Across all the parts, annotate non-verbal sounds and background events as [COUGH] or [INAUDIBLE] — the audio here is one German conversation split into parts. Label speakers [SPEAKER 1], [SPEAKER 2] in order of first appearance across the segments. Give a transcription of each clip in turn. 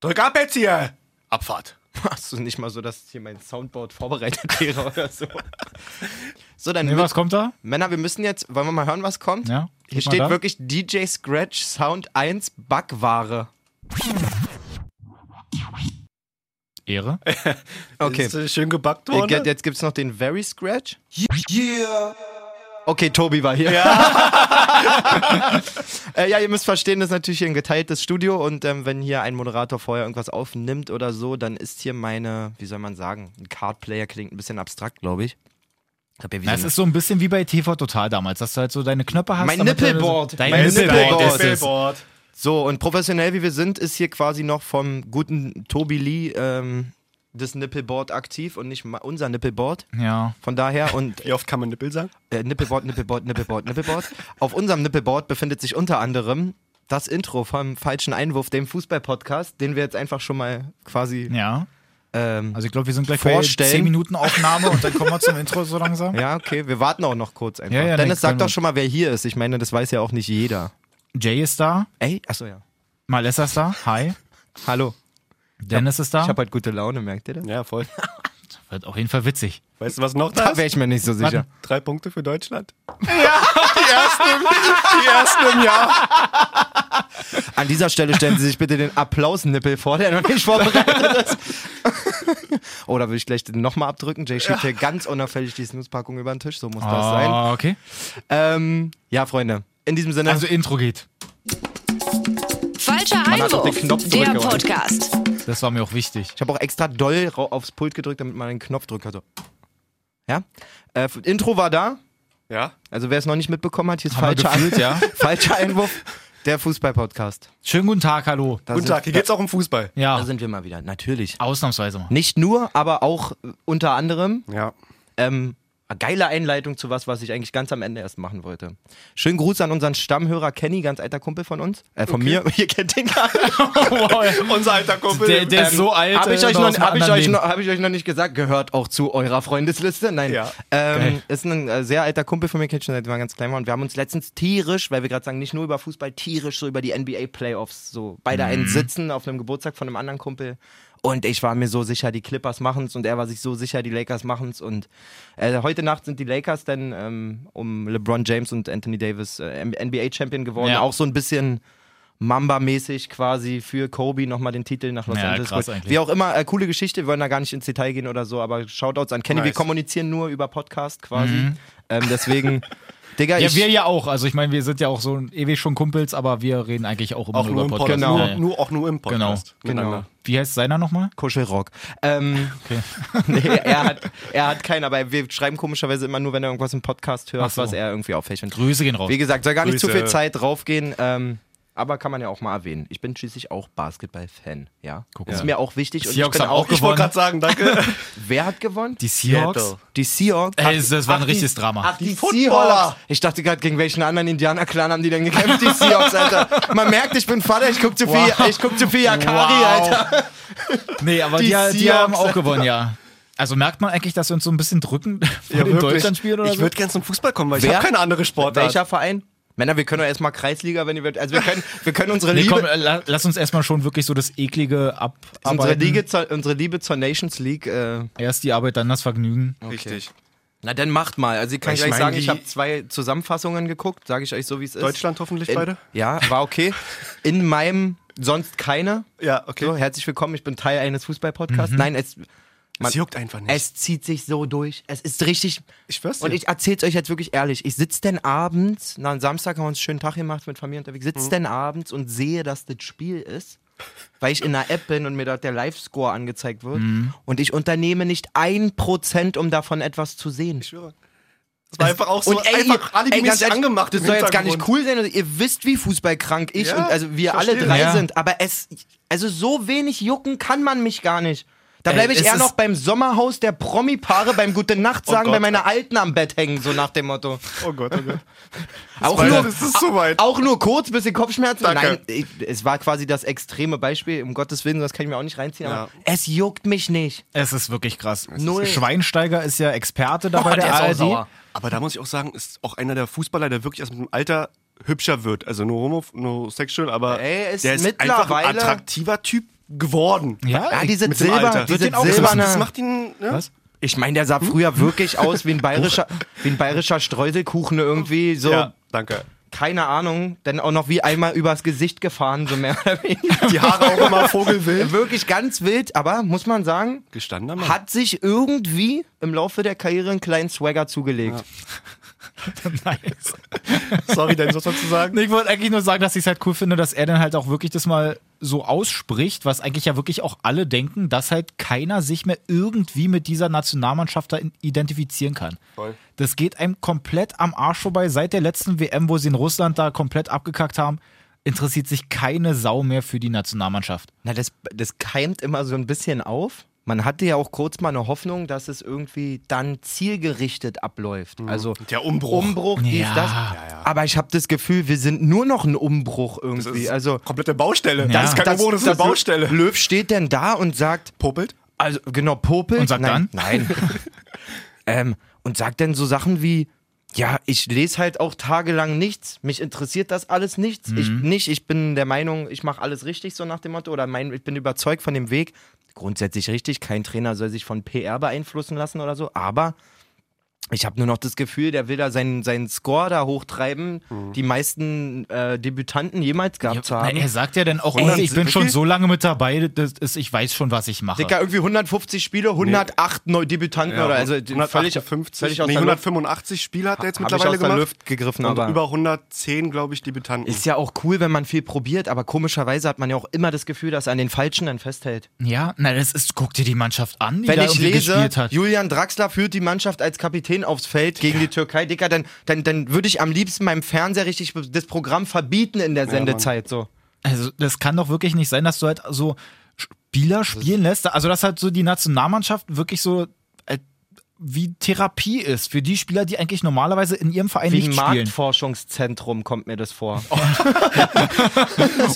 [SPEAKER 1] Drück ab jetzt hier! Abfahrt.
[SPEAKER 2] Hast du nicht mal so, dass hier mein Soundboard vorbereitet [LAUGHS] wäre oder
[SPEAKER 3] [LAUGHS]
[SPEAKER 2] so? So, dann
[SPEAKER 3] Nee, was kommt da?
[SPEAKER 2] Männer, wir müssen jetzt, wollen wir mal hören, was kommt?
[SPEAKER 3] Ja,
[SPEAKER 2] Hier
[SPEAKER 3] guck mal
[SPEAKER 2] steht
[SPEAKER 3] da.
[SPEAKER 2] wirklich DJ Scratch Sound 1 Backware.
[SPEAKER 3] Ehre.
[SPEAKER 2] Okay.
[SPEAKER 1] Ist äh, schön gebackt
[SPEAKER 2] Jetzt-
[SPEAKER 1] worden.
[SPEAKER 2] Jetzt gibt's noch den Very Scratch.
[SPEAKER 1] Yeah.
[SPEAKER 2] Okay, Tobi war hier. Ja, [LAUGHS] äh, ja ihr müsst verstehen, das ist natürlich hier ein geteiltes Studio und ähm, wenn hier ein Moderator vorher irgendwas aufnimmt oder so, dann ist hier meine, wie soll man sagen, ein Cardplayer klingt ein bisschen abstrakt, glaube ich. Ich hab ja wie
[SPEAKER 3] Na,
[SPEAKER 2] so
[SPEAKER 3] es
[SPEAKER 2] eine-
[SPEAKER 3] ist so ein bisschen wie bei TV Total damals, dass du halt so deine Knöpfe hast.
[SPEAKER 2] Mein
[SPEAKER 3] damit du-
[SPEAKER 2] Nippelboard.
[SPEAKER 3] Dein
[SPEAKER 2] Mein Nippelboard.
[SPEAKER 3] Nippelboard. ist es.
[SPEAKER 1] Oh, Billboard.
[SPEAKER 2] so, und professionell wie wir sind, ist hier quasi noch vom guten Tobi Lee ähm, das Nippelboard aktiv und nicht ma- unser Nippelboard.
[SPEAKER 3] Ja.
[SPEAKER 2] Von daher und
[SPEAKER 1] Wie oft kann man Nippel sagen?
[SPEAKER 2] äh, Nippelboard, Nippelboard, Nippelboard, Nippelboard. Auf unserem Nippelboard befindet sich unter anderem das Intro vom falschen Einwurf, dem Fußball-Podcast, den wir jetzt einfach schon mal quasi.
[SPEAKER 3] Ja.
[SPEAKER 2] Ähm,
[SPEAKER 3] Also ich glaube, wir sind gleich
[SPEAKER 2] Vorstellen.
[SPEAKER 3] bei 10 Minuten Aufnahme und dann kommen wir zum Intro so
[SPEAKER 2] [LAUGHS]
[SPEAKER 3] langsam.
[SPEAKER 2] ja, okay, wir warten auch noch kurz einfach.
[SPEAKER 3] Ja, ja,
[SPEAKER 2] Dennis,
[SPEAKER 3] next
[SPEAKER 2] sag doch
[SPEAKER 3] time.
[SPEAKER 2] schon mal, wer hier ist. Ich meine, das weiß ja auch nicht jeder.
[SPEAKER 3] Jay ist da,
[SPEAKER 2] Ey, achso, ja.
[SPEAKER 3] Malessa ist da, hi.
[SPEAKER 2] Hallo.
[SPEAKER 3] Dennis ist da.
[SPEAKER 2] Ich habe halt gute Laune, merkt ihr das?
[SPEAKER 1] Ja, [LAUGHS] voll.
[SPEAKER 3] Wird auf jeden Fall witzig.
[SPEAKER 1] Weißt du, was noch da
[SPEAKER 2] Da
[SPEAKER 1] ist?
[SPEAKER 2] wäre ich mir nicht so sicher.
[SPEAKER 1] Drei Punkte für Deutschland. Ja, die ersten, im- die ersten im Jahr.
[SPEAKER 2] An dieser Stelle stellen Sie sich bitte den Applausnippel vor, der noch nicht vorbereitet
[SPEAKER 3] [LAUGHS]
[SPEAKER 2] ist. Oder will ich gleich nochmal abdrücken? Jay schiebt hier ganz unauffällig die Snooze-Packung über den Tisch, so muss das sein.
[SPEAKER 3] Ah, okay.
[SPEAKER 2] Ähm, ja, Freunde. In diesem Sinne.
[SPEAKER 3] Also Intro geht.
[SPEAKER 4] Falscher
[SPEAKER 2] hat doch den
[SPEAKER 4] Einwurf,
[SPEAKER 2] Knopf
[SPEAKER 4] der
[SPEAKER 2] zurückgeholt.
[SPEAKER 4] Podcast.
[SPEAKER 3] Das war mir auch wichtig.
[SPEAKER 2] ich habe auch extra doll ra- aufs Pult gedrückt, damit man den Knopf drückt. Also. Ja? Äh, f- Intro war da.
[SPEAKER 1] Ja.
[SPEAKER 2] Also wer es noch nicht mitbekommen hat, hier ist
[SPEAKER 3] Haben wir
[SPEAKER 2] falscher, Ein-
[SPEAKER 3] gefühlt, ja.
[SPEAKER 2] [LAUGHS] falscher Einwurf. Der Fußball-Podcast.
[SPEAKER 3] Schönen guten Tag, hallo.
[SPEAKER 2] Da
[SPEAKER 1] Guten
[SPEAKER 2] sind-
[SPEAKER 1] Tag, hier geht's auch um Fußball.
[SPEAKER 2] Da,
[SPEAKER 3] Ja,
[SPEAKER 2] da sind wir mal wieder, natürlich. [LAUGHS]
[SPEAKER 3] ausnahmsweise mal.
[SPEAKER 2] Nicht nur, aber auch äh, unter anderem
[SPEAKER 1] Ja.
[SPEAKER 2] ähm, eine geile Einleitung zu was, was ich eigentlich ganz am Ende erst machen wollte. Schönen Gruß an unseren Stammhörer Kenny, ganz alter Kumpel von uns. Äh, von mir, [LAUGHS] ihr kennt den gar nicht.
[SPEAKER 1] Unser alter Kumpel.
[SPEAKER 3] Der, der ist so alt.
[SPEAKER 2] Habe ich,
[SPEAKER 3] äh,
[SPEAKER 2] euch
[SPEAKER 3] noch
[SPEAKER 2] noch-
[SPEAKER 3] aus einem
[SPEAKER 2] Ähm, hab ich,
[SPEAKER 3] anderen
[SPEAKER 2] euch
[SPEAKER 3] Leben.
[SPEAKER 2] noch- hab ich euch noch nicht gesagt, gehört auch zu eurer Freundesliste. Nein,
[SPEAKER 1] Ja.
[SPEAKER 2] ähm,
[SPEAKER 3] Geil.
[SPEAKER 2] ist ein äh, sehr alter Kumpel von mir, kennt schon seit wir waren ganz klein waren. Und wir haben uns letztens tierisch, weil wir gerade sagen, nicht nur über Fußball, tierisch so über die NBA-Playoffs, so
[SPEAKER 3] Mhm.
[SPEAKER 2] beide einen sitzen auf einem Geburtstag von einem anderen Kumpel. Und ich war mir so sicher, die Clippers machen's und er war sich so sicher, die Lakers machen's. Und äh, heute Nacht sind die Lakers dann ähm, um LeBron James und Anthony Davis äh, NBA-Champion geworden.
[SPEAKER 3] Ja.
[SPEAKER 2] Auch so ein bisschen Mamba-mäßig quasi für Kobe nochmal den Titel nach Los
[SPEAKER 3] Ja,
[SPEAKER 2] Angeles.
[SPEAKER 3] krass
[SPEAKER 2] geholt.
[SPEAKER 3] eigentlich.
[SPEAKER 2] Wie auch immer, äh, coole Geschichte. Wir wollen da gar nicht ins Detail gehen oder so, aber Shoutouts an Kenny. Wir
[SPEAKER 1] Nice.
[SPEAKER 2] kommunizieren nur über Podcast quasi. Ähm,
[SPEAKER 3] [LAUGHS]
[SPEAKER 2] deswegen, Digga,
[SPEAKER 3] Mhm. Ja,
[SPEAKER 2] ich.
[SPEAKER 3] wir ja auch. Also ich meine, wir sind ja auch so ewig schon Kumpels, aber wir reden eigentlich auch immer
[SPEAKER 1] auch
[SPEAKER 3] nur
[SPEAKER 1] nur im
[SPEAKER 3] über
[SPEAKER 1] Podcast.
[SPEAKER 3] Podcasts.
[SPEAKER 2] Genau.
[SPEAKER 3] Ja,
[SPEAKER 1] Nur,
[SPEAKER 3] ja.
[SPEAKER 1] nur, auch nur im Podcast.
[SPEAKER 2] Genau.
[SPEAKER 1] Miteinander.
[SPEAKER 3] Wie heißt seiner nochmal?
[SPEAKER 2] Kuschelrock. Ähm, [LAUGHS] nee, er hat, er hat keinen, aber wir schreiben komischerweise immer nur, wenn er irgendwas im Podcast hört,
[SPEAKER 3] Ach so.
[SPEAKER 2] was er irgendwie auffällt.
[SPEAKER 3] Grüße gehen raus.
[SPEAKER 2] Wie gesagt, soll gar nicht zu
[SPEAKER 1] Grüße.
[SPEAKER 2] viel Zeit draufgehen. Ähm, aber kann man ja auch mal erwähnen. Ich bin schließlich auch Basketball-Fan, ja.
[SPEAKER 3] Guck
[SPEAKER 2] ist
[SPEAKER 3] mal.
[SPEAKER 2] mir auch wichtig. Und ich
[SPEAKER 3] Seahawks
[SPEAKER 2] bin
[SPEAKER 3] haben
[SPEAKER 2] auch.
[SPEAKER 3] auch
[SPEAKER 1] Ich wollte gerade
[SPEAKER 3] Gewonnen.
[SPEAKER 1] sagen, danke. [LAUGHS]
[SPEAKER 2] Wer hat gewonnen?
[SPEAKER 3] die Seahawks?
[SPEAKER 2] Die Seahawks.
[SPEAKER 3] Ey, das war ein
[SPEAKER 2] Ach,
[SPEAKER 3] richtiges
[SPEAKER 2] die,
[SPEAKER 3] Drama.
[SPEAKER 2] Ach, die,
[SPEAKER 1] Die Footballer.
[SPEAKER 2] Seahawks. Ich dachte gerade, gegen welchen anderen Indianer-Clan haben die denn gekämpft, die
[SPEAKER 1] [LAUGHS]
[SPEAKER 2] Seahawks, Alter. Man merkt, ich bin Vater, ich guck zu viel,
[SPEAKER 3] Wow.
[SPEAKER 2] ich guck zu viel Yakari,
[SPEAKER 3] Wow.
[SPEAKER 2] Alter.
[SPEAKER 3] Nee, aber
[SPEAKER 2] Die
[SPEAKER 3] die, die, haben
[SPEAKER 2] Seahawks.
[SPEAKER 3] auch gewonnen, ja. Also merkt man eigentlich, dass wir uns so ein bisschen drücken [LAUGHS] vor
[SPEAKER 1] Ja,
[SPEAKER 3] dem
[SPEAKER 1] wirklich.
[SPEAKER 3] Deutschlandspiel oder
[SPEAKER 1] Ich
[SPEAKER 3] so?
[SPEAKER 1] würde gern zum Fußball kommen, weil ich
[SPEAKER 2] Wer?
[SPEAKER 1] habe keine andere Sportart.
[SPEAKER 2] Welcher Verein? Männer, wir können doch erstmal Kreisliga, wenn ihr wollt. Also wir können, wir können unsere
[SPEAKER 3] Nee,
[SPEAKER 2] Liebe,
[SPEAKER 3] komm, äh, la- lass uns erstmal schon wirklich so das eklige abarbeiten.
[SPEAKER 2] unsere, Liebe zur, unsere Liebe zur Nations League, äh,
[SPEAKER 3] Erst die Arbeit, dann das Vergnügen.
[SPEAKER 1] Richtig.
[SPEAKER 2] na dann macht mal. Also ich kann
[SPEAKER 1] Ich
[SPEAKER 2] gleich
[SPEAKER 1] mein,
[SPEAKER 2] sagen, ich
[SPEAKER 1] die-
[SPEAKER 2] habe zwei Zusammenfassungen geguckt, sage ich euch so, wie es ist.
[SPEAKER 1] Deutschland hoffentlich
[SPEAKER 2] in,
[SPEAKER 1] beide?
[SPEAKER 2] Ja, war okay. In meinem sonst keine.
[SPEAKER 1] Ja, okay. Mhm.
[SPEAKER 2] So, herzlich willkommen, ich bin Teil eines Fußball-Podcasts. Nein, es,
[SPEAKER 1] Es juckt einfach nicht.
[SPEAKER 2] Es zieht sich so durch. Es ist richtig.
[SPEAKER 1] Ich schwör's dir.
[SPEAKER 2] Und ich erzähl's euch jetzt wirklich ehrlich. Ich sitz denn abends, na, am Samstag haben wir uns einen schönen Tag gemacht mit Familie unterwegs, sitz denn abends und sehe, dass das Spiel ist, weil ich in einer App bin und mir dort der Live-Score angezeigt wird. Und ich unternehme nicht ein Prozent, um davon etwas zu sehen.
[SPEAKER 1] Ich schwöre. Das war einfach auch so
[SPEAKER 2] und
[SPEAKER 1] einfach
[SPEAKER 2] ey, ihr- ey, ganz
[SPEAKER 1] alibimäßig
[SPEAKER 2] ehrlich,
[SPEAKER 1] angemacht.
[SPEAKER 2] das
[SPEAKER 1] im
[SPEAKER 2] soll jetzt gar nicht
[SPEAKER 1] Hintergrund.
[SPEAKER 2] cool sein. also Ihr wisst, wie fußballkrank ich
[SPEAKER 1] Ja,
[SPEAKER 2] und also
[SPEAKER 1] ich
[SPEAKER 2] wir alle
[SPEAKER 1] verstehe.
[SPEAKER 2] drei
[SPEAKER 3] Ja.
[SPEAKER 2] sind. Aber es, also so wenig jucken kann man mich gar nicht. Da
[SPEAKER 3] Ey,
[SPEAKER 2] bleibe ich
[SPEAKER 3] es
[SPEAKER 2] eher
[SPEAKER 3] ist-
[SPEAKER 2] noch beim Sommerhaus der Promi-Paare, beim Gute Nacht sagen,
[SPEAKER 1] Oh
[SPEAKER 2] bei
[SPEAKER 1] Gott.
[SPEAKER 2] meiner Alten am Bett hängen, so nach dem Motto.
[SPEAKER 1] Oh Gott, oh Gott.
[SPEAKER 2] Auch
[SPEAKER 1] Weil
[SPEAKER 2] nur,
[SPEAKER 1] es ist soweit.
[SPEAKER 2] auch nur kurz, bisschen Kopfschmerzen.
[SPEAKER 1] Danke.
[SPEAKER 2] Nein, ich, es war quasi das extreme Beispiel, um Gottes Willen, das kann ich mir auch nicht reinziehen,
[SPEAKER 1] Ja.
[SPEAKER 2] aber es juckt mich nicht.
[SPEAKER 3] Es ist wirklich krass.
[SPEAKER 2] Null.
[SPEAKER 3] Schweinsteiger ist ja Experte dabei
[SPEAKER 2] Boah,
[SPEAKER 3] der,
[SPEAKER 2] der ist auch
[SPEAKER 3] ARD.
[SPEAKER 2] sauer.
[SPEAKER 1] [LAUGHS] Aber da muss ich auch sagen, ist auch einer der Fußballer, der wirklich erst mit dem Alter hübscher wird. Also no homo, no sexual, aber
[SPEAKER 2] Ey, er ist
[SPEAKER 1] der ist einfach
[SPEAKER 2] mittlerweile-
[SPEAKER 1] ein attraktiver Typ. geworden.
[SPEAKER 3] Ja,
[SPEAKER 2] Ja,
[SPEAKER 3] ey,
[SPEAKER 2] diese
[SPEAKER 1] mit dem Alter.
[SPEAKER 2] Silber, diese
[SPEAKER 3] den Augen-
[SPEAKER 1] Das macht,
[SPEAKER 2] silberne.
[SPEAKER 1] das macht ihn. Ne?
[SPEAKER 3] Was?
[SPEAKER 2] Ich meine, der sah
[SPEAKER 1] Hm?
[SPEAKER 2] früher wirklich aus
[SPEAKER 1] [LAUGHS]
[SPEAKER 2] wie ein bayerischer, wie ein bayerischer Streuselkuchen irgendwie. So,
[SPEAKER 1] Ja, danke.
[SPEAKER 2] keine Ahnung. Dann auch noch wie einmal übers Gesicht gefahren, so mehr oder weniger.
[SPEAKER 1] Die Haare auch immer vogelwild.
[SPEAKER 2] [LAUGHS] Wirklich ganz wild, aber muss man sagen,
[SPEAKER 1] Gestandener Mann.
[SPEAKER 2] hat sich irgendwie im Laufe der Karriere einen kleinen Swagger zugelegt.
[SPEAKER 3] [LAUGHS] nice.
[SPEAKER 1] Sorry, denn was zu sagen.
[SPEAKER 3] Nee, Ich wollte eigentlich nur sagen, dass ich es halt cool finde, dass er dann halt auch wirklich das mal so ausspricht, was eigentlich ja wirklich auch alle denken, dass halt keiner sich mehr irgendwie mit dieser Nationalmannschaft da in- identifizieren kann.
[SPEAKER 1] Voll.
[SPEAKER 3] Das geht einem komplett am Arsch vorbei. Seit der letzten WM, wo sie in Russland da komplett abgekackt haben, interessiert sich keine Sau mehr für die Nationalmannschaft.
[SPEAKER 2] Na, das, das keimt immer so ein bisschen auf. Man hatte ja auch kurz mal eine Hoffnung, dass es irgendwie dann zielgerichtet abläuft. Also
[SPEAKER 1] Mhm. Der Umbruch.
[SPEAKER 2] Umbruch, dies,
[SPEAKER 3] Ja.
[SPEAKER 2] das.
[SPEAKER 3] Ja,
[SPEAKER 2] Aber ich habe das Gefühl, wir sind nur noch ein Umbruch
[SPEAKER 1] Das
[SPEAKER 2] irgendwie.
[SPEAKER 1] ist
[SPEAKER 2] also
[SPEAKER 1] komplette Baustelle. Das ist kein
[SPEAKER 2] dass-
[SPEAKER 1] Umbruch, das ist eine
[SPEAKER 2] dass
[SPEAKER 1] Baustelle.
[SPEAKER 2] Löw steht denn da und sagt,
[SPEAKER 1] Puppelt?
[SPEAKER 2] also genau, popelt.
[SPEAKER 3] Und sagt
[SPEAKER 2] nein,
[SPEAKER 3] [LAUGHS]
[SPEAKER 2] Nein. ähm, und sagt dann so Sachen wie, ja, ich lese halt auch tagelang nichts, mich interessiert das alles nichts. Ich
[SPEAKER 3] Mhm.
[SPEAKER 2] nicht, ich bin der Meinung, ich mache alles richtig, so nach dem Motto, oder mein, ich bin überzeugt von dem Weg. Grundsätzlich richtig, kein Trainer soll sich von PR beeinflussen lassen oder so, aber ich habe nur noch das Gefühl, der will da seinen, seinen Score da hochtreiben,
[SPEAKER 3] Mhm.
[SPEAKER 2] die meisten äh, Debütanten jemals gehabt zu
[SPEAKER 3] Na,
[SPEAKER 2] haben.
[SPEAKER 3] er sagt ja dann auch,
[SPEAKER 1] Und
[SPEAKER 3] ey,
[SPEAKER 1] dann-
[SPEAKER 3] ich bin schon
[SPEAKER 1] wirklich?
[SPEAKER 3] so lange mit dabei, das ist, ich weiß schon, was ich mache.
[SPEAKER 2] Dicker, irgendwie 150 Spiele, 108 Neu Debütanten oder also völlig,
[SPEAKER 1] 158,
[SPEAKER 2] völlig aus
[SPEAKER 1] nee,
[SPEAKER 2] der Luft.
[SPEAKER 1] 185 Spiele hat er jetzt
[SPEAKER 2] Hab ich
[SPEAKER 1] mittlerweile
[SPEAKER 2] aus der
[SPEAKER 1] gemacht.
[SPEAKER 2] Luft gegriffen,
[SPEAKER 1] und
[SPEAKER 2] aber-
[SPEAKER 1] über 110, glaube ich, Debütanten.
[SPEAKER 2] Ist ja auch cool, wenn man viel probiert, aber komischerweise hat man ja auch immer das Gefühl, dass er an den Falschen dann festhält.
[SPEAKER 3] Ja, na, das ist, guck dir die Mannschaft an, die
[SPEAKER 2] Wenn
[SPEAKER 3] da
[SPEAKER 2] ich
[SPEAKER 3] irgendwie
[SPEAKER 2] lese,
[SPEAKER 3] gespielt hat.
[SPEAKER 2] Julian Draxler führt die Mannschaft als Kapitän aufs Feld gegen die Türkei, Dicker, dann, dann, dann würde ich am liebsten meinem Fernseher richtig das Programm verbieten in der Sendezeit. so.
[SPEAKER 3] Also, das kann doch wirklich nicht sein, dass du halt so Spieler spielen lässt. Also, dass halt so die Nationalmannschaft wirklich so äh, wie Therapie ist für die Spieler, die eigentlich normalerweise in ihrem Verein
[SPEAKER 2] Wie ein
[SPEAKER 3] nicht spielen.
[SPEAKER 2] Marktforschungszentrum kommt mir das vor.
[SPEAKER 3] [LAUGHS]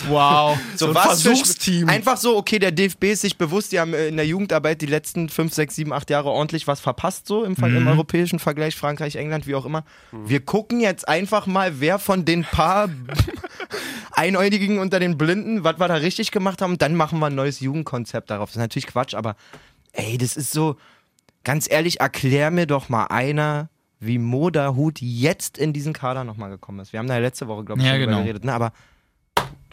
[SPEAKER 3] Wow.
[SPEAKER 1] So ein
[SPEAKER 2] für Sp-
[SPEAKER 1] Versuchsteam.
[SPEAKER 2] Einfach so, okay, der DFB ist sich bewusst, die haben äh, in der Jugendarbeit die letzten 5, 6, 7, 8 Jahre ordentlich was verpasst, so im, Ver-
[SPEAKER 1] Mhm.
[SPEAKER 2] im europäischen Vergleich, Frankreich, England, wie auch immer. Wir gucken jetzt einfach mal, wer von den
[SPEAKER 1] [LAUGHS]
[SPEAKER 2] paar Einäugigen unter den Blinden, was wir da richtig gemacht haben, dann machen wir ein neues Jugendkonzept darauf. Das ist natürlich Quatsch, aber ey, das ist so, ganz ehrlich, erklär mir doch mal einer, wie Moderhut jetzt in diesen Kader nochmal gekommen ist. Wir haben da ja letzte Woche, glaube ich,
[SPEAKER 3] Ja,
[SPEAKER 2] schon drüber
[SPEAKER 3] genau.
[SPEAKER 2] geredet, ne? aber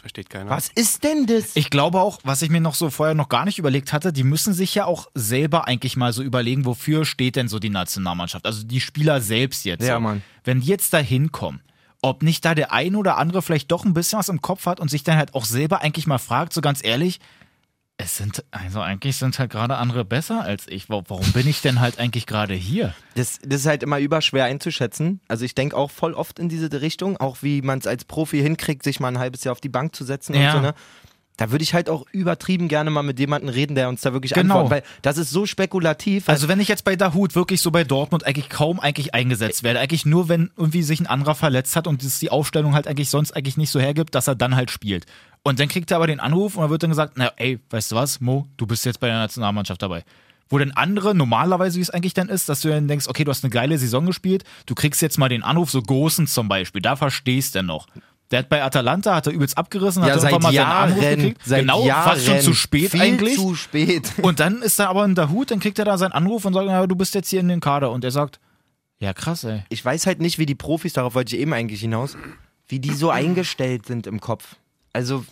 [SPEAKER 1] Versteht keiner.
[SPEAKER 2] was ist denn das?
[SPEAKER 3] Ich glaube auch, was ich mir noch so vorher noch gar nicht überlegt hatte, die müssen sich ja auch selber eigentlich mal so überlegen, wofür steht denn so die Nationalmannschaft? Also die Spieler selbst jetzt.
[SPEAKER 2] Ja,
[SPEAKER 3] so.
[SPEAKER 2] Mann.
[SPEAKER 3] Wenn die jetzt da hinkommen, ob nicht da der ein oder andere vielleicht doch ein bisschen was im Kopf hat und sich dann halt auch selber eigentlich mal fragt, so ganz ehrlich, es sind, also eigentlich sind halt gerade andere besser als ich. Wa- Warum bin ich denn halt eigentlich gerade hier?
[SPEAKER 2] Das, das ist halt immer überschwer einzuschätzen. Also ich denke auch voll oft in diese Richtung, auch wie man es als Profi hinkriegt, sich mal ein halbes Jahr auf die Bank zu setzen
[SPEAKER 3] Ja.
[SPEAKER 2] und so, ne? Da würde ich halt auch übertrieben gerne mal mit jemandem reden, der uns da wirklich
[SPEAKER 3] Genau.
[SPEAKER 2] antwortet, weil das ist so spekulativ.
[SPEAKER 3] Also wenn ich jetzt bei Dahut wirklich so bei Dortmund eigentlich kaum eigentlich eingesetzt werde, eigentlich nur wenn irgendwie sich ein anderer verletzt hat und es die Aufstellung halt eigentlich sonst eigentlich nicht so hergibt, dass er dann halt spielt. Und dann kriegt er aber den Anruf und dann wird dann gesagt, na ey, weißt du was, Mo, du bist jetzt bei der Nationalmannschaft dabei. Wo dann andere, normalerweise wie es eigentlich dann ist, dass du dann denkst, okay, du hast eine geile Saison gespielt, du kriegst jetzt mal den Anruf, so Gosens zum Beispiel, da verstehst du denn noch. Der hat bei Atalanta, hat er übelst abgerissen,
[SPEAKER 2] Also, ja,
[SPEAKER 3] hat
[SPEAKER 2] seit
[SPEAKER 3] irgendwann mal seinen Anruf
[SPEAKER 2] Jahren,
[SPEAKER 3] gekriegt.
[SPEAKER 2] seit
[SPEAKER 3] genau,
[SPEAKER 2] Jahren,
[SPEAKER 3] fast schon zu spät
[SPEAKER 2] viel
[SPEAKER 3] eigentlich.
[SPEAKER 2] zu spät.
[SPEAKER 3] Und dann ist da aber ein Dahut, dann kriegt er da seinen Anruf und sagt, na, du bist jetzt hier in den Kader. Und er sagt, ja krass, ey.
[SPEAKER 2] Ich weiß halt nicht, wie die Profis, darauf wollte ich eben eigentlich hinaus, wie die so eingestellt sind im Kopf. Also,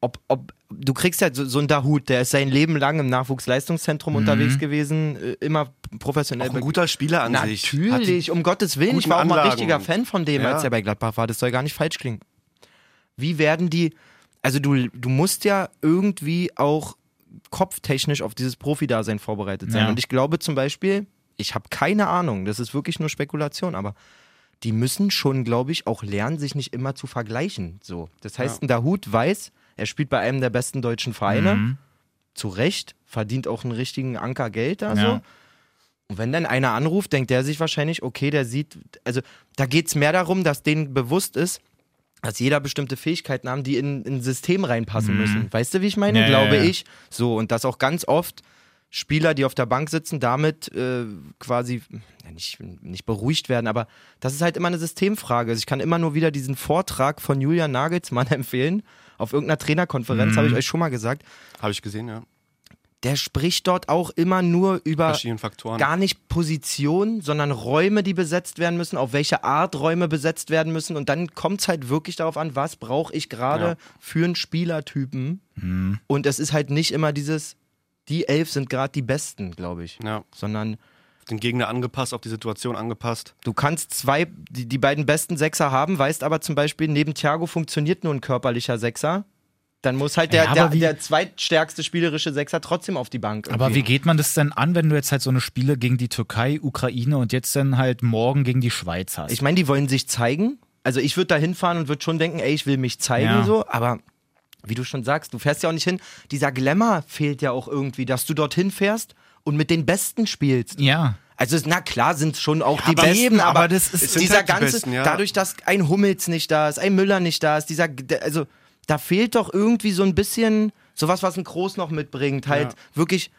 [SPEAKER 2] ob, ob du kriegst halt so, so einen Dahut, der ist sein Leben lang im Nachwuchsleistungszentrum unterwegs gewesen, äh, immer professionell.
[SPEAKER 1] Mhm. Auch ein
[SPEAKER 2] be-
[SPEAKER 1] guter Spieler an sich. Hat die-
[SPEAKER 2] Natürlich, um Gottes Willen. Ich
[SPEAKER 1] guten
[SPEAKER 2] war auch mal
[SPEAKER 1] Anlagen.
[SPEAKER 2] richtiger Fan von dem,
[SPEAKER 1] Ja.
[SPEAKER 2] als er bei Gladbach war. Das soll gar nicht falsch klingen. Wie werden die, also du, du musst ja irgendwie auch kopftechnisch auf dieses Profi-Dasein vorbereitet sein.
[SPEAKER 3] Ja.
[SPEAKER 2] Und ich glaube zum Beispiel, ich habe keine Ahnung, das ist wirklich nur Spekulation, aber die müssen schon, glaube ich, auch lernen, sich nicht immer zu vergleichen. So. Das heißt, ein Dahut weiß, er spielt bei einem der besten deutschen Vereine,
[SPEAKER 1] Mhm.
[SPEAKER 2] zu Recht, verdient auch einen richtigen Anker Geld da so.
[SPEAKER 3] Ja.
[SPEAKER 2] Und wenn dann einer anruft, denkt der sich wahrscheinlich, okay, der sieht, also da geht es mehr darum, dass denen bewusst ist, dass jeder bestimmte Fähigkeiten haben, die in in ein System reinpassen müssen. Weißt du, wie ich meine?
[SPEAKER 3] Mhm. Ja,
[SPEAKER 2] Glaube
[SPEAKER 3] ja, ja.
[SPEAKER 2] ich. So, und dass auch ganz oft Spieler, die auf der Bank sitzen, damit äh, quasi ja, nicht, nicht beruhigt werden, aber das ist halt immer eine Systemfrage. Also ich kann immer nur wieder diesen Vortrag von Julian Nagelsmann [LAUGHS] empfehlen Auf irgendeiner Trainerkonferenz,
[SPEAKER 3] Mhm.
[SPEAKER 2] habe ich euch schon mal gesagt.
[SPEAKER 1] Habe ich gesehen, ja.
[SPEAKER 2] Der spricht dort auch immer nur über
[SPEAKER 1] Verschiedene Faktoren.
[SPEAKER 2] gar nicht Position, sondern Räume, die besetzt werden müssen, auf welche Art Räume besetzt werden müssen. Und dann kommt es halt wirklich darauf an, was brauche ich gerade
[SPEAKER 1] Ja.
[SPEAKER 2] für einen Spielertypen.
[SPEAKER 3] Mhm.
[SPEAKER 2] Und es ist halt nicht immer dieses, die elf sind gerade die Besten, glaube ich.
[SPEAKER 1] ja.
[SPEAKER 2] Sondern
[SPEAKER 1] Den Gegner angepasst, auf die Situation angepasst.
[SPEAKER 2] du kannst zwei, die, die beiden besten Sechser haben, weißt aber zum Beispiel, neben Thiago funktioniert nur ein körperlicher Sechser. Dann muss halt der,
[SPEAKER 3] Ja, aber
[SPEAKER 2] der,
[SPEAKER 3] wie-
[SPEAKER 2] der zweitstärkste spielerische Sechser trotzdem auf die Bank.
[SPEAKER 3] Aber
[SPEAKER 2] irgendwie.
[SPEAKER 3] wie geht man das denn an, wenn du jetzt halt so eine Spiele gegen die Türkei, Ukraine und jetzt dann halt morgen gegen die Schweiz hast?
[SPEAKER 2] Ich meine, die wollen sich zeigen. Also ich würde da hinfahren und würde schon denken, ey, ich will mich zeigen
[SPEAKER 3] Ja.
[SPEAKER 2] so, aber wie du schon sagst, du fährst ja auch nicht hin. Dieser Glamour fehlt ja auch irgendwie, dass du dorthin fährst und mit den Besten spielst.
[SPEAKER 3] ja.
[SPEAKER 2] Also es- na klar sind es schon auch die
[SPEAKER 3] aber
[SPEAKER 2] Besten,
[SPEAKER 3] eben,
[SPEAKER 2] aber,
[SPEAKER 3] aber das ist-
[SPEAKER 1] Es sind
[SPEAKER 2] dieser
[SPEAKER 1] halt die
[SPEAKER 2] ganze,
[SPEAKER 1] Besten, ja.
[SPEAKER 2] dadurch, dass ein Hummels nicht da ist, ein Müller nicht da ist, dieser, der- also da fehlt doch irgendwie so ein bisschen sowas, was ein Groß noch mitbringt, halt
[SPEAKER 1] Ja.
[SPEAKER 2] wirklich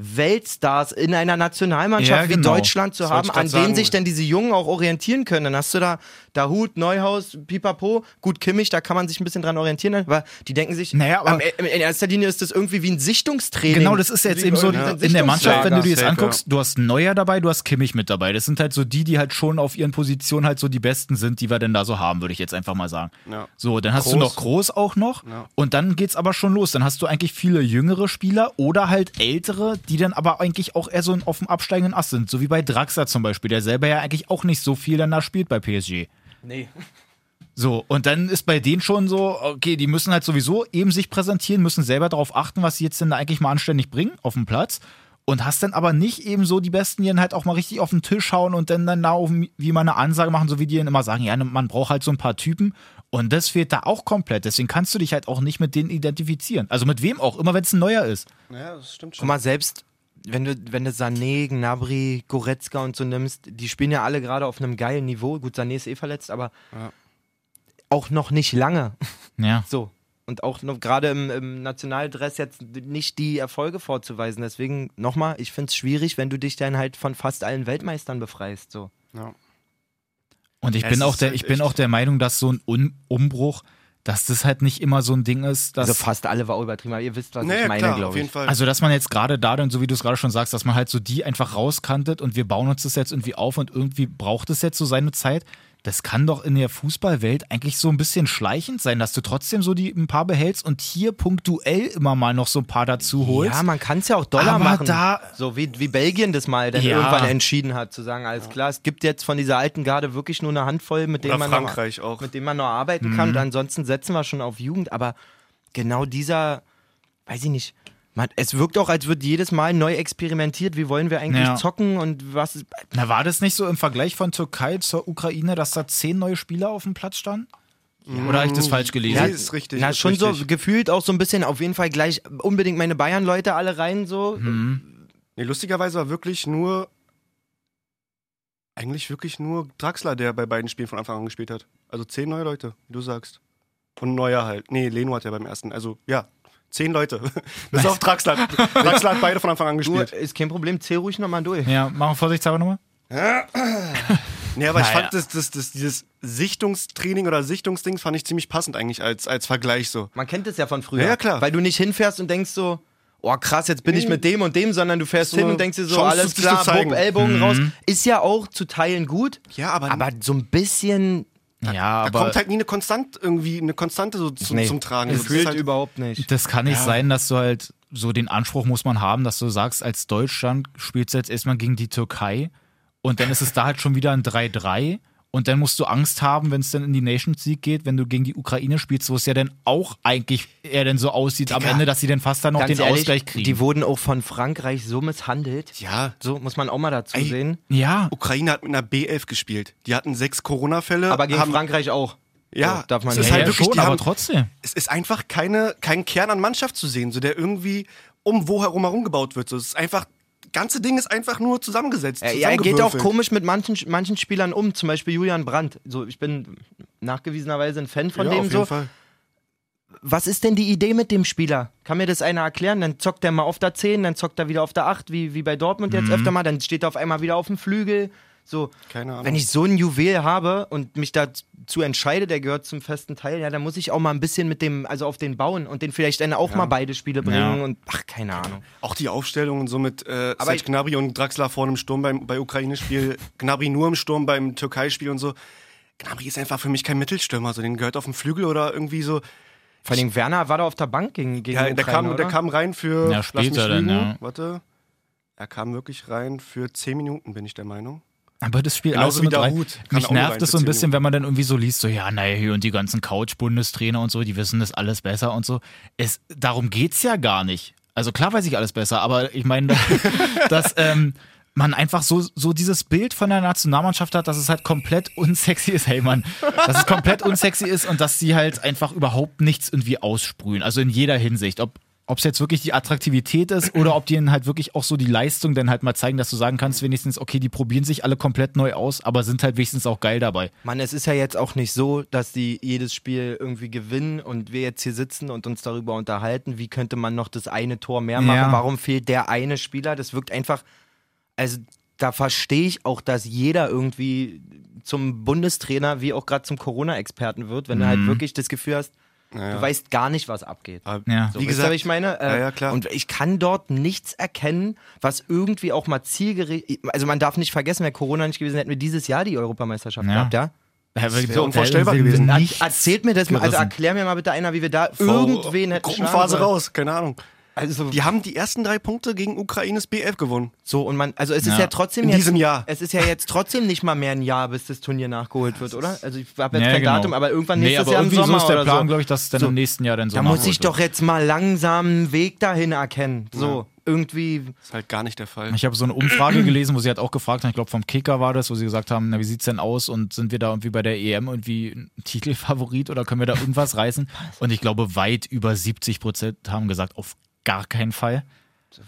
[SPEAKER 2] Weltstars in einer Nationalmannschaft
[SPEAKER 3] Ja,
[SPEAKER 2] wie
[SPEAKER 3] genau.
[SPEAKER 2] Deutschland zu
[SPEAKER 1] Das wollte
[SPEAKER 2] haben,
[SPEAKER 1] ich grad
[SPEAKER 2] an denen
[SPEAKER 1] sagen.
[SPEAKER 2] sich denn diese Jungen auch orientieren können. Dann hast du da Dahut, Neuhaus, Pipapo, gut Kimmich, da kann man sich ein bisschen dran orientieren, aber die denken sich,
[SPEAKER 3] Naja, aber-
[SPEAKER 2] am- E- in erster Linie ist das irgendwie wie ein Sichtungstraining.
[SPEAKER 3] Genau, das ist ja jetzt
[SPEAKER 2] Wie
[SPEAKER 3] eben so
[SPEAKER 2] irgendein
[SPEAKER 3] in der Mannschaft, wenn du dir das
[SPEAKER 1] Safe, ja.
[SPEAKER 3] anguckst, du hast Neuer dabei, du hast Kimmich mit dabei. Das sind halt so die, die halt schon auf ihren Positionen halt so die besten sind, die wir denn da so haben, würde ich jetzt einfach mal sagen.
[SPEAKER 1] Ja.
[SPEAKER 3] So, dann hast du
[SPEAKER 1] Groß.
[SPEAKER 3] noch Groß auch noch
[SPEAKER 1] Ja.
[SPEAKER 3] und dann geht's aber schon los. Dann hast du eigentlich viele jüngere Spieler oder halt ältere, die dann aber eigentlich auch eher so auf dem absteigenden Ast sind, so wie bei Draxler zum Beispiel, der selber ja eigentlich auch nicht so viel dann da spielt bei PSG.
[SPEAKER 2] Nee.
[SPEAKER 3] So, und dann ist bei denen schon so, okay, die müssen halt sowieso eben sich präsentieren, müssen selber darauf achten, was sie jetzt denn da eigentlich mal anständig bringen auf dem Platz. Und hast dann aber nicht eben so die Besten, die dann halt auch mal richtig auf den Tisch hauen und dann dann da auf, dem- wie mal eine Ansage machen, so wie die dann immer sagen, ja, man braucht halt so ein paar Typen. Und das fehlt da auch komplett. Deswegen kannst du dich halt auch nicht mit denen identifizieren. Also mit wem auch, immer wenn es ein neuer ist.
[SPEAKER 1] Naja, das stimmt
[SPEAKER 2] Guck mal, selbst wenn du, wenn du Sané, Gnabry, Goretzka und so nimmst, die spielen ja alle gerade auf einem geilen Niveau. Gut, Sané ist eh verletzt, aber
[SPEAKER 1] Ja.
[SPEAKER 2] auch noch nicht lange.
[SPEAKER 3] Ja.
[SPEAKER 2] So. Und auch noch gerade im, im Nationaldress jetzt nicht die Erfolge vorzuweisen. Deswegen nochmal, ich finde es schwierig, wenn du dich dann halt von fast allen Weltmeistern befreist. So.
[SPEAKER 1] Ja.
[SPEAKER 3] Und ich
[SPEAKER 1] Es
[SPEAKER 3] bin auch
[SPEAKER 1] ist
[SPEAKER 3] der,
[SPEAKER 1] halt
[SPEAKER 3] ich bin
[SPEAKER 1] echt-
[SPEAKER 3] auch der Meinung, dass so ein Un Umbruch, dass das halt nicht immer so ein Ding ist, dass.
[SPEAKER 2] Also fast alle war übertrieben, aber ihr wisst, was
[SPEAKER 1] Naja,
[SPEAKER 2] ich meine,
[SPEAKER 1] klar, auf
[SPEAKER 2] glaube
[SPEAKER 1] jeden
[SPEAKER 2] ich.
[SPEAKER 1] Fall.
[SPEAKER 3] Also, dass man jetzt gerade da dann, so wie du es gerade schon sagst, dass man halt so die einfach rauskantet und wir bauen uns das jetzt irgendwie auf und irgendwie braucht es jetzt so seine Zeit. Das kann doch in der Fußballwelt eigentlich so ein bisschen schleichend sein, dass du trotzdem so die ein paar behältst und hier punktuell immer mal noch so ein paar dazu holst.
[SPEAKER 2] Ja, man kann es ja auch Dollar
[SPEAKER 3] Aber
[SPEAKER 2] machen.
[SPEAKER 3] da-
[SPEAKER 2] so wie, wie Belgien das mal dann
[SPEAKER 3] Ja.
[SPEAKER 2] irgendwann entschieden hat, zu sagen, alles klar, es gibt jetzt von dieser alten Garde wirklich nur eine Handvoll, mit denen
[SPEAKER 1] Oder
[SPEAKER 2] man
[SPEAKER 1] Frankreich auch. Mhm.
[SPEAKER 2] noch, mit denen man noch arbeiten kann. Und ansonsten setzen wir schon auf Jugend. Aber genau dieser, weiß ich nicht, man, es wirkt auch, als wird jedes Mal neu experimentiert, wie wollen wir eigentlich
[SPEAKER 3] Ja.
[SPEAKER 2] zocken und was ist.
[SPEAKER 3] Na, war das nicht so im Vergleich von Türkei zur Ukraine, dass da zehn neue Spieler auf dem Platz standen? Oder habe ich
[SPEAKER 1] Mm,
[SPEAKER 3] das falsch gelesen?
[SPEAKER 1] Ja, Mhm. ist richtig.
[SPEAKER 2] Na,
[SPEAKER 1] ist
[SPEAKER 2] schon so
[SPEAKER 1] richtig.
[SPEAKER 2] gefühlt auch so ein bisschen auf jeden Fall gleich unbedingt meine Bayern-Leute alle rein, so.
[SPEAKER 1] Mhm. Nee, lustigerweise war wirklich nur. Eigentlich wirklich nur Draxler, der bei beiden Spielen von Anfang an gespielt hat. Also zehn neue Leute, wie du sagst. Und ein neuer halt. Nee, Leno hat ja beim ersten. Also, ja. Zehn Leute. [LAUGHS] Bis auf Draxler. Draxler hat beide von Anfang an
[SPEAKER 2] Du,
[SPEAKER 1] gespielt.
[SPEAKER 2] ist kein Problem, zähl ruhig nochmal durch.
[SPEAKER 3] Ja, machen wir vorsichtshalber nochmal.
[SPEAKER 1] Nee, aber ich
[SPEAKER 3] Naja.
[SPEAKER 1] fand das, das, das, dieses Sichtungstraining oder Sichtungsding fand ich ziemlich passend eigentlich als, als Vergleich so.
[SPEAKER 2] Man kennt es ja von früher.
[SPEAKER 1] Ja, klar. Mhm.
[SPEAKER 2] Weil du nicht hinfährst und denkst so, oh krass, jetzt bin ich mit dem und dem, sondern du fährst
[SPEAKER 1] So
[SPEAKER 2] hin
[SPEAKER 1] eine
[SPEAKER 2] und denkst dir so,
[SPEAKER 1] Chance,
[SPEAKER 2] alles
[SPEAKER 1] sich zu
[SPEAKER 2] klar,
[SPEAKER 1] zeigen.
[SPEAKER 2] Bob, Ellbogen
[SPEAKER 3] Mhm.
[SPEAKER 2] raus. Ist ja auch zu Teilen gut,
[SPEAKER 1] Ja, aber,
[SPEAKER 2] aber so ein bisschen
[SPEAKER 3] Ja,
[SPEAKER 1] da
[SPEAKER 3] aber.
[SPEAKER 1] kommt halt nie eine Konstante, irgendwie eine Konstante so zum,
[SPEAKER 2] nee,
[SPEAKER 1] zum Tragen. So, das
[SPEAKER 2] Gefühlt
[SPEAKER 1] ist halt,
[SPEAKER 2] überhaupt nicht.
[SPEAKER 3] Das kann nicht sein, dass du halt so den Anspruch muss man haben, dass du sagst, als Deutschland spielst du jetzt erstmal gegen die Türkei und dann ist es da halt schon wieder ein 3-3 und dann musst du Angst haben, wenn es dann in die Nations League geht, wenn du gegen die Ukraine spielst, wo es ja dann auch eigentlich eher dann so aussieht am
[SPEAKER 2] Digga,
[SPEAKER 3] Ende, dass sie dann fast dann noch
[SPEAKER 2] Ganz
[SPEAKER 3] den
[SPEAKER 2] ehrlich,
[SPEAKER 3] Ausgleich kriegen.
[SPEAKER 2] die wurden auch von Frankreich so misshandelt.
[SPEAKER 1] ja,
[SPEAKER 2] So muss man auch mal dazu
[SPEAKER 1] Ey.
[SPEAKER 2] sehen.
[SPEAKER 3] ja,
[SPEAKER 1] Ukraine hat mit einer B11 gespielt. Die hatten sechs Corona-Fälle.
[SPEAKER 2] Aber gegen
[SPEAKER 1] haben,
[SPEAKER 2] Frankreich auch.
[SPEAKER 1] Ja,
[SPEAKER 2] So, darf man
[SPEAKER 1] es ist
[SPEAKER 2] nicht.
[SPEAKER 3] ja,
[SPEAKER 1] halt
[SPEAKER 3] ja
[SPEAKER 1] wirklich,
[SPEAKER 3] schon,
[SPEAKER 1] die
[SPEAKER 3] aber
[SPEAKER 1] haben-
[SPEAKER 3] trotzdem.
[SPEAKER 1] es ist einfach keine, kein Kern an Mannschaft zu sehen, so der irgendwie um wo herum herum gebaut wird. So, es ist einfach, ganze Ding ist einfach nur zusammengesetzt.
[SPEAKER 2] Er, er geht auch
[SPEAKER 1] zusammengewürfelt.
[SPEAKER 2] komisch mit manchen, manchen Spielern um, zum Beispiel Julian Brandt. So, ich bin nachgewiesenerweise ein Fan von
[SPEAKER 1] ja,
[SPEAKER 2] dem
[SPEAKER 1] auf jeden
[SPEAKER 2] so.
[SPEAKER 1] Fall.
[SPEAKER 2] was ist denn die Idee mit dem Spieler? Kann mir das einer erklären? Dann zockt er mal auf der 10, dann zockt er wieder auf der 8, wie, wie bei Dortmund jetzt öfter mal, dann steht er auf einmal wieder auf dem Flügel. So,
[SPEAKER 1] Mhm. Keine Ahnung.
[SPEAKER 2] wenn ich so ein Juwel habe und mich dazu entscheide, der gehört zum festen Teil, ja, dann muss ich auch mal ein bisschen mit dem, also auf den bauen und den vielleicht dann auch mal beide Spiele bringen
[SPEAKER 3] Ja.
[SPEAKER 2] und ach, keine Ahnung.
[SPEAKER 1] Auch die Aufstellung und so mit äh,
[SPEAKER 2] Aber
[SPEAKER 1] Serge
[SPEAKER 2] ich-
[SPEAKER 1] Gnabry und Draxler vorne im Sturm beim, bei Ukraine-Spiel, Gnabry nur im Sturm beim Türkei-Spiel und so. Gnabry ist einfach für mich kein Mittelstürmer, so den gehört auf dem Flügel oder irgendwie so.
[SPEAKER 2] Vor allem Werner war da auf der Bank gegen, gegen
[SPEAKER 1] Ja,
[SPEAKER 2] Ukraine,
[SPEAKER 1] der kam,
[SPEAKER 2] oder?
[SPEAKER 1] der kam rein für.
[SPEAKER 3] Ja,
[SPEAKER 1] lass
[SPEAKER 3] später
[SPEAKER 1] mich
[SPEAKER 3] dann,
[SPEAKER 1] lügen,
[SPEAKER 3] ja.
[SPEAKER 1] Warte. Er kam wirklich rein für 10 Minuten, bin ich der Meinung.
[SPEAKER 3] Aber das Spiel
[SPEAKER 1] Genauso
[SPEAKER 3] also
[SPEAKER 1] wie
[SPEAKER 3] drei,
[SPEAKER 1] Dahoud. Kann
[SPEAKER 3] mich
[SPEAKER 1] auch nur
[SPEAKER 3] nervt
[SPEAKER 1] rein
[SPEAKER 3] es so ein
[SPEAKER 1] 14
[SPEAKER 3] bisschen, wenn man dann irgendwie so liest, so ja, naja, hier und die ganzen Couch-Bundestrainer und so, die wissen das alles besser und so. Es, darum geht's ja gar nicht. Also klar weiß ich alles besser, aber
[SPEAKER 1] [LAUGHS]
[SPEAKER 3] ich meine, dass ähm, man einfach so, so dieses Bild von der Nationalmannschaft hat, dass es halt komplett unsexy ist, hey Mann, dass es komplett unsexy ist und dass sie halt einfach überhaupt nichts irgendwie aussprühen. Also in jeder Hinsicht. Ob ob es jetzt wirklich die Attraktivität ist oder ob die ihnen halt wirklich auch so die Leistung dann halt mal zeigen, dass du sagen kannst, wenigstens, okay, die probieren sich alle komplett neu aus, aber sind halt wenigstens auch geil dabei.
[SPEAKER 2] Mann, es ist ja jetzt auch nicht so, dass die jedes Spiel irgendwie gewinnen und wir jetzt hier sitzen und uns darüber unterhalten, wie könnte man noch das eine Tor mehr machen,
[SPEAKER 3] Ja.
[SPEAKER 2] warum fehlt der eine Spieler? Das wirkt einfach, also da verstehe ich auch, dass jeder irgendwie zum Bundestrainer wie auch gerade zum Corona-Experten wird, wenn du
[SPEAKER 1] Mhm.
[SPEAKER 2] halt wirklich das Gefühl hast, du weißt gar nicht, was abgeht.
[SPEAKER 1] Aber
[SPEAKER 3] Ja.
[SPEAKER 2] So,
[SPEAKER 1] Also, Wie
[SPEAKER 2] wie
[SPEAKER 1] gesagt-
[SPEAKER 2] gesagt, ich meine, äh,
[SPEAKER 1] Ja, ja, klar.
[SPEAKER 2] und ich kann dort nichts erkennen, was irgendwie auch mal zielgerichtet. Also man darf nicht vergessen, wäre Corona nicht gewesen, hätten wir dieses Jahr die Europameisterschaft
[SPEAKER 3] Ja.
[SPEAKER 2] gehabt, ja?
[SPEAKER 3] Das
[SPEAKER 1] wäre unvorstellbar gewesen.
[SPEAKER 3] Nicht
[SPEAKER 2] Erzählt mir das mal, also
[SPEAKER 3] gerissen.
[SPEAKER 2] erklär mir mal bitte einer, wie wir da irgendwen hätten
[SPEAKER 1] Gruppenphase
[SPEAKER 2] schlagen sollen.
[SPEAKER 1] raus, keine Ahnung.
[SPEAKER 2] Also,
[SPEAKER 1] Die haben die ersten drei Punkte gegen Ukraines B11 gewonnen.
[SPEAKER 2] so und man, also es ist
[SPEAKER 3] Ja.
[SPEAKER 2] ja, trotzdem
[SPEAKER 1] In
[SPEAKER 2] jetzt,
[SPEAKER 1] diesem Jahr.
[SPEAKER 2] Es ist ja jetzt trotzdem nicht mal mehr ein Jahr, bis das Turnier nachgeholt wird, oder? Also ich habe jetzt
[SPEAKER 3] Ja,
[SPEAKER 2] kein
[SPEAKER 3] genau.
[SPEAKER 2] Datum, aber irgendwann
[SPEAKER 3] nee,
[SPEAKER 2] nächstes
[SPEAKER 3] aber
[SPEAKER 2] Jahr im
[SPEAKER 3] irgendwie
[SPEAKER 2] Sommer
[SPEAKER 3] so ist der
[SPEAKER 2] oder
[SPEAKER 3] Plan,
[SPEAKER 2] so.
[SPEAKER 3] glaube ich, dass es dann
[SPEAKER 2] So.
[SPEAKER 3] im nächsten Jahr dann so
[SPEAKER 2] Da muss ich
[SPEAKER 3] nachholt wird.
[SPEAKER 2] doch jetzt mal langsam einen Weg dahin erkennen. So irgendwie.
[SPEAKER 1] Ist halt gar nicht der Fall.
[SPEAKER 3] Ich habe so
[SPEAKER 1] [CLEARS THROAT]
[SPEAKER 3] eine Umfrage gelesen, wo sie halt auch gefragt haben, ich glaube vom Kicker war das, wo sie gesagt haben, na wie sieht's denn aus und sind wir da irgendwie bei der EM irgendwie ein [LAUGHS] Titelfavorit oder können wir da
[SPEAKER 1] [LAUGHS]
[SPEAKER 3] irgendwas reißen? Und ich glaube weit über 70 Prozent haben gesagt, auf gar keinen Fall.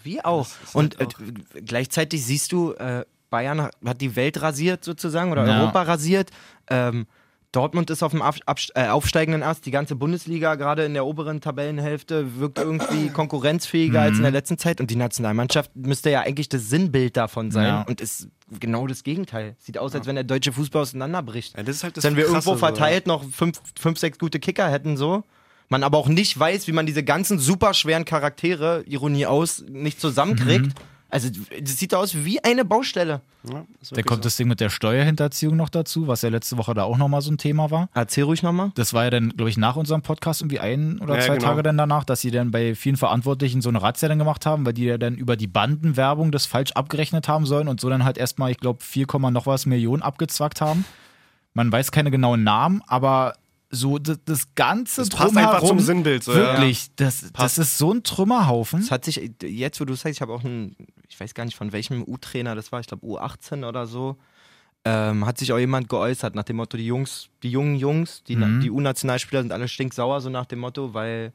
[SPEAKER 2] Wie auch. Und
[SPEAKER 3] halt
[SPEAKER 2] äh, gleichzeitig siehst du, äh, Bayern hat die Welt rasiert sozusagen oder
[SPEAKER 3] Ja.
[SPEAKER 2] Europa rasiert. Ähm, Dortmund ist auf dem Ab Abst- äh, aufsteigenden Ast. Die ganze Bundesliga gerade in der oberen Tabellenhälfte wirkt
[SPEAKER 3] [CLEARS THROAT]
[SPEAKER 2] irgendwie konkurrenzfähiger als
[SPEAKER 3] Mhm.
[SPEAKER 2] in der letzten Zeit. Und die Nationalmannschaft müsste ja eigentlich das Sinnbild davon sein
[SPEAKER 3] Ja.
[SPEAKER 2] und ist genau das Gegenteil. Sieht aus, als wenn der deutsche Fußball auseinanderbricht.
[SPEAKER 1] Ja, das ist halt das
[SPEAKER 2] Wenn wir
[SPEAKER 1] Krasse,
[SPEAKER 2] irgendwo
[SPEAKER 1] so.
[SPEAKER 2] verteilt noch fünf, fünf, sechs gute Kicker hätten, so. Man aber auch nicht weiß, wie man diese ganzen superschweren Charaktere, Ironie aus, nicht zusammenkriegt.
[SPEAKER 1] Mhm.
[SPEAKER 2] Also, das sieht aus wie eine Baustelle.
[SPEAKER 1] Ja, ist
[SPEAKER 3] Da
[SPEAKER 1] wirklich
[SPEAKER 3] kommt
[SPEAKER 1] so.
[SPEAKER 3] das Ding mit der Steuerhinterziehung noch dazu, was ja letzte Woche da auch nochmal so ein Thema war.
[SPEAKER 2] Erzähl ruhig nochmal.
[SPEAKER 3] Das war ja dann, glaube ich, nach unserem Podcast irgendwie ein oder
[SPEAKER 1] Ja,
[SPEAKER 3] zwei
[SPEAKER 1] genau.
[SPEAKER 3] Tage dann danach, dass sie dann bei vielen Verantwortlichen so eine Razzia dann gemacht haben, weil die ja dann über die Bandenwerbung das falsch abgerechnet haben sollen und so dann halt erstmal, ich glaube, 4, Komma noch was Millionen abgezwackt haben. Man weiß keine genauen Namen, aber so das, das ganze
[SPEAKER 1] Das passt einfach
[SPEAKER 3] Drumherum,
[SPEAKER 1] zum Sinnbild, so, ja.
[SPEAKER 3] wirklich, das, das ist so ein Trümmerhaufen.
[SPEAKER 2] Das hat sich, jetzt wo du es sagst, ich habe auch einen, ich weiß gar nicht von welchem U-Trainer das war, ich glaube U18 oder so, ähm, hat sich auch jemand geäußert nach dem Motto, die Jungs, die jungen Jungs, die,
[SPEAKER 3] Mhm.
[SPEAKER 2] die U-Nationalspieler sind alle stinksauer, so nach dem Motto, weil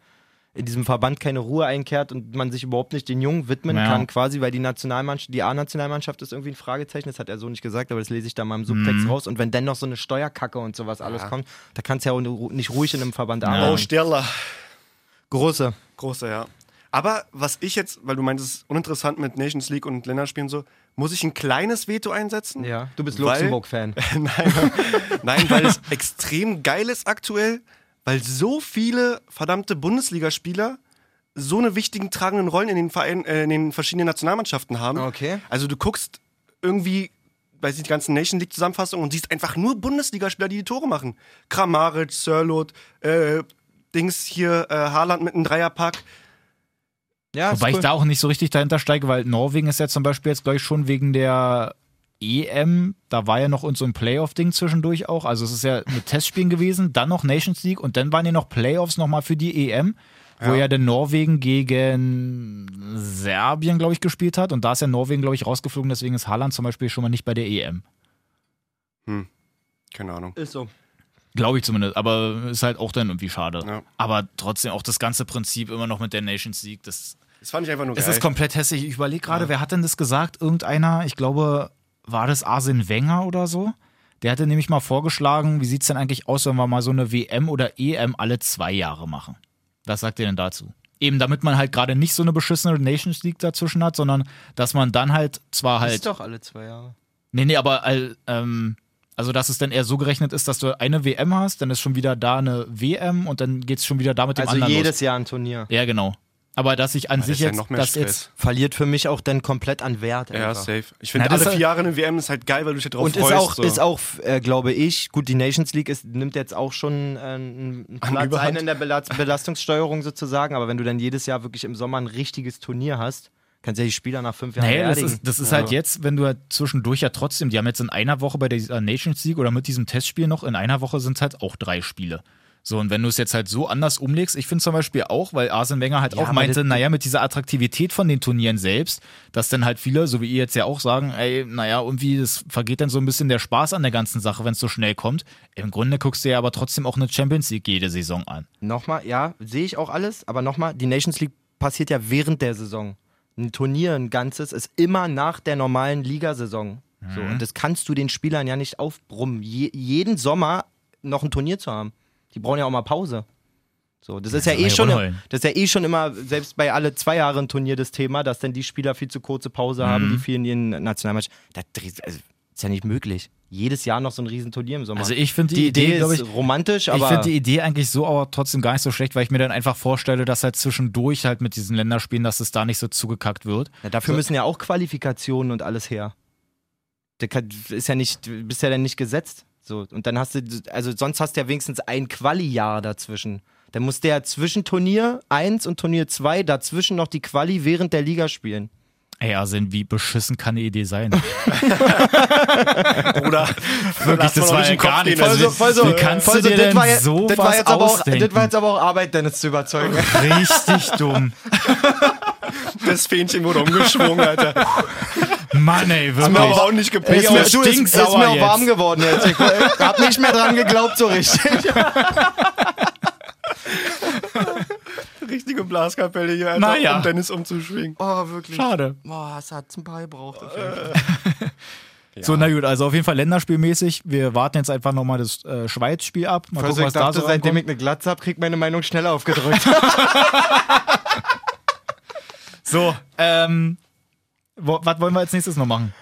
[SPEAKER 2] in diesem Verband keine Ruhe einkehrt und man sich überhaupt nicht den Jungen widmen
[SPEAKER 3] Ja.
[SPEAKER 2] kann, quasi, weil die Nationalmannschaft, die A-Nationalmannschaft ist irgendwie ein Fragezeichen, das hat er so nicht gesagt, aber das lese ich da mal im Subtext
[SPEAKER 3] Mhm.
[SPEAKER 2] raus. Und wenn dann noch so eine Steuerkacke und sowas alles kommt, da kannst du ja auch nicht ruhig in einem Verband
[SPEAKER 1] Oh,
[SPEAKER 2] arbeiten.
[SPEAKER 1] Stirler.
[SPEAKER 2] Große.
[SPEAKER 1] Großer, ja. Aber was ich jetzt, weil du meintest, uninteressant mit Nations League und Länderspielen so, muss ich ein kleines Veto einsetzen?
[SPEAKER 2] Ja. Du bist
[SPEAKER 1] Weil-
[SPEAKER 2] Luxemburg-Fan.
[SPEAKER 1] [LAUGHS] Nein, [LAUGHS] nein, weil es extrem geil ist aktuell, weil so viele verdammte Bundesligaspieler so eine wichtigen tragenden Rollen in den, Vereinen, äh, in den verschiedenen Nationalmannschaften haben.
[SPEAKER 2] [LAUGHS] Okay.
[SPEAKER 1] Also du guckst irgendwie bei die ganzen Nation League Zusammenfassungen und siehst einfach nur Bundesligaspieler, die die Tore machen. Kramaric, Sörlot, äh, Dings hier, äh, Haaland mit einem Dreierpack.
[SPEAKER 2] Ja, ist
[SPEAKER 3] Wobei ich
[SPEAKER 2] cool.
[SPEAKER 3] da auch nicht so richtig dahinter steige, weil Norwegen ist ja zum Beispiel jetzt, glaube ich, schon wegen der EM, da war ja noch uns so ein Playoff-Ding zwischendurch auch. Also es ist ja mit Testspielen gewesen, dann noch Nations League und dann waren ja noch Playoffs nochmal für die EM, wo ja dann Norwegen gegen Serbien, glaube ich, gespielt hat. Und da ist ja Norwegen, glaube ich, rausgeflogen, deswegen ist Haaland zum Beispiel schon mal nicht bei der E EM.
[SPEAKER 1] Keine Ahnung.
[SPEAKER 2] Ist so.
[SPEAKER 3] Glaube ich zumindest, aber ist halt auch dann irgendwie schade.
[SPEAKER 1] Ja.
[SPEAKER 3] Aber trotzdem auch das ganze Prinzip immer noch mit der Nations League, das
[SPEAKER 1] Das fand ich einfach nur geil.
[SPEAKER 3] Es ist komplett hässlich. Ich überlege gerade, wer hat denn das gesagt? Irgendeiner, ich glaube, war das Arsene Wenger oder so? Der hatte nämlich mal vorgeschlagen, wie sieht es denn eigentlich aus, wenn wir mal so eine WM oder EM alle zwei Jahre machen? Was sagt ihr denn dazu? Eben damit man halt gerade nicht so eine beschissene Nations League dazwischen hat, sondern dass man dann halt zwar halt.
[SPEAKER 2] Ist doch alle zwei Jahre.
[SPEAKER 3] Nee, nee, aber all- ähm, also dass es dann eher so gerechnet ist, dass du eine WM hast, dann ist schon wieder da eine WM und dann geht's schon wieder da mit dem
[SPEAKER 2] Also
[SPEAKER 3] anderen
[SPEAKER 2] jedes
[SPEAKER 3] los.
[SPEAKER 2] Jahr ein Turnier.
[SPEAKER 3] Ja, genau. Aber dass ich an
[SPEAKER 1] Das
[SPEAKER 3] sich
[SPEAKER 1] ist ja
[SPEAKER 3] jetzt,
[SPEAKER 1] noch mehr
[SPEAKER 3] dass
[SPEAKER 1] Stress.
[SPEAKER 3] jetzt
[SPEAKER 2] Verliert für mich auch dann komplett an Wert.
[SPEAKER 1] Ja,
[SPEAKER 2] einfach.
[SPEAKER 1] safe. Ich finde,
[SPEAKER 3] Na, das
[SPEAKER 1] alle
[SPEAKER 3] ist-
[SPEAKER 1] vier Jahre eine WM ist halt geil, weil du dich ja drauf
[SPEAKER 2] Und
[SPEAKER 1] freust.
[SPEAKER 2] ist auch,
[SPEAKER 1] so.
[SPEAKER 2] ist auch äh, glaube ich, gut, die Nations League ist, nimmt jetzt auch schon äh, einen
[SPEAKER 1] An
[SPEAKER 2] Platz
[SPEAKER 1] Überhand.
[SPEAKER 2] ein in der Belast Belastungssteuerung sozusagen, aber wenn du dann jedes Jahr wirklich im Sommer ein richtiges Turnier hast, kannst du ja die Spieler nach fünf Jahren
[SPEAKER 3] Nee, das
[SPEAKER 2] beerdigen.
[SPEAKER 3] ist, das ist halt jetzt, wenn du halt zwischendurch ja trotzdem, die haben jetzt in einer Woche bei dieser Nations League oder mit diesem Testspiel noch, in einer Woche sind es halt auch drei Spiele. So, und wenn du es jetzt halt so anders umlegst, ich finde zum Beispiel auch, weil Arsene Wenger halt
[SPEAKER 2] Ja,
[SPEAKER 3] auch
[SPEAKER 2] aber
[SPEAKER 3] meinte,
[SPEAKER 2] das-
[SPEAKER 3] naja, mit dieser Attraktivität von den Turnieren selbst, dass dann halt viele, so wie ihr jetzt ja auch sagen, ey, naja, irgendwie, das vergeht dann so ein bisschen der Spaß an der ganzen Sache, wenn es so schnell kommt. Im Grunde guckst du ja aber trotzdem auch eine Champions League jede Saison an.
[SPEAKER 2] Nochmal, ja, sehe ich auch alles, aber nochmal, die Nations League passiert ja während der Saison. Ein Turnier, ein ganzes, ist immer nach der normalen Ligasaison. So,
[SPEAKER 3] Mhm.
[SPEAKER 2] und das kannst du den Spielern ja nicht aufbrummen, je, jeden Sommer noch ein Turnier zu haben. Die brauchen ja auch mal Pause. So, das ist ja,
[SPEAKER 3] soll man
[SPEAKER 2] eh
[SPEAKER 3] ja
[SPEAKER 2] schon,
[SPEAKER 3] rumheulen.
[SPEAKER 2] das ist ja eh schon immer, selbst bei alle zwei Jahren Turnier das Thema, dass dann die Spieler viel zu kurze Pause haben,
[SPEAKER 3] Mhm.
[SPEAKER 2] die vielen in ihren Nationalmatch. Das dreht- also, ist ja nicht möglich. Jedes Jahr noch so ein Riesenturnier im Sommer.
[SPEAKER 3] Also ich finde die
[SPEAKER 2] die
[SPEAKER 3] Idee,
[SPEAKER 2] Idee,
[SPEAKER 3] glaub
[SPEAKER 2] ist
[SPEAKER 3] ich-
[SPEAKER 2] romantisch, aber
[SPEAKER 3] ich finde die Idee eigentlich so aber trotzdem gar nicht so schlecht, weil ich mir dann einfach vorstelle, dass halt zwischendurch halt mit diesen Länderspielen, dass es da nicht so zugekackt wird.
[SPEAKER 2] Na, dafür müssen ja auch Qualifikationen und alles her. Der kann, ist ja nicht, du bist ja dann nicht gesetzt. So, und dann hast du, also sonst hast du ja wenigstens ein Quali-Jahr dazwischen. Dann muss der zwischen Turnier 1 und Turnier 2 dazwischen noch die Quali während der Liga spielen.
[SPEAKER 3] Ey, Arsene, wie beschissen kann die Idee sein?
[SPEAKER 1] Oder
[SPEAKER 2] [LAUGHS]
[SPEAKER 3] Wirklich, das war ja gar nicht
[SPEAKER 1] Also,
[SPEAKER 3] versucht. Wie kannst du dir denn
[SPEAKER 2] ja- also,
[SPEAKER 3] so
[SPEAKER 2] das war
[SPEAKER 3] was
[SPEAKER 2] jetzt aber auch, Das war
[SPEAKER 3] ausdenken?
[SPEAKER 2] jetzt aber auch Arbeit, Dennis zu überzeugen. [LAUGHS]
[SPEAKER 3] Richtig dumm.
[SPEAKER 1] [LAUGHS] das Fähnchen wurde umgeschwungen,
[SPEAKER 3] [LAUGHS]
[SPEAKER 1] Alter.
[SPEAKER 3] Mann, ey,
[SPEAKER 1] Haben wir aber
[SPEAKER 3] wirklich.
[SPEAKER 1] auch nicht gepickt.
[SPEAKER 2] Ist mir, du, ist, ist mir
[SPEAKER 3] stinksauer
[SPEAKER 2] auch
[SPEAKER 3] jetzt.
[SPEAKER 2] warm geworden jetzt. Ich hab nicht mehr dran geglaubt so richtig.
[SPEAKER 3] [LAUGHS]
[SPEAKER 1] richtige Blaskapelle hier, Alter,
[SPEAKER 3] Naja.
[SPEAKER 1] um Dennis umzuschwingen.
[SPEAKER 2] Oh, wirklich.
[SPEAKER 3] Schade.
[SPEAKER 2] Boah, es hat ein paar gebraucht.
[SPEAKER 3] So, na gut, also auf jeden Fall länderspielmäßig. Wir warten jetzt einfach nochmal das äh, Schweiz-Spiel ab. Mal
[SPEAKER 2] Also
[SPEAKER 3] gucken,
[SPEAKER 2] ich
[SPEAKER 3] was da
[SPEAKER 2] dachte,
[SPEAKER 3] so
[SPEAKER 2] seitdem
[SPEAKER 3] ankommt.
[SPEAKER 2] ich eine Glatze habe, kriegt meine Meinung schneller
[SPEAKER 3] [LAUGHS]
[SPEAKER 2] aufgedrückt.
[SPEAKER 3] So, ähm, wo, was wollen wir als nächstes noch machen?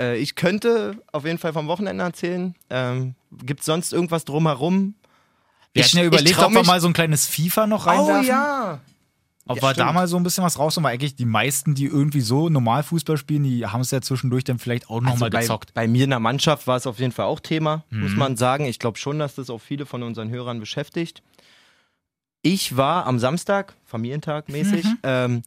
[SPEAKER 2] äh, ich könnte auf jeden Fall vom Wochenende erzählen. Ähm, Gibt es sonst irgendwas drumherum?
[SPEAKER 3] Wir
[SPEAKER 2] Ich-
[SPEAKER 3] hatten ja
[SPEAKER 2] ich
[SPEAKER 3] überlegt,
[SPEAKER 2] trau
[SPEAKER 3] ob wir
[SPEAKER 2] mich- Oh,
[SPEAKER 3] mal so ein kleines FIFA noch reinwerfen.
[SPEAKER 2] ja.
[SPEAKER 3] Ob
[SPEAKER 2] Ja,
[SPEAKER 3] wir da
[SPEAKER 2] stimmt.
[SPEAKER 3] mal so ein bisschen was raus weil eigentlich die meisten, die irgendwie so normal Fußball spielen, die haben es ja zwischendurch dann vielleicht auch
[SPEAKER 2] Also
[SPEAKER 3] nochmal
[SPEAKER 2] bei,
[SPEAKER 3] gezockt.
[SPEAKER 2] bei mir in der Mannschaft war es auf jeden Fall auch Thema, muss man sagen. Ich glaube schon, dass das auch viele von unseren Hörern beschäftigt. Ich war am Samstag, Familientag mäßig, ähm,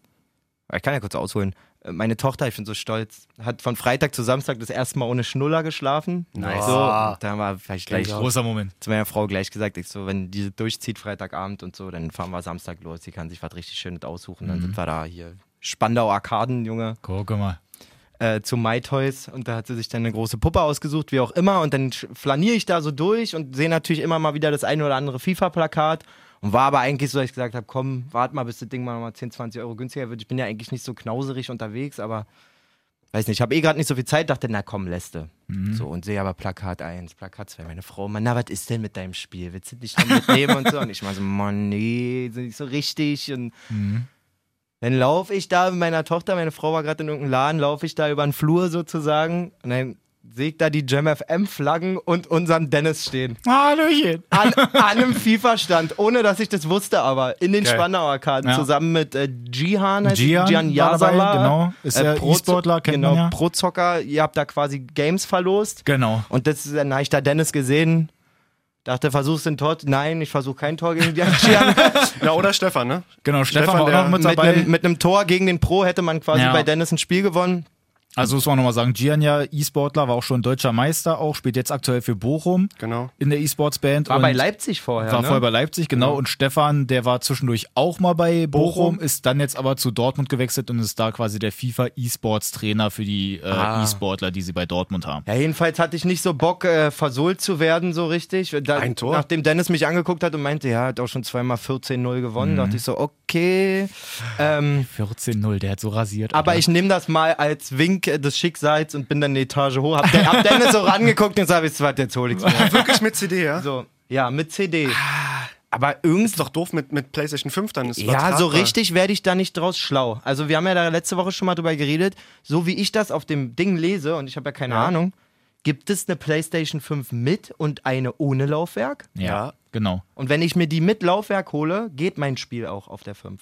[SPEAKER 2] ich kann ja kurz ausholen. Äh, Meine Tochter, ich bin so stolz, hat von Freitag zu Samstag das erste Mal ohne Schnuller geschlafen.
[SPEAKER 1] Nice.
[SPEAKER 2] So, da war vielleicht gleich
[SPEAKER 3] Großer Moment.
[SPEAKER 2] zu meiner Frau gleich gesagt, ich so, wenn die durchzieht Freitagabend und so, dann fahren wir Samstag los. Sie kann sich was richtig Schönes aussuchen. Dann sind wir da hier. Spandau Arkaden, Junge,
[SPEAKER 3] Guck mal.
[SPEAKER 2] äh, zu My Toys. Und da hat sie sich dann eine große Puppe ausgesucht, wie auch immer. Und dann sch- flaniere ich da so durch und sehe natürlich immer mal wieder das eine oder andere FIFA-Plakat. Und war aber eigentlich so, dass ich gesagt habe, komm, warte mal, bis das Ding mal nochmal 10, 20 Euro günstiger wird. Ich bin ja eigentlich nicht so knauserig unterwegs, aber weiß nicht, ich habe eh gerade nicht so viel Zeit, dachte, na komm, lässte. So, und sehe aber Plakat 1, Plakat 2, meine Frau, Mann, na, was ist denn mit deinem Spiel? Willst du dich noch mitnehmen und so? Und ich mal so, Mann, nee, so nicht so richtig. Und dann laufe ich da mit meiner Tochter, meine Frau war gerade in irgendeinem Laden, laufe ich da über den Flur sozusagen und dann sehe ich da die Jam FM Flaggen und unseren Dennis stehen.
[SPEAKER 3] Hallöchen. [LAUGHS]
[SPEAKER 2] An, an einem FIFA-Stand, ohne dass ich das wusste, aber in den
[SPEAKER 1] Geil.
[SPEAKER 2] Spandauer Karten
[SPEAKER 3] Ja.
[SPEAKER 2] zusammen mit äh, Jihan, heißt
[SPEAKER 3] Gian
[SPEAKER 2] Gian
[SPEAKER 3] war dabei,
[SPEAKER 2] Yazala,
[SPEAKER 3] genau. Ist ja
[SPEAKER 2] Pro-
[SPEAKER 3] E-Sportler, kennt
[SPEAKER 2] genau,
[SPEAKER 3] man ja.
[SPEAKER 2] Pro-Zocker, ihr habt da quasi Games verlost.
[SPEAKER 3] Genau.
[SPEAKER 2] Und das, dann habe ich da Dennis gesehen, dachte, versuchst du ein Tor? Nein, ich versuche kein Tor
[SPEAKER 3] [LAUGHS]
[SPEAKER 2] gegen Gian.
[SPEAKER 1] Na, oder Stefan, ne?
[SPEAKER 3] Genau, Stefan,
[SPEAKER 1] Stefan,
[SPEAKER 3] war
[SPEAKER 1] der-
[SPEAKER 3] auch noch mit
[SPEAKER 2] mit,
[SPEAKER 3] dabei.
[SPEAKER 2] einem, mit einem Tor gegen den Pro hätte man quasi
[SPEAKER 3] Ja.
[SPEAKER 2] bei Dennis ein Spiel gewonnen.
[SPEAKER 3] also muss man nochmal sagen, Gianja, E-Sportler, war auch schon deutscher Meister, auch spielt jetzt aktuell für Bochum
[SPEAKER 1] Genau.
[SPEAKER 3] in der E-Sports-Band.
[SPEAKER 2] War
[SPEAKER 3] und
[SPEAKER 2] bei Leipzig vorher.
[SPEAKER 3] War
[SPEAKER 2] ne?
[SPEAKER 3] vorher bei Leipzig, genau. Und Stefan, der war zwischendurch auch mal bei Bochum, ist dann jetzt aber zu Dortmund gewechselt und ist da quasi der FIFA-E-Sports-Trainer für die äh,
[SPEAKER 2] Ah.
[SPEAKER 3] E-Sportler, die sie bei Dortmund haben.
[SPEAKER 2] ja, jedenfalls hatte ich nicht so Bock, äh, versohlt zu werden, so richtig. Da,
[SPEAKER 1] Ein Tor?
[SPEAKER 2] Nachdem Dennis mich angeguckt hat und meinte, ja, hat auch schon zweimal 14-0 gewonnen,
[SPEAKER 3] Mhm.
[SPEAKER 2] dachte ich so, okay. Ähm,
[SPEAKER 3] 14-0, der hat so rasiert.
[SPEAKER 2] aber ich nehme das mal als Wink äh, des Schicksals und bin dann eine Etage hoch. Hab, den- hab
[SPEAKER 3] [LAUGHS]
[SPEAKER 2] Dennis so rangeguckt und sag ich, was, jetzt hol ich's mir.
[SPEAKER 1] Wirklich mit CD, ja?
[SPEAKER 3] Ah.
[SPEAKER 2] So, ja, mit CD. Aber irgendwie.
[SPEAKER 1] Ist doch doof mit, mit PlayStation 5 dann. Ist
[SPEAKER 2] Ja, so
[SPEAKER 1] übertragbar.
[SPEAKER 2] richtig werde ich da nicht draus schlau. Also wir haben ja da letzte Woche schon mal drüber geredet. So wie ich das auf dem Ding lese, und ich habe ja keine Ahnung, gibt es eine PlayStation 5 mit und eine ohne Laufwerk?
[SPEAKER 3] Ja,
[SPEAKER 1] Ja.
[SPEAKER 3] genau.
[SPEAKER 2] Und wenn ich mir die mit Laufwerk hole, geht mein Spiel auch auf der 5.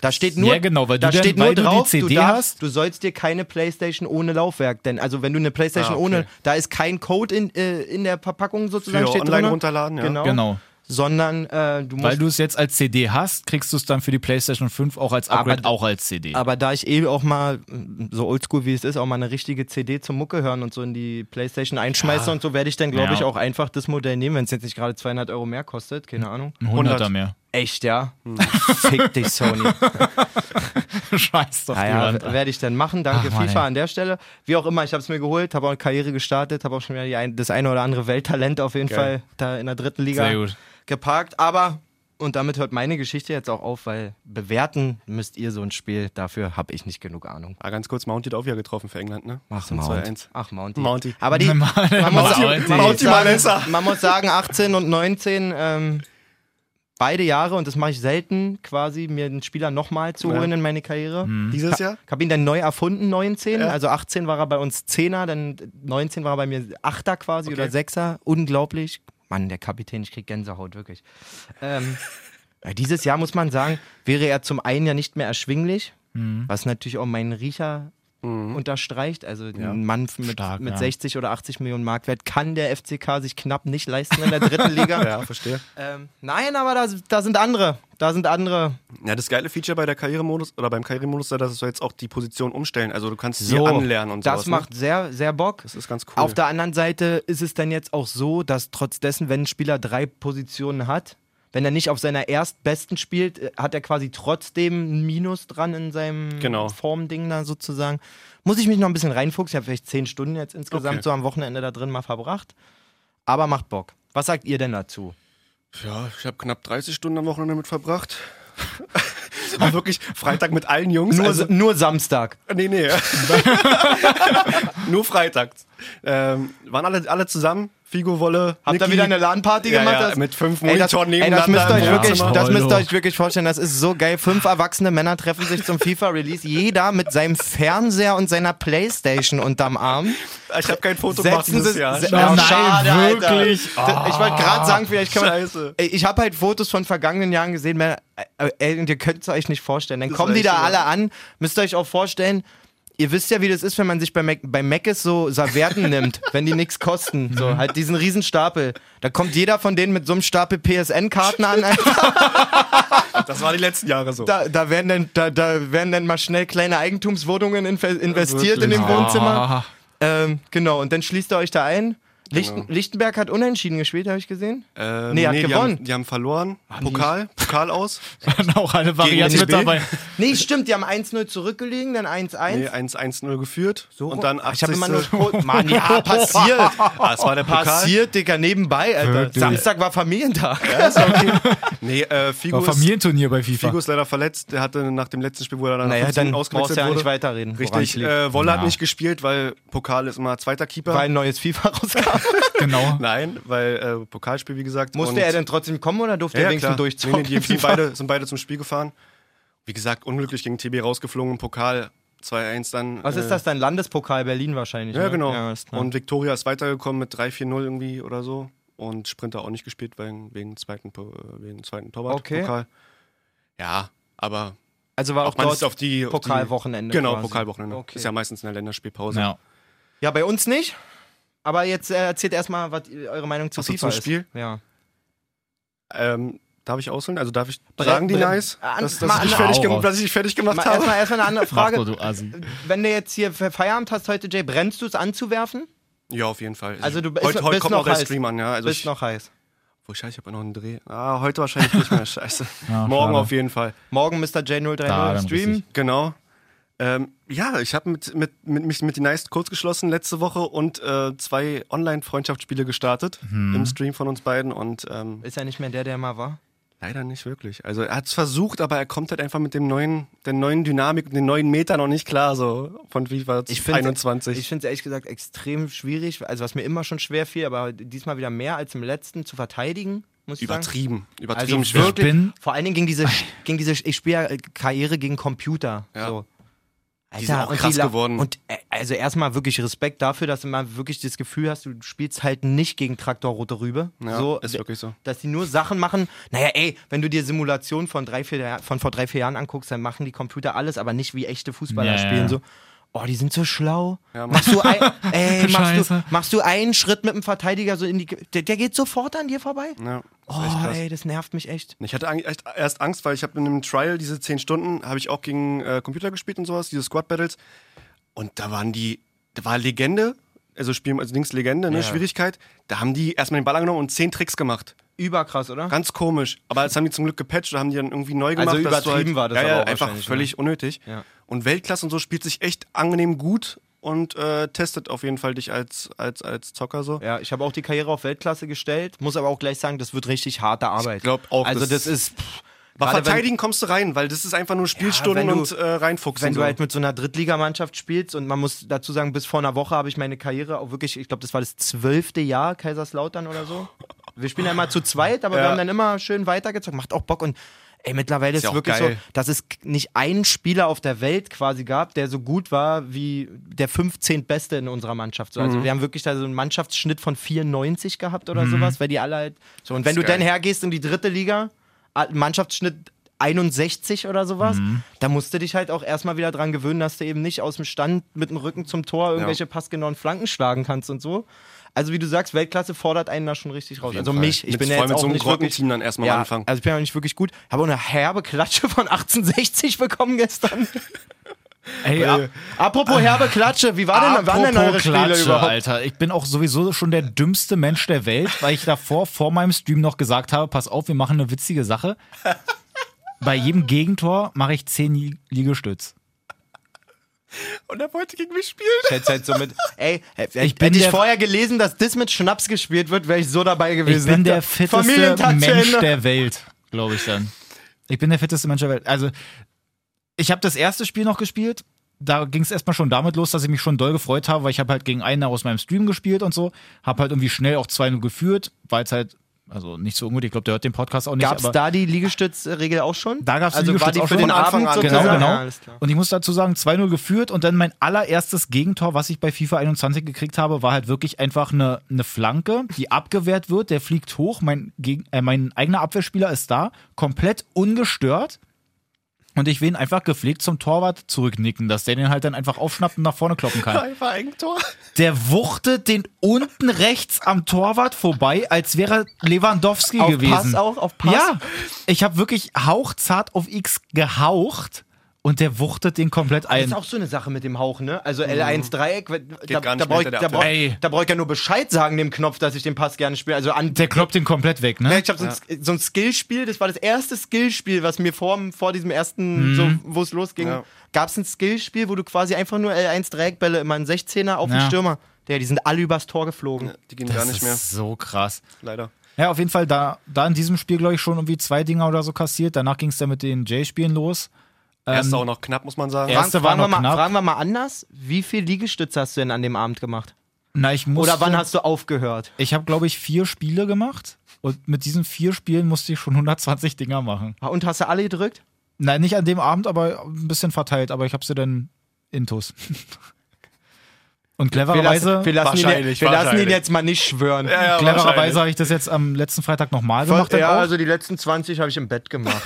[SPEAKER 2] Da steht nur,
[SPEAKER 3] Ja, genau, weil du
[SPEAKER 2] da
[SPEAKER 3] dann-
[SPEAKER 2] steht
[SPEAKER 3] weil
[SPEAKER 2] nur
[SPEAKER 3] du die
[SPEAKER 2] drauf, du,
[SPEAKER 3] CD
[SPEAKER 2] darfst,
[SPEAKER 3] hast.
[SPEAKER 2] du sollst dir keine Playstation ohne Laufwerk, denn also wenn du eine Playstation
[SPEAKER 1] Ah, okay.
[SPEAKER 2] ohne, da ist kein Code in, äh, in der Verpackung sozusagen
[SPEAKER 1] Für
[SPEAKER 2] steht
[SPEAKER 1] online
[SPEAKER 2] drin.
[SPEAKER 1] runterladen, ja.
[SPEAKER 2] Genau.
[SPEAKER 3] Genau.
[SPEAKER 2] Sondern äh, du musst
[SPEAKER 3] Weil du es jetzt als CD hast, kriegst du es dann für die PlayStation 5 auch als
[SPEAKER 2] Aber
[SPEAKER 3] Upgrade,
[SPEAKER 2] d-
[SPEAKER 3] auch als CD.
[SPEAKER 2] Aber da ich eh auch mal, so oldschool wie es ist, auch mal eine richtige CD zum Mucke hören und so in die Playstation einschmeiße und so, werde ich dann, glaube
[SPEAKER 3] Ja.
[SPEAKER 2] ich, auch einfach das Modell nehmen, wenn es jetzt nicht gerade 200 Euro mehr kostet. Keine Ahnung.
[SPEAKER 3] Ein Hunderter
[SPEAKER 1] 100.
[SPEAKER 3] mehr.
[SPEAKER 2] Echt, ja?
[SPEAKER 3] Hm.
[SPEAKER 2] Fick dich,
[SPEAKER 3] [LAUGHS]
[SPEAKER 2] Sony.
[SPEAKER 3] Scheiß doch
[SPEAKER 2] naja,
[SPEAKER 3] die Wand.
[SPEAKER 2] werde ich dann machen. Danke,
[SPEAKER 3] Ach, Mann,
[SPEAKER 2] FIFA
[SPEAKER 3] ey.
[SPEAKER 2] an der Stelle. Wie auch immer, ich habe es mir geholt, habe auch eine Karriere gestartet, habe auch schon wieder die ein, das eine oder andere Welttalent auf jeden
[SPEAKER 1] Geil.
[SPEAKER 2] Fall da in der dritten
[SPEAKER 3] Sehr
[SPEAKER 2] Liga
[SPEAKER 3] gut.
[SPEAKER 2] geparkt. Aber, und damit hört meine Geschichte jetzt auch auf, weil bewerten müsst ihr so ein Spiel. Dafür habe ich nicht genug Ahnung.
[SPEAKER 1] Ah, ganz kurz, Mounty hat auch wieder getroffen für England, ne?
[SPEAKER 2] Ach,
[SPEAKER 1] Zum
[SPEAKER 2] Mount.
[SPEAKER 1] 2-1.
[SPEAKER 2] Ach, Mounty.
[SPEAKER 1] Mounty.
[SPEAKER 2] Aber die, man, muss,
[SPEAKER 3] Mounty.
[SPEAKER 2] man, muss
[SPEAKER 1] Mounty Malenza.
[SPEAKER 2] sagen, man muss sagen, 18 und 19, ähm, beide Jahre, und das mache ich selten, quasi mir einen Spieler nochmal zu
[SPEAKER 1] Ja.
[SPEAKER 2] holen in meine Karriere.
[SPEAKER 1] Dieses
[SPEAKER 2] [LAUGHS]
[SPEAKER 1] Jahr?
[SPEAKER 2] Ich habe ihn dann neu erfunden, 19. Also 18 war er bei uns Zehner, dann 19 war er bei mir Achter quasi
[SPEAKER 1] Okay.
[SPEAKER 2] oder Sechser. Unglaublich. Mann, der Kapitän, ich krieg Gänsehaut, wirklich.
[SPEAKER 1] [LAUGHS]
[SPEAKER 2] Ähm, ja, dieses Jahr muss man sagen, wäre er zum einen ja nicht mehr erschwinglich,
[SPEAKER 1] Mhm.
[SPEAKER 2] was natürlich auch meinen Riecher unterstreicht. Also ein Mann f- mit,
[SPEAKER 3] Stark,
[SPEAKER 2] mit
[SPEAKER 3] ja.
[SPEAKER 2] 60 oder 80 Millionen Marktwert kann der FCK sich knapp nicht leisten in der dritten
[SPEAKER 1] [LAUGHS]
[SPEAKER 2] Liga.
[SPEAKER 1] Ja, verstehe.
[SPEAKER 2] ähm, nein, aber da, da sind andere. Da sind andere.
[SPEAKER 1] Ja, das geile Feature bei der Karrieremodus oder beim Karrieremodus ist, dass du jetzt auch die Position umstellen. Also du kannst sie anlernen und
[SPEAKER 2] das
[SPEAKER 1] sowas.
[SPEAKER 2] macht
[SPEAKER 1] Ne?
[SPEAKER 2] sehr, sehr Bock.
[SPEAKER 1] Das ist ganz cool.
[SPEAKER 2] Auf der anderen Seite ist es dann jetzt auch so, dass trotz dessen, wenn ein Spieler drei Positionen hat, wenn er nicht auf seiner erstbesten spielt, äh, hat er quasi trotzdem ein Minus dran in seinem
[SPEAKER 1] Genau.
[SPEAKER 2] Formding da sozusagen. Muss ich mich noch ein bisschen reinfuchsen. Ich habe vielleicht zehn Stunden jetzt insgesamt
[SPEAKER 1] Okay.
[SPEAKER 2] so am Wochenende da drin mal verbracht. Aber macht Bock. Was sagt ihr denn dazu?
[SPEAKER 1] ja, ich habe knapp 30 Stunden am Wochenende mit
[SPEAKER 2] [LAUGHS]
[SPEAKER 1] verbracht. Aber wirklich Freitag mit allen Jungs.
[SPEAKER 2] Nur,
[SPEAKER 1] also,
[SPEAKER 2] nur Samstag.
[SPEAKER 1] [LAUGHS] nee,
[SPEAKER 2] [LAUGHS]
[SPEAKER 1] nee. Nur Freitag. Ähm, waren alle, alle zusammen. Figo, Wolle,
[SPEAKER 2] Habt ihr
[SPEAKER 1] Niki.
[SPEAKER 2] wieder eine LAN-Party
[SPEAKER 1] Ja,
[SPEAKER 2] gemacht?
[SPEAKER 1] ja,
[SPEAKER 2] Das-
[SPEAKER 1] mit fünf
[SPEAKER 2] Ey, das,
[SPEAKER 1] Monitoren
[SPEAKER 2] ey, das müsst ihr
[SPEAKER 1] nebeneinander
[SPEAKER 2] euch
[SPEAKER 1] im
[SPEAKER 2] wirklich,
[SPEAKER 1] Wohnzimmer.
[SPEAKER 2] das müsst ihr
[SPEAKER 3] Hallo.
[SPEAKER 2] euch wirklich vorstellen. Das ist so geil. Fünf erwachsene Männer treffen sich zum FIFA-Release. Jeder mit seinem Fernseher und seiner Playstation unterm Arm.
[SPEAKER 1] Ich habe kein Foto gemacht
[SPEAKER 2] Setzen
[SPEAKER 1] dieses
[SPEAKER 2] sich.
[SPEAKER 1] Jahr.
[SPEAKER 2] se-
[SPEAKER 3] Nein,
[SPEAKER 2] Oh, schade, Alter.
[SPEAKER 3] wirklich.
[SPEAKER 2] Da- Ich wollte gerade sagen, vielleicht kann man.
[SPEAKER 1] Oh, Scheiße.
[SPEAKER 2] Ah. Ey, Ich habe halt Fotos von vergangenen Jahren gesehen, man, äh, ey, und ihr könnt es euch nicht vorstellen. Dann
[SPEAKER 1] Das
[SPEAKER 2] kommen
[SPEAKER 1] war
[SPEAKER 2] die
[SPEAKER 1] echt
[SPEAKER 2] da
[SPEAKER 1] so.
[SPEAKER 2] alle an, müsst ihr euch auch vorstellen, ihr wisst ja, wie das ist, wenn man sich bei Mac, bei Mc's so [LAUGHS] Servietten nimmt, wenn die nichts kosten. So, halt diesen Riesenstapel. Da kommt jeder von denen mit so einem Stapel PSN-Karten [LAUGHS] an. Alter.
[SPEAKER 1] Das war die letzten Jahre so.
[SPEAKER 2] Da, da, werden dann, da, da werden dann mal schnell kleine Eigentumswohnungen inve- investiert in dem
[SPEAKER 1] Wirklich.
[SPEAKER 2] Wohnzimmer.
[SPEAKER 3] Ah,
[SPEAKER 2] Ähm, genau, und dann schließt ihr euch da
[SPEAKER 1] Genau.
[SPEAKER 2] ein. Lichten, Lichtenberg hat unentschieden gespielt, habe ich gesehen.
[SPEAKER 1] Ähm,
[SPEAKER 2] Nee, hat
[SPEAKER 1] die
[SPEAKER 2] gewonnen.
[SPEAKER 1] Haben, die haben verloren. Pokal, Pokal
[SPEAKER 2] [LAUGHS]
[SPEAKER 1] aus.
[SPEAKER 3] waren auch alle Varianten
[SPEAKER 1] DB?
[SPEAKER 3] mit dabei.
[SPEAKER 2] Nee, stimmt, die haben 1-0 zurückgelegen, dann 1-1.
[SPEAKER 1] Nee, 1-1-0 geführt. und dann 80.
[SPEAKER 2] Ich habe immer
[SPEAKER 1] [LAUGHS]
[SPEAKER 2] nur. Mann, ja, passiert. [LAUGHS]
[SPEAKER 1] Ah, es war der Pokal.
[SPEAKER 2] Passiert, Digga, nebenbei, Alter.
[SPEAKER 3] Wirklich.
[SPEAKER 2] Samstag war Familientag.
[SPEAKER 1] Nee, äh, Figo,
[SPEAKER 3] War
[SPEAKER 1] ist,
[SPEAKER 3] Familienturnier bei FIFA.
[SPEAKER 1] Figo ist leider verletzt. Der hatte nach dem letzten Spiel, wo er dann, nach
[SPEAKER 2] Naja,
[SPEAKER 1] 15
[SPEAKER 2] dann brauchst
[SPEAKER 1] ausgewechselt
[SPEAKER 2] du ja
[SPEAKER 1] wurde.
[SPEAKER 2] nicht weiterreden. woran's
[SPEAKER 1] Richtig,
[SPEAKER 2] liegt.
[SPEAKER 1] äh, Wolle hat
[SPEAKER 3] Ja.
[SPEAKER 1] nicht gespielt, weil Pokal ist immer zweiter Keeper.
[SPEAKER 2] Weil ein neues
[SPEAKER 1] [LAUGHS]
[SPEAKER 2] FIFA rauskam.
[SPEAKER 3] genau.
[SPEAKER 1] Nein, weil äh, Pokalspiel, wie gesagt. und-
[SPEAKER 2] Musste er denn trotzdem kommen oder durfte
[SPEAKER 1] ja,
[SPEAKER 2] er
[SPEAKER 1] ja,
[SPEAKER 2] wenigstens
[SPEAKER 1] klar.
[SPEAKER 2] durchzocken?
[SPEAKER 1] Nee, nee,
[SPEAKER 2] [LAUGHS]
[SPEAKER 1] die sind beide, sind beide zum Spiel gefahren. Wie gesagt, unglücklich gegen TB rausgeflogen. Pokal 2-1 dann.
[SPEAKER 2] Was
[SPEAKER 1] äh,
[SPEAKER 2] ist das? Dein Landespokal Berlin wahrscheinlich.
[SPEAKER 1] Ja,
[SPEAKER 2] ne?
[SPEAKER 1] genau.
[SPEAKER 2] ist klar.
[SPEAKER 1] und Victoria ist weitergekommen mit 3-4-0 irgendwie oder so. Und Sprinter auch nicht gespielt wegen, wegen zweiten, Po- äh, wegen zweiten Torwart-Pokal. Ja, aber
[SPEAKER 2] also war auch
[SPEAKER 1] auch man ist
[SPEAKER 2] dort
[SPEAKER 1] auf die. auf die-
[SPEAKER 2] Pokalwochenende.
[SPEAKER 1] Genau,
[SPEAKER 2] quasi.
[SPEAKER 1] Pokalwochenende.
[SPEAKER 2] Okay.
[SPEAKER 1] Ist ja meistens in der Länderspielpause.
[SPEAKER 3] Ja.
[SPEAKER 2] Ja, bei uns nicht. Aber jetzt äh, erzählt erstmal, was äh, eure Meinung zu
[SPEAKER 1] Ach so,
[SPEAKER 2] FIFA
[SPEAKER 1] zum
[SPEAKER 2] ist.
[SPEAKER 1] Spiel?
[SPEAKER 2] Ja.
[SPEAKER 1] Ähm, darf ich ausholen? Also darf ich
[SPEAKER 2] Bre-
[SPEAKER 1] sagen, die
[SPEAKER 2] Bre-
[SPEAKER 1] Nice,
[SPEAKER 2] An-
[SPEAKER 1] dass,
[SPEAKER 2] mal
[SPEAKER 1] dass, ich dich
[SPEAKER 2] an-
[SPEAKER 1] fertig
[SPEAKER 3] Hau
[SPEAKER 1] gem-
[SPEAKER 3] raus.
[SPEAKER 1] dass ich dich fertig gemacht
[SPEAKER 2] Mal
[SPEAKER 1] habe?
[SPEAKER 2] erstmal erstmal
[SPEAKER 1] [LAUGHS]
[SPEAKER 2] eine andere
[SPEAKER 3] Mach
[SPEAKER 2] Frage.
[SPEAKER 3] doch, du Assi.
[SPEAKER 2] Wenn du jetzt hier Fe- Feierabend hast heute, Jay, brennst du es anzuwerfen?
[SPEAKER 1] Ja, auf jeden Fall.
[SPEAKER 2] Also du bist-
[SPEAKER 1] heute, heute
[SPEAKER 2] bist
[SPEAKER 1] kommt
[SPEAKER 2] noch
[SPEAKER 1] noch der
[SPEAKER 2] heiß.
[SPEAKER 1] Stream an, ja. Also
[SPEAKER 2] Bist
[SPEAKER 1] ich,
[SPEAKER 2] noch heiß.
[SPEAKER 1] oh, scheiße, ich habe noch einen Dreh. Ah, heute wahrscheinlich nicht mehr. [LAUGHS] Scheiße.
[SPEAKER 3] Ja,
[SPEAKER 1] Morgen
[SPEAKER 3] schade.
[SPEAKER 1] auf jeden Fall.
[SPEAKER 2] Morgen Mr. J030
[SPEAKER 3] Da, dann
[SPEAKER 2] Stream.
[SPEAKER 3] richtig.
[SPEAKER 1] Genau. Ähm, ja, ich habe mit, mit, mit, mich mit den Nice kurz geschlossen letzte Woche und äh, zwei Online-Freundschaftsspiele gestartet
[SPEAKER 2] Mhm.
[SPEAKER 1] im Stream von uns beiden und ähm,
[SPEAKER 2] Ist ja nicht mehr der, der mal war.
[SPEAKER 1] leider nicht wirklich. Also er hat es versucht, aber er kommt halt einfach mit dem neuen, der neuen Dynamik und den neuen Meter noch nicht klar, so von FIFA
[SPEAKER 2] Ich find's-
[SPEAKER 1] 21.
[SPEAKER 2] Ich finde es ehrlich gesagt extrem schwierig, also was mir immer schon schwer fiel, aber diesmal wieder mehr als im letzten zu verteidigen. muss ich sagen.
[SPEAKER 1] Übertrieben. Übertrieben.
[SPEAKER 2] Also
[SPEAKER 1] ich
[SPEAKER 3] wirklich-
[SPEAKER 1] will-
[SPEAKER 2] wirklich,
[SPEAKER 3] bin-
[SPEAKER 2] vor allen Dingen gegen diese, gegen diese ich spiele ja äh, Karriere gegen Computer.
[SPEAKER 1] Ja.
[SPEAKER 2] So. Alter,
[SPEAKER 1] sind auch krass
[SPEAKER 2] la-
[SPEAKER 1] geworden.
[SPEAKER 2] Und äh, also erstmal wirklich Respekt dafür, dass du mal wirklich das Gefühl hast, du spielst halt nicht gegen Traktorrote Rübe.
[SPEAKER 1] ja,
[SPEAKER 2] so,
[SPEAKER 1] ist wirklich so.
[SPEAKER 2] dass die nur Sachen machen. Naja, ey, wenn du dir Simulationen von, drei, vier, Jahr- von vor drei, vier Jahren anguckst, dann machen die Computer alles, aber nicht wie echte Fußballer
[SPEAKER 3] Ja, ja,
[SPEAKER 2] spielen.
[SPEAKER 3] ja.
[SPEAKER 2] So. Oh, die sind so schlau.
[SPEAKER 1] Ja, Mann.
[SPEAKER 2] machst,
[SPEAKER 1] [LAUGHS]
[SPEAKER 2] du ein, ey, machst, du,
[SPEAKER 3] Scheiße.
[SPEAKER 2] machst du einen Schritt mit dem Verteidiger so in die. Der, der geht sofort an dir vorbei.
[SPEAKER 1] Ja, Hm, ist
[SPEAKER 2] Oh,
[SPEAKER 1] echt krass.
[SPEAKER 2] ey, das nervt mich echt.
[SPEAKER 1] Ich hatte eigentlich echt erst Angst, weil ich habe in einem Trial diese 10 Stunden, habe ich auch gegen äh, Computer gespielt und sowas, diese Squad Battles. Und da waren die, da war Legende, also Spiel, also links Legende, ne, Schwierigkeit. Da haben die erstmal den Ball angenommen und 10 Tricks gemacht.
[SPEAKER 2] Überkrass, oder?
[SPEAKER 1] Ganz komisch. Aber das haben die zum Glück gepatcht oder haben die dann irgendwie neu gemacht.
[SPEAKER 2] Also
[SPEAKER 1] dass du halt
[SPEAKER 2] übertrieben war das
[SPEAKER 1] Ja, ja,
[SPEAKER 2] aber auch
[SPEAKER 1] einfach
[SPEAKER 2] wahrscheinlich, ne?
[SPEAKER 1] völlig unnötig.
[SPEAKER 2] Ja.
[SPEAKER 1] Und Weltklasse und so spielt sich echt angenehm gut und äh, testet auf jeden Fall dich als, als, als Zocker so.
[SPEAKER 2] Ja, ich habe auch die Karriere auf Weltklasse gestellt, muss aber auch gleich sagen, das wird richtig harte Arbeit.
[SPEAKER 1] glaub auch,
[SPEAKER 2] Also, das,
[SPEAKER 1] das-
[SPEAKER 2] ist. Pff,
[SPEAKER 1] Aber
[SPEAKER 2] gerade wenn-
[SPEAKER 1] verteidigen kommst du rein, weil das ist einfach nur Spielstunden
[SPEAKER 2] wenn du-
[SPEAKER 1] und äh, reinfuchsen.
[SPEAKER 2] wenn
[SPEAKER 1] so.
[SPEAKER 2] du halt mit so einer Drittligamannschaft spielst und man muss dazu sagen, bis vor einer Woche habe ich meine Karriere auch wirklich, ich glaube, das war das zwölfte Jahr Kaiserslautern oder so. Wir spielen ja immer zu zweit, aber wir
[SPEAKER 1] Ja.
[SPEAKER 2] haben dann immer schön weitergezogen. Macht auch Bock und ey, mittlerweile ist
[SPEAKER 1] ja
[SPEAKER 2] es
[SPEAKER 1] auch
[SPEAKER 2] wirklich
[SPEAKER 1] geil.
[SPEAKER 2] so, dass es k- nicht einen Spieler auf der Welt quasi gab, der so gut war wie der 15. Beste in unserer Mannschaft. So, also
[SPEAKER 1] Mhm.
[SPEAKER 2] wir haben wirklich da so einen Mannschaftsschnitt von 94 gehabt oder sowas, weil die alle halt so. Und wenn
[SPEAKER 1] ist
[SPEAKER 2] du
[SPEAKER 1] geil.
[SPEAKER 2] dann hergehst in die dritte Liga, Ah, Mannschaftsschnitt 61 oder sowas,
[SPEAKER 1] Mhm.
[SPEAKER 2] da musst du dich halt auch erstmal wieder dran gewöhnen, dass du eben nicht aus dem Stand mit dem Rücken zum Tor irgendwelche passgenauen Flanken schlagen kannst und so. Also wie du sagst, Weltklasse fordert einen da schon richtig raus.
[SPEAKER 1] jeden
[SPEAKER 2] Also
[SPEAKER 1] Fall.
[SPEAKER 2] mich, ich
[SPEAKER 1] Mit-
[SPEAKER 2] bin ja
[SPEAKER 1] vor
[SPEAKER 2] jetzt
[SPEAKER 1] allem mit
[SPEAKER 2] auch
[SPEAKER 1] so einem
[SPEAKER 2] nicht wirklich,
[SPEAKER 1] Gurkenteam dann erstmal am
[SPEAKER 2] ja,
[SPEAKER 1] Anfang.
[SPEAKER 2] Also ich bin ja auch nicht wirklich gut. Habe auch eine herbe Klatsche von 1860 bekommen gestern.
[SPEAKER 3] Ey, ab,
[SPEAKER 2] Apropos herbe Klatsche, wie war Äh, denn, waren denn eure
[SPEAKER 3] Apropos
[SPEAKER 2] Spiele
[SPEAKER 3] Klatsche,
[SPEAKER 2] überhaupt?
[SPEAKER 3] Alter. Ich bin auch sowieso schon der dümmste Mensch der Welt, weil ich davor vor meinem Stream noch gesagt habe, pass auf, wir machen eine witzige Sache. Bei jedem Gegentor mache ich 10 Lie- Liegestütz.
[SPEAKER 1] und er wollte gegen mich spielen.
[SPEAKER 2] Ich hätte halt so mit, ey, hätte
[SPEAKER 3] Ich bin
[SPEAKER 2] hätte ich
[SPEAKER 3] der-
[SPEAKER 2] vorher gelesen, dass das mit Schnaps gespielt wird, wäre ich so dabei
[SPEAKER 3] Ich
[SPEAKER 2] gewesen.
[SPEAKER 3] bin der
[SPEAKER 2] Alter.
[SPEAKER 3] fitteste
[SPEAKER 2] Familientouch
[SPEAKER 3] Mensch
[SPEAKER 2] Ende.
[SPEAKER 3] der Welt, glaube ich dann. Ich bin der fitteste Mensch der Welt. Also, ich habe das erste Spiel noch gespielt. Da ging es erstmal schon damit los, dass ich mich schon doll gefreut habe, weil ich habe halt gegen einen aus meinem Stream gespielt und so. Habe halt irgendwie schnell auch 2-0 geführt, weil es halt, also nicht so ungut, ich glaube, der hört den Podcast auch nicht.
[SPEAKER 2] Gab's
[SPEAKER 3] aber
[SPEAKER 2] da die Liegestützregel auch schon?
[SPEAKER 3] Da gab's die
[SPEAKER 2] also war
[SPEAKER 3] Liegestütz
[SPEAKER 2] die
[SPEAKER 3] auch
[SPEAKER 2] für
[SPEAKER 3] schon
[SPEAKER 2] den
[SPEAKER 1] von Anfang
[SPEAKER 2] Abend
[SPEAKER 1] an.
[SPEAKER 3] Genau,
[SPEAKER 2] sozusagen?
[SPEAKER 3] genau.
[SPEAKER 2] Ja, alles klar.
[SPEAKER 3] und ich muss dazu sagen, 2-0 geführt und dann mein allererstes Gegentor, was ich bei FIFA 21 gekriegt habe, war halt wirklich einfach eine, eine Flanke, die abgewehrt wird, der fliegt hoch, mein, Geg äh, mein eigener Abwehrspieler ist da, komplett ungestört. Und ich will ihn einfach gepflegt zum Torwart zurücknicken, dass der den halt dann einfach aufschnappt und nach vorne kloppen kann.
[SPEAKER 1] Einfach Eigentor.
[SPEAKER 3] Der wuchtet den unten rechts am Torwart vorbei, als wäre Lewandowski
[SPEAKER 2] Auf
[SPEAKER 3] gewesen.
[SPEAKER 2] Pass auch, auf Pass?
[SPEAKER 3] Ja, ich habe wirklich hauchzart auf X gehaucht und der wuchtet den komplett
[SPEAKER 2] Das
[SPEAKER 3] ein.
[SPEAKER 2] ist auch so eine Sache mit dem Hauch, ne? Also L1 Dreieck, da,
[SPEAKER 1] gar nicht mehr
[SPEAKER 2] da brauche ich,
[SPEAKER 1] hinter der
[SPEAKER 2] da brauch,
[SPEAKER 3] Abwehr. Ey.
[SPEAKER 2] da brauch ich ja nur Bescheid sagen dem Knopf, dass ich den Pass gerne spiele. Also an
[SPEAKER 3] Der kloppt den komplett weg, ne?
[SPEAKER 2] Ich habe so, ein Sk- so ein Skillspiel, das war das erste Skillspiel, was mir vor, vor diesem
[SPEAKER 3] Mhm.
[SPEAKER 2] ersten, so, wo es losging,
[SPEAKER 1] Ja.
[SPEAKER 2] gab es ein Skillspiel, wo du quasi einfach nur L1 Dreieckbälle immer einen 16er auf den
[SPEAKER 3] Ja.
[SPEAKER 2] Stürmer. Der, die sind alle übers Tor geflogen.
[SPEAKER 1] Die gehen gar nicht mehr,
[SPEAKER 3] ist so krass.
[SPEAKER 1] leider.
[SPEAKER 3] Ja, auf jeden Fall, da, da in diesem Spiel, glaube ich, schon irgendwie zwei Dinger oder so kassiert. Danach ging es dann mit den J-Spielen los.
[SPEAKER 2] ähm,
[SPEAKER 1] Erste auch noch knapp, muss man sagen.
[SPEAKER 3] Ja. erste war
[SPEAKER 2] fragen, wir
[SPEAKER 3] noch
[SPEAKER 2] mal,
[SPEAKER 3] knapp.
[SPEAKER 2] fragen wir mal anders, wie viel Liegestütze hast du denn an dem Abend gemacht?
[SPEAKER 3] Na, ich musste,
[SPEAKER 2] Oder wann hast du aufgehört?
[SPEAKER 3] Ich habe, glaube ich, vier Spiele gemacht. Und mit diesen vier Spielen musste ich schon [LAUGHS] 120 Dinger machen.
[SPEAKER 2] Und hast du alle gedrückt?
[SPEAKER 3] Nein, nicht an dem Abend, aber ein bisschen verteilt. Aber ich habe sie dann intus. [LAUGHS] Und
[SPEAKER 2] Wir lassen,
[SPEAKER 3] clevererweise,
[SPEAKER 2] wir lassen, ihn,
[SPEAKER 1] Wahrscheinlich,
[SPEAKER 2] wir lassen ihn
[SPEAKER 1] wahrscheinlich.
[SPEAKER 2] jetzt mal nicht schwören.
[SPEAKER 1] ja,
[SPEAKER 3] clevererweise habe ich das jetzt am letzten Freitag nochmal gemacht. dann
[SPEAKER 2] ja,
[SPEAKER 3] auch.
[SPEAKER 2] also die letzten 20 habe ich im Bett gemacht.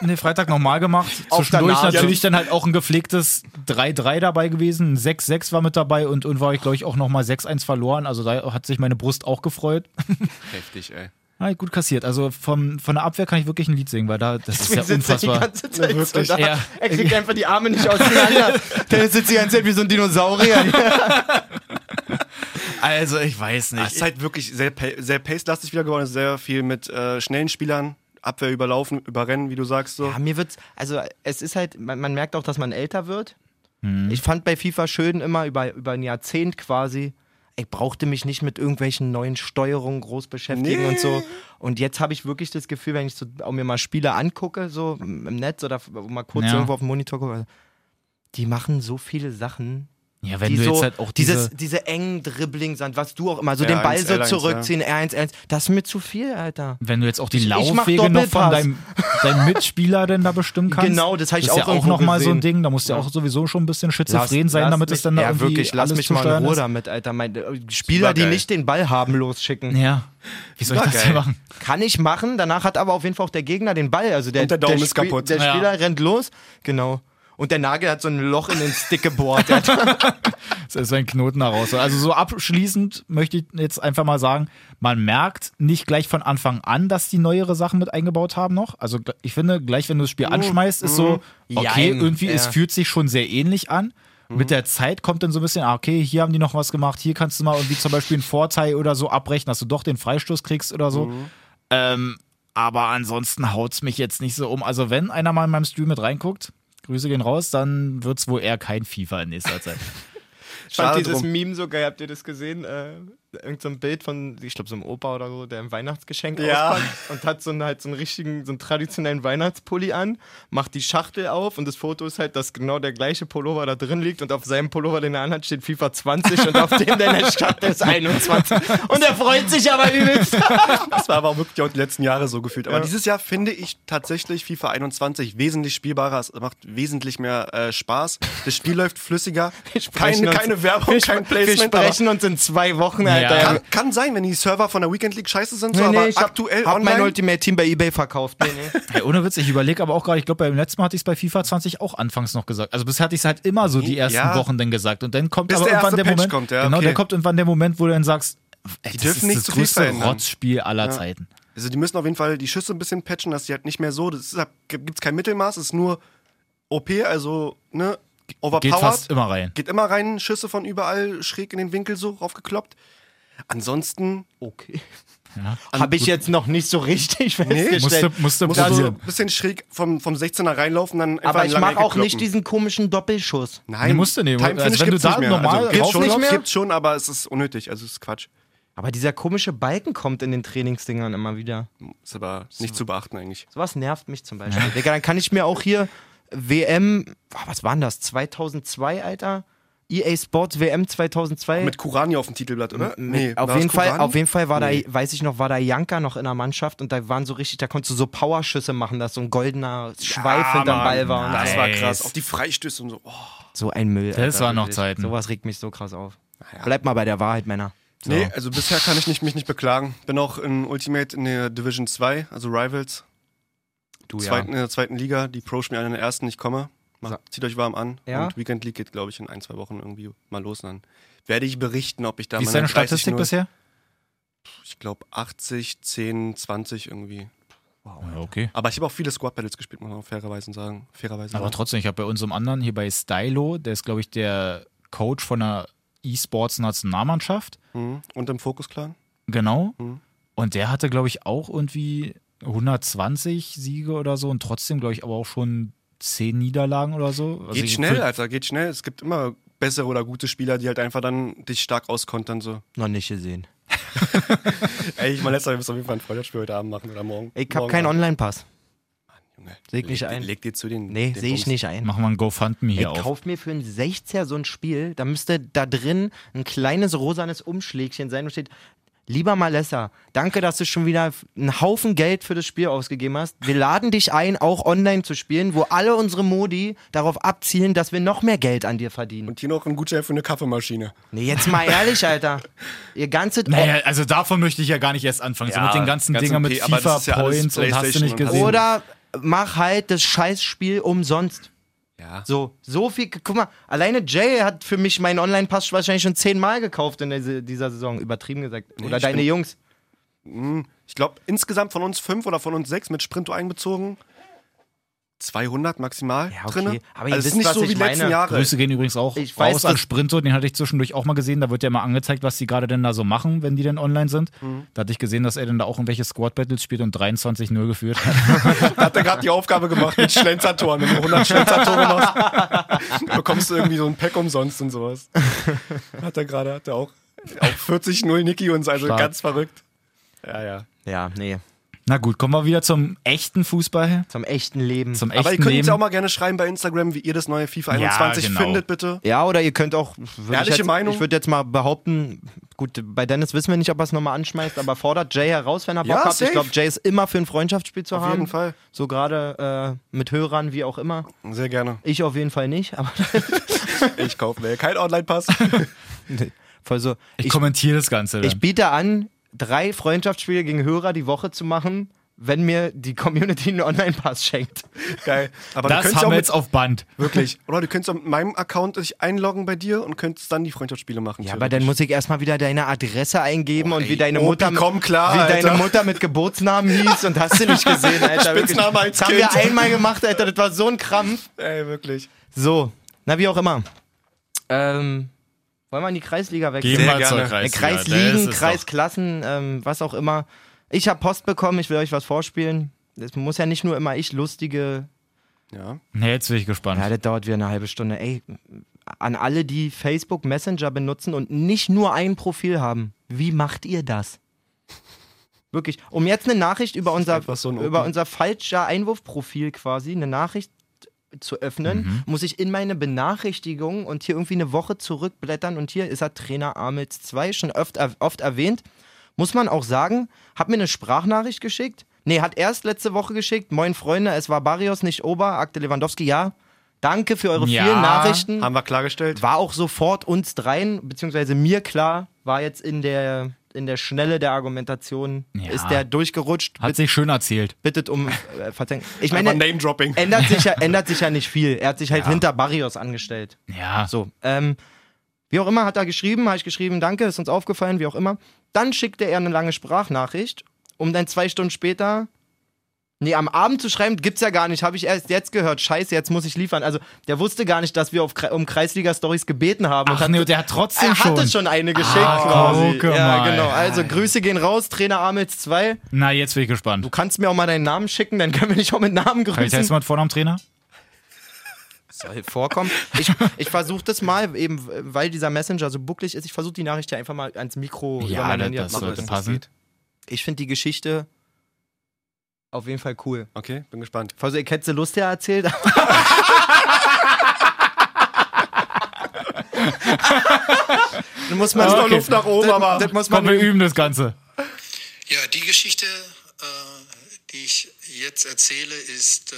[SPEAKER 3] Nee, Freitag nochmal gemacht.
[SPEAKER 2] Auf
[SPEAKER 3] Zwischendurch
[SPEAKER 2] der Nase.
[SPEAKER 3] natürlich dann halt auch ein gepflegtes 3-3 dabei gewesen. Ein 6-6 war mit dabei und, und war ich, glaube ich, auch nochmal 6-1 verloren. Also da hat sich meine Brust auch gefreut. [LAUGHS]
[SPEAKER 1] Heftig, ey.
[SPEAKER 3] Ja, gut kassiert. Also vom, von der Abwehr kann ich wirklich ein Lied singen, weil da, das ist ja
[SPEAKER 2] sitzt er die
[SPEAKER 3] unfassbar.
[SPEAKER 2] ganze Zeit so
[SPEAKER 1] wirklich.
[SPEAKER 2] da.
[SPEAKER 3] Ja.
[SPEAKER 2] Er kriegt einfach die Arme [LAUGHS] nicht auseinander. Der sitzt die ganze Zeit wie so ein Dinosaurier.
[SPEAKER 3] Also ich weiß
[SPEAKER 1] Es ist halt wirklich sehr, pa- sehr pace-lastig wieder geworden. Es ist Sehr viel mit äh, schnellen Spielern, Abwehr überlaufen, überrennen, wie du sagst. So.
[SPEAKER 2] [LAUGHS] Ja, mir wird's, also es ist halt, man, man merkt auch, dass man älter wird. Ich fand bei FIFA schön immer über, über ein Jahrzehnt quasi, ich brauchte mich nicht mit irgendwelchen neuen Steuerungen groß beschäftigen
[SPEAKER 1] Nee.
[SPEAKER 2] und so. Und jetzt habe ich wirklich das Gefühl, wenn ich so, auch mir mal Spiele angucke, so im Netz oder mal kurz
[SPEAKER 3] Ja.
[SPEAKER 2] irgendwo auf dem Monitor gucke, die machen so viele Sachen,
[SPEAKER 3] Ja, wenn
[SPEAKER 2] die
[SPEAKER 3] du
[SPEAKER 2] so,
[SPEAKER 3] jetzt halt auch
[SPEAKER 2] dieses,
[SPEAKER 3] diese.
[SPEAKER 2] diese engen Dribblings sind, was du auch immer, so
[SPEAKER 1] Ja,
[SPEAKER 2] den Ball
[SPEAKER 1] eins,
[SPEAKER 2] so
[SPEAKER 1] L1,
[SPEAKER 2] zurückziehen, R1, R1, das ist mir zu viel, Alter.
[SPEAKER 3] Wenn du jetzt auch die
[SPEAKER 2] mach
[SPEAKER 3] Laufwege noch von
[SPEAKER 2] Doppelpass.
[SPEAKER 3] deinem, deinem Mitspieler denn da bestimmen kannst.
[SPEAKER 2] Genau, das hab ich
[SPEAKER 3] ist
[SPEAKER 2] auch
[SPEAKER 3] ja auch
[SPEAKER 2] irgendwo
[SPEAKER 3] nochmal so ein
[SPEAKER 2] gesehen.
[SPEAKER 3] Ding. Da musst du ja auch sowieso schon ein bisschen schizophren sein, damit
[SPEAKER 2] mich,
[SPEAKER 3] es dann da
[SPEAKER 2] Ja,
[SPEAKER 3] irgendwie
[SPEAKER 2] wirklich, lass
[SPEAKER 3] alles
[SPEAKER 2] mich
[SPEAKER 3] zu
[SPEAKER 2] mal in
[SPEAKER 3] steuern
[SPEAKER 2] Ruhe
[SPEAKER 3] ist.
[SPEAKER 2] damit, Alter. Mein, äh, Spieler, die
[SPEAKER 1] Supergeil.
[SPEAKER 2] nicht den Ball haben, losschicken.
[SPEAKER 3] Ja. Wie soll ich das denn
[SPEAKER 1] Supergeil.
[SPEAKER 3] machen?
[SPEAKER 2] Kann ich machen, danach hat aber auf jeden Fall auch der Gegner den Ball. Also der,
[SPEAKER 1] Und der Daumen ist
[SPEAKER 2] Spie-
[SPEAKER 1] kaputt.
[SPEAKER 2] Der
[SPEAKER 3] Ja.
[SPEAKER 2] Spieler rennt los, genau. Und der Nagel hat so ein Loch in den Stick gebohrt. Der hat-
[SPEAKER 3] Es ist ein Knoten heraus. Also so abschließend möchte ich jetzt einfach mal sagen, man merkt nicht gleich von Anfang an, dass die neuere Sachen mit eingebaut haben noch. Also gl- ich finde, gleich wenn du das Spiel anschmeißt, ist so, okay,
[SPEAKER 2] Mhm. Jein,
[SPEAKER 3] irgendwie, es
[SPEAKER 2] ja. Mhm.
[SPEAKER 3] fühlt sich schon sehr ähnlich an. Mit der Zeit kommt dann so ein bisschen, ah, okay, hier haben die noch was gemacht, hier kannst du mal irgendwie zum Beispiel einen Vorteil oder so abbrechen, dass du doch den Freistoß kriegst oder so.
[SPEAKER 2] Mhm.
[SPEAKER 3] Ähm, aber ansonsten haut's mich jetzt nicht so um. Also wenn einer mal in meinem Stream mit reinguckt, Grüße gehen raus, dann wird's wohl eher kein FIFA in nächster Zeit.
[SPEAKER 2] Ich fand
[SPEAKER 1] Schade
[SPEAKER 2] dieses
[SPEAKER 1] drum.
[SPEAKER 2] Meme so geil, habt ihr das gesehen? Äh, irgend so ein Bild von, ich glaube, so einem Opa oder so, der ein Weihnachtsgeschenk
[SPEAKER 1] Ja.
[SPEAKER 2] auspackt und hat so einen, halt so einen richtigen, so einen traditionellen Weihnachtspulli an, macht die Schachtel auf und das Foto ist halt, dass genau der gleiche Pullover da drin liegt und auf seinem Pullover, den er anhat, steht FIFA 20 und auf dem, der in der Schachtel ist, 21. Und er freut sich aber übelst.
[SPEAKER 1] Das war aber auch wirklich auch die letzten Jahre so gefühlt. Aber dieses Jahr finde ich tatsächlich FIFA 21 wesentlich spielbarer. Es macht wesentlich mehr äh, Spaß. Das
[SPEAKER 2] [LAUGHS]
[SPEAKER 1] Spiel läuft flüssiger.
[SPEAKER 2] sprechen
[SPEAKER 1] Keine,
[SPEAKER 2] uns-
[SPEAKER 1] keine Werbung, kein
[SPEAKER 2] Wir
[SPEAKER 1] Placement. aber
[SPEAKER 2] sprechen uns in zwei Wochen, Alter.
[SPEAKER 3] Ja.
[SPEAKER 1] Kann, kann sein, wenn die Server von der Weekend League scheiße sind, so,
[SPEAKER 2] Nee, nee,
[SPEAKER 1] aber
[SPEAKER 2] ich hab,
[SPEAKER 1] aktuell
[SPEAKER 2] hab mein
[SPEAKER 1] online.
[SPEAKER 2] Ultimate Team bei Ebay verkauft. Nee, nee.
[SPEAKER 3] Ey, ohne Witz, ich überlege aber auch gerade, ich glaube, beim letzten Mal hatte ich es bei FIFA 20 auch anfangs noch gesagt. Also bisher hatte ich es halt immer so die ersten
[SPEAKER 1] Mhm, Ja.
[SPEAKER 3] Wochen dann gesagt. Und dann kommt
[SPEAKER 1] Bis
[SPEAKER 3] aber
[SPEAKER 1] der
[SPEAKER 3] irgendwann
[SPEAKER 1] erste
[SPEAKER 3] der
[SPEAKER 1] Patch
[SPEAKER 3] Moment.
[SPEAKER 1] kommt, ja,
[SPEAKER 3] genau,
[SPEAKER 1] okay.
[SPEAKER 3] dann kommt irgendwann der Moment, wo du dann sagst, ey, das
[SPEAKER 1] dürfen
[SPEAKER 3] ist
[SPEAKER 1] nicht
[SPEAKER 3] das
[SPEAKER 1] zu viel
[SPEAKER 3] größte
[SPEAKER 1] verändern.
[SPEAKER 3] Rotzspiel aller Zeiten.
[SPEAKER 1] Also die müssen auf jeden Fall die Schüsse ein bisschen patchen, dass die halt nicht mehr so. Das ist, gibt es kein Mittelmaß, es ist nur OP, also ne, overpowered.
[SPEAKER 3] Geht fast immer rein.
[SPEAKER 1] Geht immer rein, Schüsse von überall schräg in den Winkel so raufgekloppt. Ansonsten
[SPEAKER 2] Okay.
[SPEAKER 3] Ja.
[SPEAKER 2] Habe ich jetzt noch nicht so richtig festgestellt.
[SPEAKER 3] Musste, musste
[SPEAKER 1] musst du so
[SPEAKER 3] probieren.
[SPEAKER 1] ein bisschen schräg vom, vom 16er reinlaufen, dann einfach
[SPEAKER 2] Aber
[SPEAKER 1] in
[SPEAKER 2] ich
[SPEAKER 1] lange
[SPEAKER 2] mag
[SPEAKER 1] Ecke
[SPEAKER 2] auch nicht
[SPEAKER 1] kloppen.
[SPEAKER 2] diesen komischen Doppelschuss.
[SPEAKER 1] Nein,
[SPEAKER 3] Nee, musst du nicht.
[SPEAKER 1] Time
[SPEAKER 3] Also
[SPEAKER 1] Finish
[SPEAKER 3] wenn du
[SPEAKER 1] gibt's
[SPEAKER 3] da
[SPEAKER 1] nicht mehr.
[SPEAKER 3] normal
[SPEAKER 1] also, gibt's
[SPEAKER 3] drauf
[SPEAKER 1] schon,
[SPEAKER 2] nicht mehr?
[SPEAKER 1] Gibt's schon, aber es ist unnötig. Also es ist Quatsch.
[SPEAKER 2] Aber dieser komische Balken kommt in den Trainingsdingern immer wieder.
[SPEAKER 1] Ist aber nicht zu beachten eigentlich.
[SPEAKER 2] Sowas nervt mich zum Beispiel. Digga, dann kann ich mir auch hier WM, boah, was waren das? 2002, Alter? EA Sports WM 2002.
[SPEAKER 1] Mit Kurani auf dem Titelblatt, oder?
[SPEAKER 2] Mit-
[SPEAKER 1] war
[SPEAKER 2] auf,
[SPEAKER 1] das
[SPEAKER 2] jeden Fall,
[SPEAKER 1] Kurani?
[SPEAKER 2] auf jeden Fall war
[SPEAKER 1] Nee.
[SPEAKER 2] da, weiß ich noch, war da Janka noch in der Mannschaft und da waren so richtig, da konntest du so Powerschüsse machen, dass so ein goldener Schweif
[SPEAKER 1] Ah,
[SPEAKER 2] hinterm
[SPEAKER 1] Mann,
[SPEAKER 2] Ball war. und
[SPEAKER 1] Das war
[SPEAKER 3] Nice.
[SPEAKER 1] krass. Auch die Freistöße und so. Oh,
[SPEAKER 2] So ein Müll.
[SPEAKER 3] Das waren noch
[SPEAKER 2] wirklich.
[SPEAKER 3] Zeiten.
[SPEAKER 2] Sowas regt mich so krass auf.
[SPEAKER 1] Naja.
[SPEAKER 2] Bleibt mal bei der Wahrheit, Männer.
[SPEAKER 1] Nee, also bisher kann ich nicht, mich nicht beklagen. Bin auch in Ultimate in der Division 2, also Rivals,
[SPEAKER 2] Du
[SPEAKER 1] zweiten, in der zweiten Liga. Die Pro spielen in der ersten, ich komme.
[SPEAKER 2] So.
[SPEAKER 1] Macht, zieht euch warm an.
[SPEAKER 2] Ja.
[SPEAKER 1] Und Weekend League geht, glaube ich, in ein, zwei Wochen irgendwie mal los. Und dann werde ich berichten, ob ich da
[SPEAKER 3] Wie ist
[SPEAKER 1] meine
[SPEAKER 3] deine Statistik
[SPEAKER 1] 30-0
[SPEAKER 3] bisher?
[SPEAKER 1] Ich glaube 80, 10, 20 irgendwie.
[SPEAKER 3] Ja, okay.
[SPEAKER 1] Aber ich habe auch viele Squad Battles gespielt, muss man auch fairerweise sagen. Fairerweise
[SPEAKER 3] Aber
[SPEAKER 1] sagen.
[SPEAKER 3] trotzdem, ich habe bei unserem anderen hier bei Stylo, der ist, glaube ich, der Coach von der E-Sports-Nationalmannschaft.
[SPEAKER 1] Mhm. Und im Fokus Clan?
[SPEAKER 3] Genau.
[SPEAKER 1] Mhm.
[SPEAKER 3] Und der hatte, glaube ich, auch irgendwie 120 Siege oder so und trotzdem, glaube ich, aber auch schon 10 Niederlagen oder so. Also
[SPEAKER 1] Geht
[SPEAKER 3] ich-
[SPEAKER 1] schnell, Alter, geht schnell. Es gibt immer bessere oder gute Spieler, die halt einfach dann dich stark auskontern. So.
[SPEAKER 2] Noch nicht gesehen.
[SPEAKER 1] Ey, ich mein letzter, wir müssen auf jeden Fall ein Freundschaftsspiel heute Abend machen oder morgen.
[SPEAKER 2] Ich hab keinen Online-Pass.
[SPEAKER 1] Junge,
[SPEAKER 2] Seh ich nicht
[SPEAKER 1] leg,
[SPEAKER 2] ein.
[SPEAKER 1] Leg dir zu den.
[SPEAKER 2] Nee,
[SPEAKER 1] den
[SPEAKER 2] sehe ich
[SPEAKER 1] Bums.
[SPEAKER 2] nicht ein.
[SPEAKER 3] Machen wir ein GoFundMe
[SPEAKER 2] Ich
[SPEAKER 3] hier auf.
[SPEAKER 2] kauf mir für einen 60er so ein Spiel, da müsste da drin ein kleines rosanes Umschlägchen sein und steht, lieber Malessa, danke, dass du schon wieder einen Haufen Geld für das Spiel ausgegeben hast. Wir laden dich ein, auch online zu spielen, wo alle unsere Modi darauf abzielen, dass wir noch mehr Geld an dir verdienen.
[SPEAKER 1] Und hier noch ein Gutschein für eine Kaffeemaschine.
[SPEAKER 2] Nee, jetzt mal ehrlich, Alter. Ihr ganzes...
[SPEAKER 3] Naja, also davon möchte ich ja gar nicht erst anfangen. so
[SPEAKER 1] Ja,
[SPEAKER 3] mit den ganzen
[SPEAKER 1] ganz
[SPEAKER 3] Dingern mit
[SPEAKER 1] okay, aber das
[SPEAKER 3] FIFA,
[SPEAKER 1] ist ja alles
[SPEAKER 3] Points und hast du
[SPEAKER 1] PlayStation
[SPEAKER 3] nicht
[SPEAKER 1] und
[SPEAKER 3] gesehen.
[SPEAKER 2] Oder mach halt das Scheißspiel umsonst.
[SPEAKER 1] Ja.
[SPEAKER 2] So, so viel. Guck mal, alleine Jay hat für mich meinen Online-Pass wahrscheinlich schon zehnmal gekauft in dieser- dieser Saison. Übertrieben gesagt. Oder
[SPEAKER 1] ich
[SPEAKER 2] deine
[SPEAKER 1] bin-
[SPEAKER 2] Jungs.
[SPEAKER 1] Ich glaube, insgesamt von uns fünf oder von uns sechs mit Sprinto einbezogen. 200 maximal
[SPEAKER 2] Ja, okay.
[SPEAKER 1] drinne. Also
[SPEAKER 2] Aber ihr
[SPEAKER 1] es
[SPEAKER 2] wisst,
[SPEAKER 1] ist nicht
[SPEAKER 2] was
[SPEAKER 1] so
[SPEAKER 2] ich
[SPEAKER 1] wie die letzten
[SPEAKER 2] meine.
[SPEAKER 1] Jahre.
[SPEAKER 3] Grüße gehen übrigens auch
[SPEAKER 2] Ich weiß,
[SPEAKER 3] raus an
[SPEAKER 2] dass-
[SPEAKER 3] Sprinto, den hatte ich zwischendurch auch mal gesehen. Da wird ja mal angezeigt, was die gerade denn da so machen, wenn die denn online sind.
[SPEAKER 1] Mhm.
[SPEAKER 3] Da hatte ich gesehen, dass er denn da auch irgendwelche Squad-Battles spielt und 23-0 geführt hat.
[SPEAKER 1] Hat er gerade die Aufgabe gemacht
[SPEAKER 2] [LAUGHS]
[SPEAKER 1] mit Schlenzertoren. Wenn du 100 Schlenzertore machst, bekommst du irgendwie so ein Pack umsonst und
[SPEAKER 2] [LAUGHS]
[SPEAKER 1] sowas. Hat er gerade, hat er auch. Auch 40-0 Niki uns, also
[SPEAKER 3] Stark.
[SPEAKER 1] ganz verrückt. Ja, ja.
[SPEAKER 2] Ja, nee.
[SPEAKER 3] Na gut, kommen wir wieder zum echten Fußball,
[SPEAKER 2] Zum echten Leben.
[SPEAKER 3] zum echten
[SPEAKER 1] Aber ihr könnt
[SPEAKER 3] Leben.
[SPEAKER 1] uns ja auch mal gerne schreiben bei Instagram, wie ihr das neue FIFA
[SPEAKER 3] Ja,
[SPEAKER 1] 21
[SPEAKER 3] genau.
[SPEAKER 1] findet, bitte.
[SPEAKER 2] ja, oder ihr könnt auch. würd
[SPEAKER 1] Ehrliche
[SPEAKER 2] ich jetzt,
[SPEAKER 1] Meinung?
[SPEAKER 2] Ich würde jetzt mal behaupten, gut, bei Dennis wissen wir nicht, ob er es nochmal anschmeißt, aber fordert Jay heraus, wenn er Bock
[SPEAKER 1] Ja,
[SPEAKER 2] hat. Ich
[SPEAKER 1] safe.
[SPEAKER 2] glaube, Jay ist immer für ein Freundschaftsspiel zu
[SPEAKER 1] Auf
[SPEAKER 2] haben.
[SPEAKER 1] jeden Fall.
[SPEAKER 2] So gerade äh, mit Hörern, wie auch immer.
[SPEAKER 1] Sehr gerne.
[SPEAKER 2] Ich auf jeden Fall nicht, [LAUGHS] aber
[SPEAKER 1] Ich kaufe mir keinen
[SPEAKER 3] [LAUGHS]
[SPEAKER 1] Online-Pass.
[SPEAKER 2] voll so.
[SPEAKER 3] ich,
[SPEAKER 2] Ich,
[SPEAKER 3] kommentiere das Ganze. Dann.
[SPEAKER 2] ich biete an, drei Freundschaftsspiele gegen Hörer die Woche zu machen, wenn mir die Community einen Online-Pass schenkt.
[SPEAKER 1] Geil. Aber du
[SPEAKER 3] das
[SPEAKER 1] könntest ja
[SPEAKER 3] haben
[SPEAKER 1] auch
[SPEAKER 3] wir
[SPEAKER 1] mit,
[SPEAKER 3] jetzt auf Band.
[SPEAKER 1] wirklich. Oder du könntest auch mit meinem Account dich einloggen bei dir und könntest dann die Freundschaftsspiele machen.
[SPEAKER 2] Ja, aber dann muss ich erstmal wieder deine Adresse eingeben und wie
[SPEAKER 1] ey,
[SPEAKER 2] deine
[SPEAKER 1] Opi,
[SPEAKER 2] Mutter
[SPEAKER 1] komm klar,
[SPEAKER 2] wie deine
[SPEAKER 1] Alter. [LAUGHS]
[SPEAKER 2] Mutter mit Geburtsnamen hieß und hast du nicht gesehen, Alter. wirklich.
[SPEAKER 1] Spitzname als
[SPEAKER 2] das haben
[SPEAKER 1] Kind.
[SPEAKER 2] wir einmal gemacht, Alter, das war so ein Krampf.
[SPEAKER 1] Ey, wirklich.
[SPEAKER 2] So, na wie auch immer. Ähm, wollen wir in die Kreisliga wechseln?
[SPEAKER 3] Gehen wir
[SPEAKER 1] gerne.
[SPEAKER 3] zur
[SPEAKER 2] Äh,
[SPEAKER 3] Kreisliga. Das
[SPEAKER 2] Kreisligen,
[SPEAKER 3] ist doch-
[SPEAKER 2] Kreisklassen, ähm, was auch immer. Ich habe Post bekommen, ich will euch was vorspielen. Es muss ja nicht nur immer ich lustige.
[SPEAKER 1] Ja.
[SPEAKER 3] Nee, jetzt bin ich gespannt.
[SPEAKER 2] Ja, das dauert wieder eine halbe Stunde. Ey, an alle, die Facebook Messenger benutzen und nicht nur ein Profil haben, wie macht ihr das? Wirklich, um jetzt eine Nachricht über unser,
[SPEAKER 1] einfach so ein
[SPEAKER 2] über
[SPEAKER 1] Open.
[SPEAKER 2] unser falscher Einwurfprofil quasi, eine Nachricht zu öffnen, muss ich in meine Benachrichtigungen und hier irgendwie eine Woche zurückblättern und hier ist er Trainer Amels 2, schon oft, oft erwähnt. Muss man auch sagen, hat mir eine Sprachnachricht geschickt. Nee, hat erst letzte Woche geschickt. Moin Freunde, es war Barrios, nicht Ober, Akte Lewandowski, ja. Danke für eure
[SPEAKER 3] Ja.
[SPEAKER 2] vielen
[SPEAKER 3] Hm.
[SPEAKER 2] Nachrichten.
[SPEAKER 1] Haben wir klargestellt.
[SPEAKER 2] War auch sofort uns dreien, beziehungsweise mir klar, war jetzt in der, in der Schnelle der Argumentation,
[SPEAKER 3] Ja.
[SPEAKER 2] ist der durchgerutscht,
[SPEAKER 3] Hat sich schön erzählt.
[SPEAKER 2] bittet um äh, Verzeihung. Ich
[SPEAKER 1] Meine,
[SPEAKER 2] meine,
[SPEAKER 1] Name-Dropping.
[SPEAKER 2] ändert sich, ja, ändert sich ja nicht viel. Er hat sich halt hinter Barrios angestellt.
[SPEAKER 3] Ja.
[SPEAKER 2] So, ähm, wie auch immer hat er geschrieben, habe ich geschrieben, danke, ist uns aufgefallen, wie auch immer. Dann schickte er eine lange Sprachnachricht, um dann zwei Stunden später, nee, am Abend zu schreiben, gibt's ja gar nicht, habe ich erst jetzt gehört, scheiße, jetzt muss ich liefern. Also, der wusste gar nicht, dass wir auf, Kre- um Kreisliga-Stories gebeten haben.
[SPEAKER 3] Ach
[SPEAKER 2] und
[SPEAKER 3] nee, und der hat trotzdem
[SPEAKER 2] er hatte
[SPEAKER 3] schon.
[SPEAKER 2] schon, eine geschickt
[SPEAKER 3] Ah,
[SPEAKER 2] quasi.
[SPEAKER 3] gucke
[SPEAKER 2] Ja,
[SPEAKER 3] mal.
[SPEAKER 2] genau. Also, Grüße gehen raus, Trainer Amels 2.
[SPEAKER 3] Na, jetzt bin ich gespannt.
[SPEAKER 2] Du kannst mir auch mal deinen Namen schicken, dann können wir dich auch mit Namen
[SPEAKER 3] Kann ich
[SPEAKER 2] grüßen.
[SPEAKER 3] jetzt mal mit Vornamen Trainer?
[SPEAKER 2] soll vorkommen. Ich, ich versuche das mal, eben weil dieser Messenger so bucklig ist, ich versuche die Nachricht ja einfach Oh, mal ans Mikro über
[SPEAKER 3] Ja,
[SPEAKER 2] mein
[SPEAKER 3] das,
[SPEAKER 2] Handy
[SPEAKER 3] das
[SPEAKER 2] zu machen.
[SPEAKER 3] sollte passen.
[SPEAKER 2] Ich finde die Geschichte auf jeden Fall cool.
[SPEAKER 1] Okay, bin gespannt.
[SPEAKER 3] Ah,
[SPEAKER 2] Also, ihr kennt sie Lust ja erzählt. [LAUGHS] du musst man
[SPEAKER 1] Ist noch
[SPEAKER 3] Okay.
[SPEAKER 1] Luft nach oben,
[SPEAKER 2] Ah, das,
[SPEAKER 1] aber.
[SPEAKER 2] das muss man
[SPEAKER 3] Komm, wir üben das Ganze.
[SPEAKER 4] Ja, die Geschichte, äh, die ich jetzt erzähle, ist äh,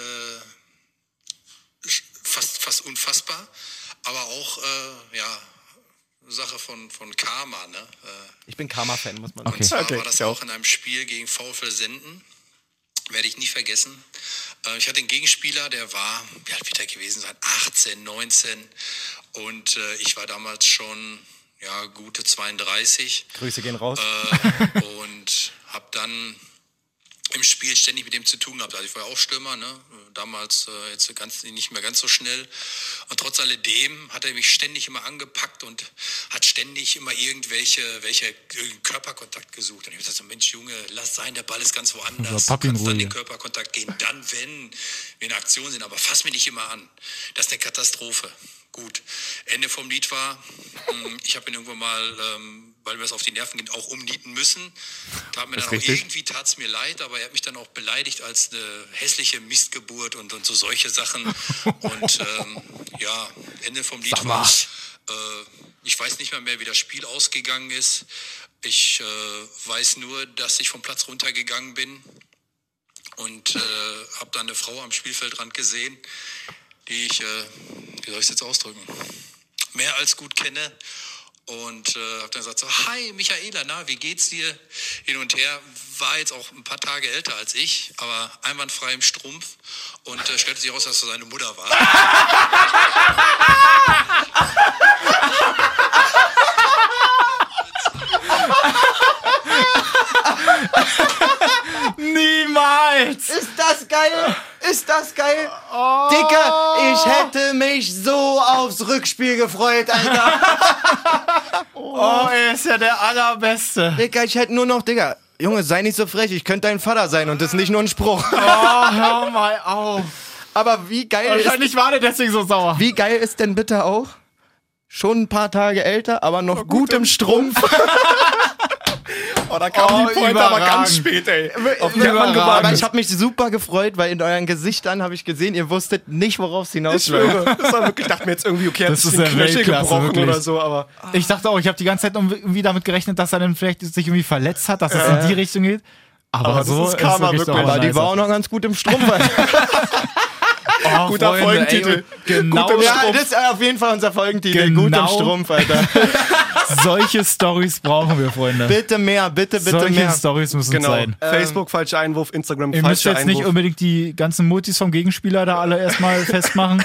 [SPEAKER 4] sch- fast, fast unfassbar, aber auch äh, ja, Sache von, von Karma. Ne? Äh,
[SPEAKER 2] Ich bin Karma-Fan, muss man
[SPEAKER 3] Okay.
[SPEAKER 2] sagen.
[SPEAKER 4] zwar
[SPEAKER 1] Okay,
[SPEAKER 4] war das
[SPEAKER 1] ja.
[SPEAKER 4] auch in einem Spiel gegen VfL Senden. Werde ich nie vergessen. Äh, Ich hatte einen Gegenspieler, der war, wie alt wird er gewesen sein? 18, 19. Und äh, ich war damals schon, ja, gute 32.
[SPEAKER 2] Grüße gehen raus.
[SPEAKER 4] Äh, und habe dann im Spiel ständig mit dem zu tun gehabt. Also ich war ja auch Stürmer, ne? damals äh, jetzt ganz, nicht mehr ganz so schnell. Und trotz alledem hat er mich ständig immer angepackt und hat ständig immer irgendwelche welche irgendeinen Körperkontakt gesucht. Und ich habe gesagt, so, Mensch Junge, lass sein, der Ball ist ganz woanders.
[SPEAKER 3] Ja, Also pack
[SPEAKER 4] Du
[SPEAKER 3] ihn
[SPEAKER 4] kannst
[SPEAKER 3] ruhig.
[SPEAKER 4] dann den Körperkontakt gehen, dann wenn wir in Aktion sind. Aber fass mich nicht immer an. Das ist eine Katastrophe. Gut, Ende vom Lied war, mh, ich habe ihn irgendwann mal, ähm, weil mir das auf die Nerven geht, auch umnieten müssen. Da hat mir dann auch
[SPEAKER 1] richtig.
[SPEAKER 4] irgendwie tat es mir leid, aber er hat mich dann auch beleidigt als eine hässliche Mistgeburt und, und so solche Sachen. Und ähm, ja, Ende vom Lied war ich. Äh, ich weiß nicht mal mehr, wie das Spiel ausgegangen ist. Ich äh, weiß nur, dass ich vom Platz runtergegangen bin und äh, habe dann eine Frau am Spielfeldrand gesehen, die ich, äh, wie soll ich es jetzt ausdrücken, mehr als gut kenne. Und äh, habe dann gesagt so, hi Michaela, na, wie geht's dir? Hin und her, war jetzt auch ein paar Tage älter als ich, aber einwandfrei im Strumpf und äh, stellte sich heraus, dass das seine Mutter war.
[SPEAKER 3] Niemals!
[SPEAKER 2] Ist das geil? Ist das geil? Oh. Dicker, ich hätte mich so aufs Rückspiel gefreut, Alter.
[SPEAKER 3] Oh, er ist ja der allerbeste.
[SPEAKER 2] Digga, ich hätte nur noch, Digga, Junge, sei nicht so frech, ich könnte dein Vater sein und das ist nicht nur ein Spruch. [LAUGHS]
[SPEAKER 3] Oh, hör mal auf.
[SPEAKER 2] Aber wie geil, ist,
[SPEAKER 3] Wahrscheinlich war der deswegen so sauer.
[SPEAKER 2] wie geil ist denn bitte auch? [LAUGHS] Schon ein paar Tage älter, aber noch gut, im Strumpf.
[SPEAKER 1] Oh, da kam die Pointe aber ganz
[SPEAKER 3] überragend.
[SPEAKER 1] spät, ey. Auf die hat man
[SPEAKER 2] Aber ich
[SPEAKER 1] gewartet.
[SPEAKER 2] habe mich super gefreut, weil in euren Gesichtern habe ich gesehen, ihr wusstet nicht, worauf es
[SPEAKER 1] Ich
[SPEAKER 2] hinausläuft.
[SPEAKER 3] [LAUGHS]
[SPEAKER 1] schwöre. Das war wirklich, ich dachte mir jetzt irgendwie, okay, hat
[SPEAKER 3] Das
[SPEAKER 1] sich
[SPEAKER 3] ist
[SPEAKER 1] den
[SPEAKER 3] ja
[SPEAKER 1] Knöchel
[SPEAKER 3] Weltklasse,
[SPEAKER 1] gebrochen
[SPEAKER 3] wirklich.
[SPEAKER 1] oder so, aber
[SPEAKER 3] Ich dachte auch, ich habe die ganze Zeit irgendwie damit gerechnet, dass er dann vielleicht sich irgendwie verletzt hat, dass es in die Richtung geht. Aber,
[SPEAKER 1] Aber das
[SPEAKER 2] Also,
[SPEAKER 3] so
[SPEAKER 1] ist Karma
[SPEAKER 3] wirklich
[SPEAKER 1] wirklich.
[SPEAKER 3] doch
[SPEAKER 2] Aber die
[SPEAKER 3] nice.
[SPEAKER 2] war auch noch ganz gut im Strumpf.
[SPEAKER 1] [LAUGHS]
[SPEAKER 3] Oh,
[SPEAKER 1] Guter Folgentitel.
[SPEAKER 3] Ey, und genau
[SPEAKER 1] Guter-
[SPEAKER 2] ja, das ist auf jeden Fall unser Folgentitel. Gut im
[SPEAKER 3] Genau.
[SPEAKER 1] [LAUGHS]
[SPEAKER 2] Strumpf, Alter.
[SPEAKER 3] solche Stories brauchen wir, Freunde.
[SPEAKER 2] Bitte mehr, bitte, bitte
[SPEAKER 3] solche
[SPEAKER 2] mehr.
[SPEAKER 3] Stories müssen
[SPEAKER 1] genau.
[SPEAKER 3] sein.
[SPEAKER 1] Facebook falscher Einwurf, Instagram
[SPEAKER 3] Ihr müsst
[SPEAKER 1] falscher
[SPEAKER 3] jetzt
[SPEAKER 1] Einwurf.
[SPEAKER 3] nicht unbedingt die ganzen Multis vom Gegenspieler da
[SPEAKER 1] [LAUGHS]
[SPEAKER 3] alle erstmal festmachen.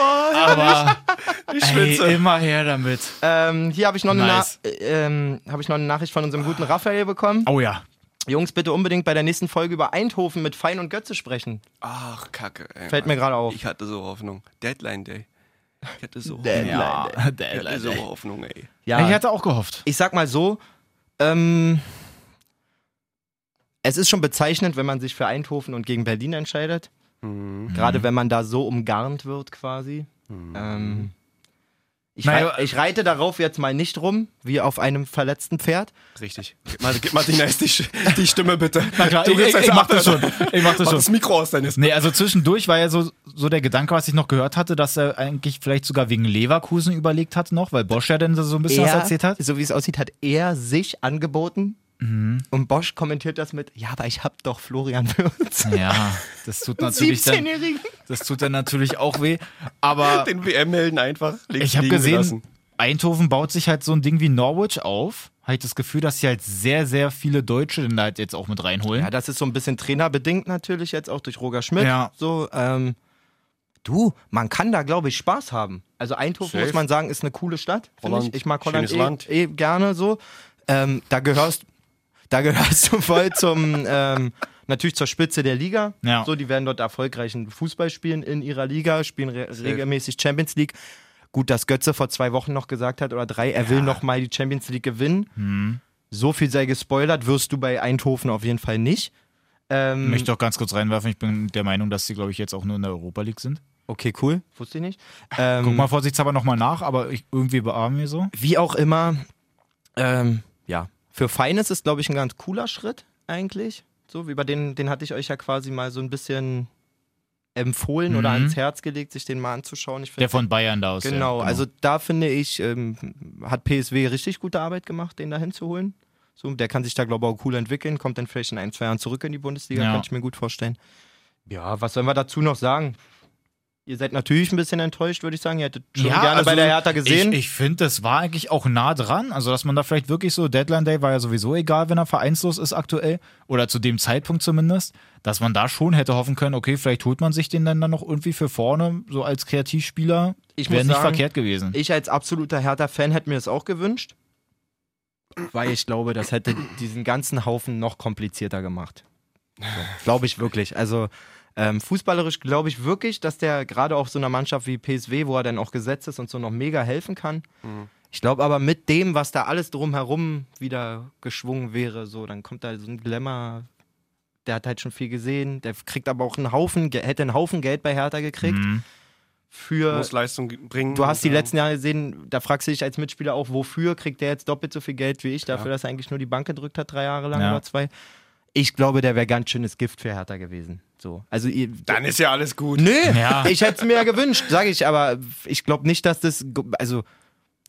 [SPEAKER 3] aber
[SPEAKER 1] Oh, ich
[SPEAKER 3] ey,
[SPEAKER 1] schwitze.
[SPEAKER 3] immer her damit.
[SPEAKER 2] Ähm, hier habe ich, noch eine
[SPEAKER 3] Nice.
[SPEAKER 2] Na- äh, ähm, habe ich noch eine Nachricht von unserem guten Raphael bekommen.
[SPEAKER 3] Oh ja.
[SPEAKER 2] Jungs, bitte unbedingt bei der nächsten Folge über Eindhoven mit Fein und Götze sprechen.
[SPEAKER 1] Ach, Kacke. Ey,
[SPEAKER 2] Fällt mir gerade auf.
[SPEAKER 1] Ich hatte so Hoffnung. Deadline Day. Ich hatte so
[SPEAKER 2] Deadline.
[SPEAKER 1] Hoffnung.
[SPEAKER 3] Ja,
[SPEAKER 1] Ich hatte so
[SPEAKER 3] ich
[SPEAKER 1] Hoffnung, ey.
[SPEAKER 2] Ja.
[SPEAKER 3] hatte auch gehofft.
[SPEAKER 2] ich sag mal so, ähm, es ist schon bezeichnend, wenn man sich für Eindhoven und gegen Berlin entscheidet. Gerade wenn man da so umgarnt wird quasi. Ähm, ich,
[SPEAKER 3] Naja,
[SPEAKER 2] rei ich reite darauf jetzt mal nicht rum, wie auf einem verletzten Pferd.
[SPEAKER 1] Richtig. Gib mal- gib Martina jetzt die, Sch- die Stimme bitte.
[SPEAKER 3] Na klar,
[SPEAKER 1] du
[SPEAKER 3] ich,
[SPEAKER 1] bist
[SPEAKER 3] ich,
[SPEAKER 1] als
[SPEAKER 3] ich mach das
[SPEAKER 1] Achter.
[SPEAKER 3] schon. Ich mach das
[SPEAKER 1] Mach
[SPEAKER 3] schon.
[SPEAKER 1] das Mikro aus, Dennis.
[SPEAKER 3] Nee, also zwischendurch war ja so, so der Gedanke, was ich noch gehört hatte, dass er eigentlich vielleicht sogar wegen Leverkusen überlegt hat noch, weil Bosch ja dann so ein bisschen was erzählt hat.
[SPEAKER 2] so wie es aussieht, hat er sich angeboten.
[SPEAKER 3] Mhm.
[SPEAKER 2] Und Bosch kommentiert das mit, ja, aber ich hab doch Florian [LAUGHS] Würz.
[SPEAKER 3] Ja, das tut [LAUGHS] natürlich dann,
[SPEAKER 2] 17-Jährigen.
[SPEAKER 3] das tut dann natürlich auch weh. Aber
[SPEAKER 1] [LAUGHS] Den WM-Helden einfach. links
[SPEAKER 3] ich habe
[SPEAKER 1] liegen
[SPEAKER 3] gesehen,
[SPEAKER 1] gelassen.
[SPEAKER 3] Eindhoven baut sich halt so ein Ding wie Norwich auf. Habe ich das Gefühl, dass sie halt sehr, sehr viele Deutsche denn da halt jetzt auch mit reinholen.
[SPEAKER 2] Ja, das ist so ein bisschen trainerbedingt natürlich jetzt, auch durch Roger Schmidt.
[SPEAKER 3] Ja.
[SPEAKER 2] So, ähm, du, man kann da, glaube ich, Spaß haben. Also Eindhoven,
[SPEAKER 1] Safe.
[SPEAKER 2] muss man sagen, ist eine coole Stadt. find
[SPEAKER 1] Holland,
[SPEAKER 2] Ich. ich mag Holland
[SPEAKER 1] schönes Land.
[SPEAKER 2] eh, eh gerne so. Ähm, da gehörst da gehörst du voll zum, ähm, natürlich zur Spitze der Liga.
[SPEAKER 3] Ja.
[SPEAKER 2] So, die werden dort erfolgreichen Fußball spielen in ihrer Liga, spielen re regelmäßig Champions League. Gut, dass Götze vor zwei Wochen noch gesagt hat oder drei, er will noch mal die Champions League gewinnen.
[SPEAKER 3] Mhm.
[SPEAKER 2] So viel sei gespoilert, wirst du bei Eindhoven auf jeden Fall nicht.
[SPEAKER 3] Ich
[SPEAKER 2] Ähm,
[SPEAKER 3] möchte auch ganz kurz reinwerfen, ich bin der Meinung, dass sie, glaube ich, jetzt auch nur in der Europa League sind.
[SPEAKER 2] okay, cool, wusste ich nicht.
[SPEAKER 3] Guck
[SPEAKER 2] Ähm,
[SPEAKER 3] mal vorsichtshalber nochmal nach, aber ich, irgendwie bearmen wir so.
[SPEAKER 2] wie auch immer, ähm, ja, für Fein ist es, glaube ich, ein ganz cooler Schritt eigentlich. So, wie bei den, den hatte ich euch ja quasi mal so ein bisschen empfohlen oder
[SPEAKER 3] Mhm.
[SPEAKER 2] ans Herz gelegt, sich den mal anzuschauen. Ich find-
[SPEAKER 3] Der von Bayern da aus. ja.
[SPEAKER 2] Genau, also da finde ich, ähm, hat PSW richtig gute Arbeit gemacht, den da hinzuholen. So, der kann sich da, glaube ich, auch cool entwickeln, kommt dann vielleicht in ein, zwei Jahren zurück in die Bundesliga,
[SPEAKER 3] Ja.
[SPEAKER 2] kann ich mir gut vorstellen. Ja, was sollen wir dazu noch sagen? Ihr seid natürlich ein bisschen enttäuscht, würde ich sagen. Ihr hättet schon
[SPEAKER 3] Ja,
[SPEAKER 2] gerne
[SPEAKER 3] also
[SPEAKER 2] bei der Hertha gesehen.
[SPEAKER 3] Ich, ich finde, das war eigentlich auch nah dran. Also, dass man da vielleicht wirklich so, Deadline Day war ja sowieso egal, wenn er vereinslos ist aktuell. Oder zu dem Zeitpunkt zumindest. Dass man da schon hätte hoffen können, okay, vielleicht holt man sich den dann, dann noch irgendwie für vorne, so als Kreativspieler.
[SPEAKER 2] Ich
[SPEAKER 3] Wäre
[SPEAKER 2] muss
[SPEAKER 3] nicht
[SPEAKER 2] sagen,
[SPEAKER 3] verkehrt gewesen.
[SPEAKER 2] Ich als absoluter Hertha-Fan hätte mir das auch gewünscht. Weil ich glaube, das hätte diesen ganzen Haufen noch komplizierter gemacht. So, glaube ich wirklich. Also ähm, fußballerisch glaube ich wirklich, dass der gerade auch so einer Mannschaft wie PSW, wo er dann auch gesetzt ist und so noch mega helfen kann. Ich glaube aber mit dem, was da alles drumherum wieder geschwungen wäre, so, dann kommt da so ein Glamour. Der hat halt schon viel gesehen. Der kriegt aber auch einen Haufen, Ge- hätte einen Haufen Geld bei Hertha gekriegt.
[SPEAKER 3] Mhm. äh,
[SPEAKER 2] Für
[SPEAKER 1] Muss Leistung ge- bringen.
[SPEAKER 2] Du hast die
[SPEAKER 1] Und, ähm,
[SPEAKER 2] letzten Jahre gesehen, da fragst du dich als Mitspieler auch, wofür kriegt der jetzt doppelt so viel Geld wie ich, dafür, dass er eigentlich nur die Bank gedrückt hat, drei Jahre lang
[SPEAKER 3] Ja.
[SPEAKER 2] oder zwei. Ich glaube, der wäre ganz schönes Gift für Hertha gewesen. So. Also, ihr,
[SPEAKER 1] Dann ist ja alles gut.
[SPEAKER 2] nö,
[SPEAKER 3] Ja.
[SPEAKER 2] ich hätte es mir ja gewünscht, sage ich, aber ich glaube nicht, dass das ge- also